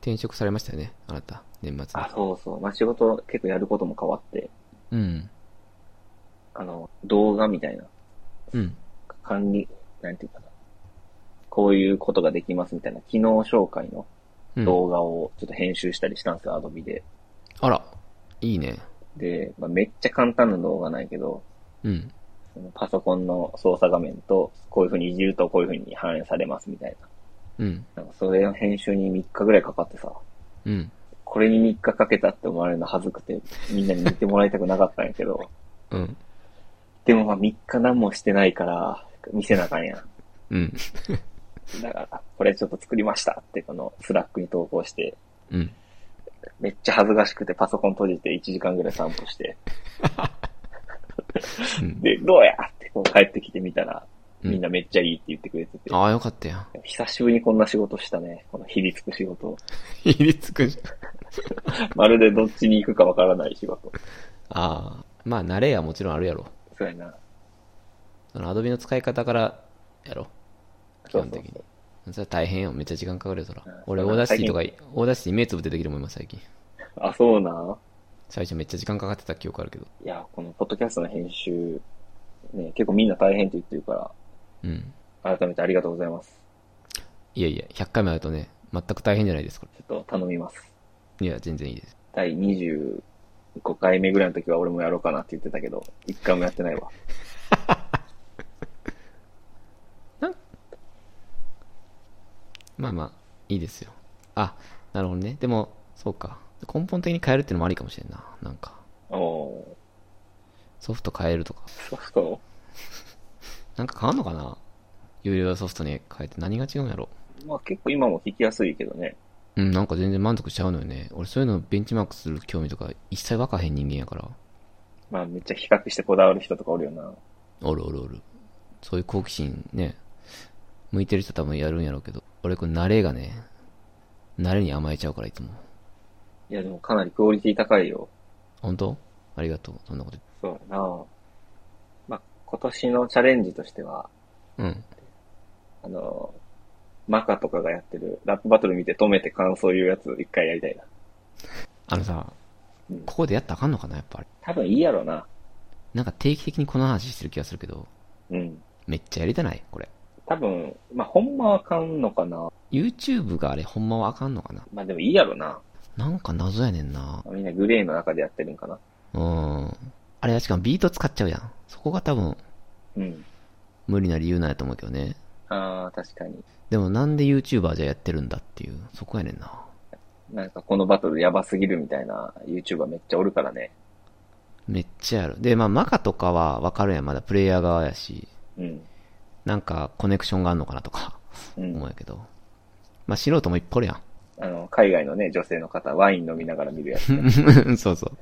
転職されましたよね、あなた。年末にあ、。そうそう。まあ、仕事結構やることも変わって、うん。あの、動画みたいな、うん。管理、なんていうかな。こういうことができますみたいな、機能紹介の動画をちょっと編集したりしたんですよ、アドビで。あら、いいね。で、まあ、めっちゃ簡単な動画ないけど、うん。そのパソコンの操作画面と、こういう風にいじるとこういう風に反映されますみたいな。うん。なんかそれの編集に3日ぐらいかかってさ、うん。これに3日かけたって思われるの恥ずくて、みんなに見てもらいたくなかったんやけど、 うん。でもまあ3日何もしてないから、見せなあかんやん。うん。だから、これちょっと作りましたってこのスラックに投稿して、うん。めっちゃ恥ずかしくてパソコン閉じて1時間ぐらい散歩して、で、どうやってこう帰ってきてみたら、うんみんなめっちゃいいって言ってくれてて、ああ、よかった やん。久しぶりにこんな仕事したね。このひりつく仕事。ひりつくじゃん。まるでどっちに行くかわからない仕事。ああ、まあ、慣れやもちろんあるやろ。そうやな。その、アドビの使い方から、やろ。基本的に。それは大変よ。めっちゃ時間かかるよ、そら。俺、オーダーシティとか、最オーダーシティ目つぶってできるもん、今、最近。あ、そうな。最初めっちゃ時間かかってた記憶あるけど。いや、このポッドキャストの編集、ね、結構みんな大変って言ってるかうん。ら、改めてありがとうございます。いやいや、100回もやるとね、全く大変じゃないです、こちょっと頼みます。れ。いや、全然いいです。第25回目ぐらいの時は俺もやろうかなって言ってたけど、一回もやってない わ。まあまあ、いいですよ。あ、なるほどね。でも、そうか。根本的に変えるってのもありかもしれんな。なんか。おソフト変えるとか。ソフトなんか変わんのかな有料ソフトに変えて何が違うんやろまあ結構今も聞きやすいけどね。うん、なんか全然満足しちゃうのよね。俺そういうのベンチマークする興味とか一切わかへん人間やから。まあめっちゃ比較してこだわる人とかおるよな。おるおるおる。そういう好奇心ね、向いてる人多分やるんやろうけど、俺これ慣れがね、慣れに甘えちゃうからいつも。いやでもかなりクオリティ高いよ。本当ありがとう。そんなことそうやなまあ今年のチャレンジとしては、言って。あの、マカとかがやってるラップバトル見て止めて感想言うやつ一回やりたいな。あのさ、ここでやったらあかんのかなやっぱり。多分いいやろな。なんか定期的にこの話してる気がするけど、うん。めっちゃやりたないこれ。多分、まあほんまあかんのかな。 YouTube があれほんまはあかんのかなまあでもいいやろな。なんか謎やねんな。みんなグレーの中でやってるんかな。うん。あれしかもビート使っちゃうやん。そこが多分うん。無理な理由なんやと思うけどね。ああ、確かに。でもなんで YouTuber じゃやってるんだっていう、そこやねんな。なんかこのバトルやばすぎるみたいな YouTuber めっちゃおるからね。めっちゃやる。で、まあマカとかはわかるやん。まだプレイヤー側やし、うん。なんかコネクションがあんのかなとかうん。思うけど。まあ素人もいっぱいおるやん。あの、海外のね、女性の方、ワイン飲みながら見るやつ。 そうそう。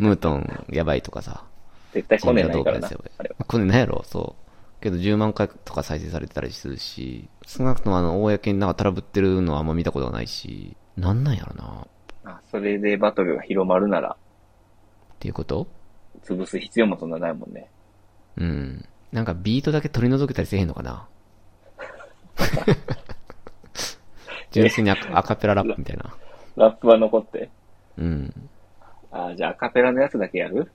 ムートンやばいとかさ。絶対来ねえないからなチームがどうですよこれ来ねえないやろ、そう。けど10万回とか再生されてたりするし、少なくともあの、公になんかトラブってるのはあんま見たことがないし、なんなんやろな、あそれでバトルが広まるなら、っていうこと潰す必要もそんなないもんね。うん。なんかビートだけ取り除けたりせえへんのかな純粋にアカアカペララップみたいな。ラップは残って。うん。あーじゃあアカペラのやつだけやる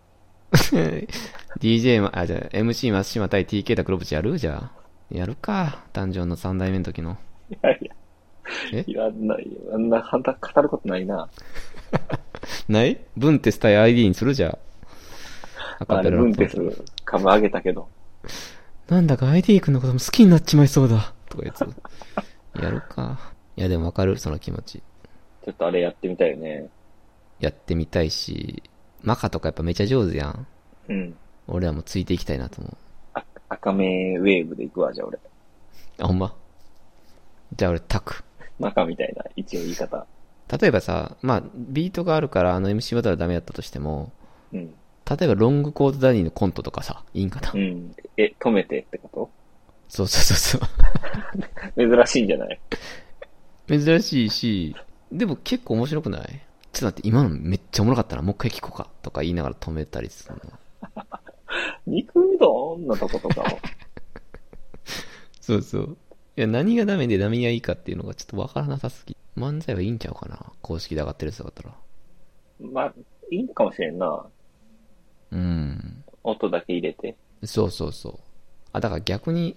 DJ ま、あ、じゃあ MC 松島対 TK だ黒渕やるじゃあ。やるか。誕生の3代目の時の。いやいや。いらないよ。あんな、はた語ることないな。ないブンテス対 ID にするじゃん。アまあ、カペララルンップテス株上げたけど。なんだか ID 君のことも好きになっちまいそうだ。とかやつ。やるか。いやでもわかる、その気持ち。ちょっとあれやってみたいよね。やってみたいし、マカとかやっぱめちゃ上手やん。うん。俺らもついていきたいなと思う。赤目ウェーブで行くわ、じゃあ俺。あ、ほんま。じゃあ俺タク。マカみたいな、一応言い方。例えばさ、まあ、ビートがあるからあの MC バトルはダメだったとしても、うん。例えばロングコートダディのコントとかさ、いいんかな。うん。え、止めてってこそうそうそうそう。と珍しいんじゃない珍しいし、でも結構面白くないちょっと待って、今のめっちゃおもろかったな、もう一回聞こうか、とか言いながら止めたりするの。肉うどんのとことかも。そうそう。いや、何がダメで何がいいかっていうのがちょっとわからなさすぎ。漫才はいいんちゃうかな公式で上がってる人だったら。 まあ、いいんかもしれんな。うん。音だけ入れて。そうそうそう。あ、だから逆に、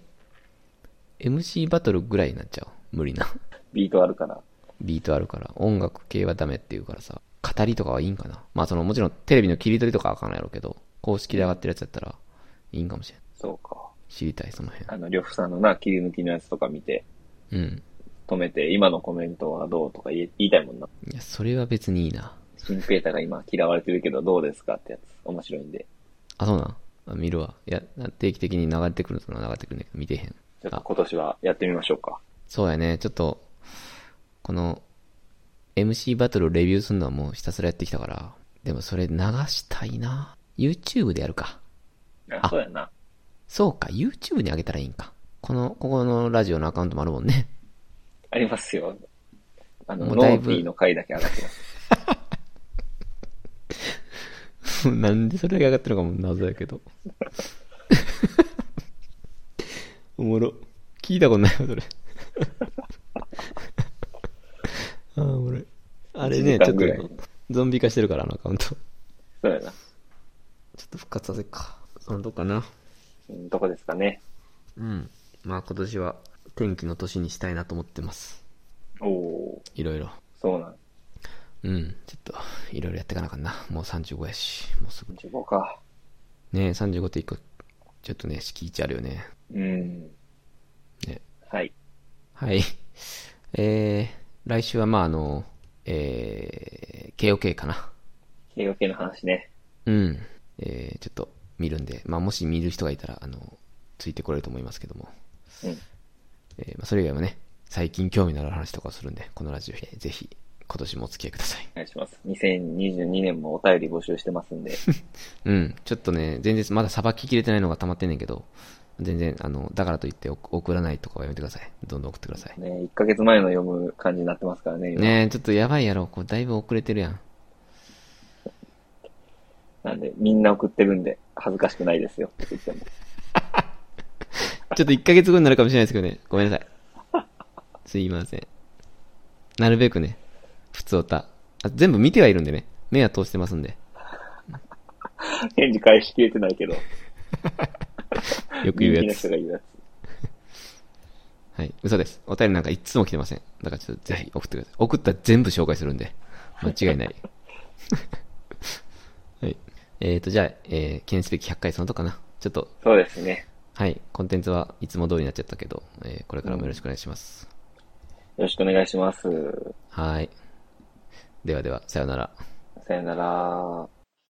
MC バトルぐらいになっちゃう。無理な。 ビートあるから。ビートあるから。音楽系はダメって言うからさ。語りとかはいいんかなまあその、もちろんテレビの切り取りとかはあかんやろうけど、公式で上がってるやつだったら、いいんかもしれん。そうか。知りたい、その辺。あの、呂布さんのな、切り抜きのやつとか見て、うん。止めて、今のコメントはどうとか言え言いたいもんな。いや、それは別にいいな。新平太が今嫌われてるけどどうですかってやつ。面白いんで。あ、そうなんあ見るわ。いや、定期的に流れてくるのは流れてくるんだけど、見てへん。ちょっと今年はやってみましょうか。そうやね、ちょっと、この、MC バトルをレビューするのはもうひたすらやってきたから、でもそれ流したいな YouTube でやるか。あ、そうやな。そうか、YouTube に上げたらいいんか。この、ここのラジオのアカウントもあるもんね。 ありますよ。あの、もうノだいーぶティーの回だけ上がってます。なんでそれが上がってるのかも謎やけど。 おもろ。聞いたことないわ、それ。 あーおもろい。あれね、 1時間ちょっぐらいと、ゾンビ化してるから、あのアカウント。ちょそうやな。っと復活させっか。そのとこかな。うんどこですかね。うん。まあ今年は天気の年にしたいなと思ってます。おおいろいろ。そうなん。うん。ちょっと、いろいろやっていかなあかんな。もう35やし。もうすぐ。 15か。ねえ、35って一個、ちょっとね、敷地あるよね。うん。ね。はい。はい。 えー、来週はまああの、えー、KOK かな。 KOK の話ね。うん。えー、ちょっと、見るんで、まあ、もし見る人がいたら、あの、ついてこれると思いますけども。うんえーまあ、それ以外もね、最近興味のある話とかをするんで、このラジオ、えーぜひ、今年もお付き合いください。お願いします。2022年もお便り募集してます んで。うん、ちょっとね、全然まださばききれてないのが溜まってんねんけど、全然、あの、だからといってお送らないとかはやめてください。どんどん送ってください。ね、1ヶ月前の読む感じになってますからね。今ねえ、ちょっとやばいやろ。こうだいぶ遅れてるやん。なんで、みんな送ってるんで、恥ずかしくないですよ。って言っても。ちょっと1ヶ月後になるかもしれないですけどね。ごめんなさい。すいません。なるべくね、普通おた。あ全部見てはいるんでね。目は通してますんで。返事返しきれてないけど。よく言うや人つ気の人が言うやつ。はい。嘘です。お便りなんかいつも来てません。だからちょっとぜひ送ってください。送ったら全部紹介するんで。間違い ない。はい。えっ、ー、と、じゃあ、えー記念すべき100回そのとかな。ちょっと。そうですね。はい。コンテンツはいつも通りになっちゃったけど、えーこれからもよろしくお願いします。よろしくお願いします。はい。ではでは、さようなら。さよなら。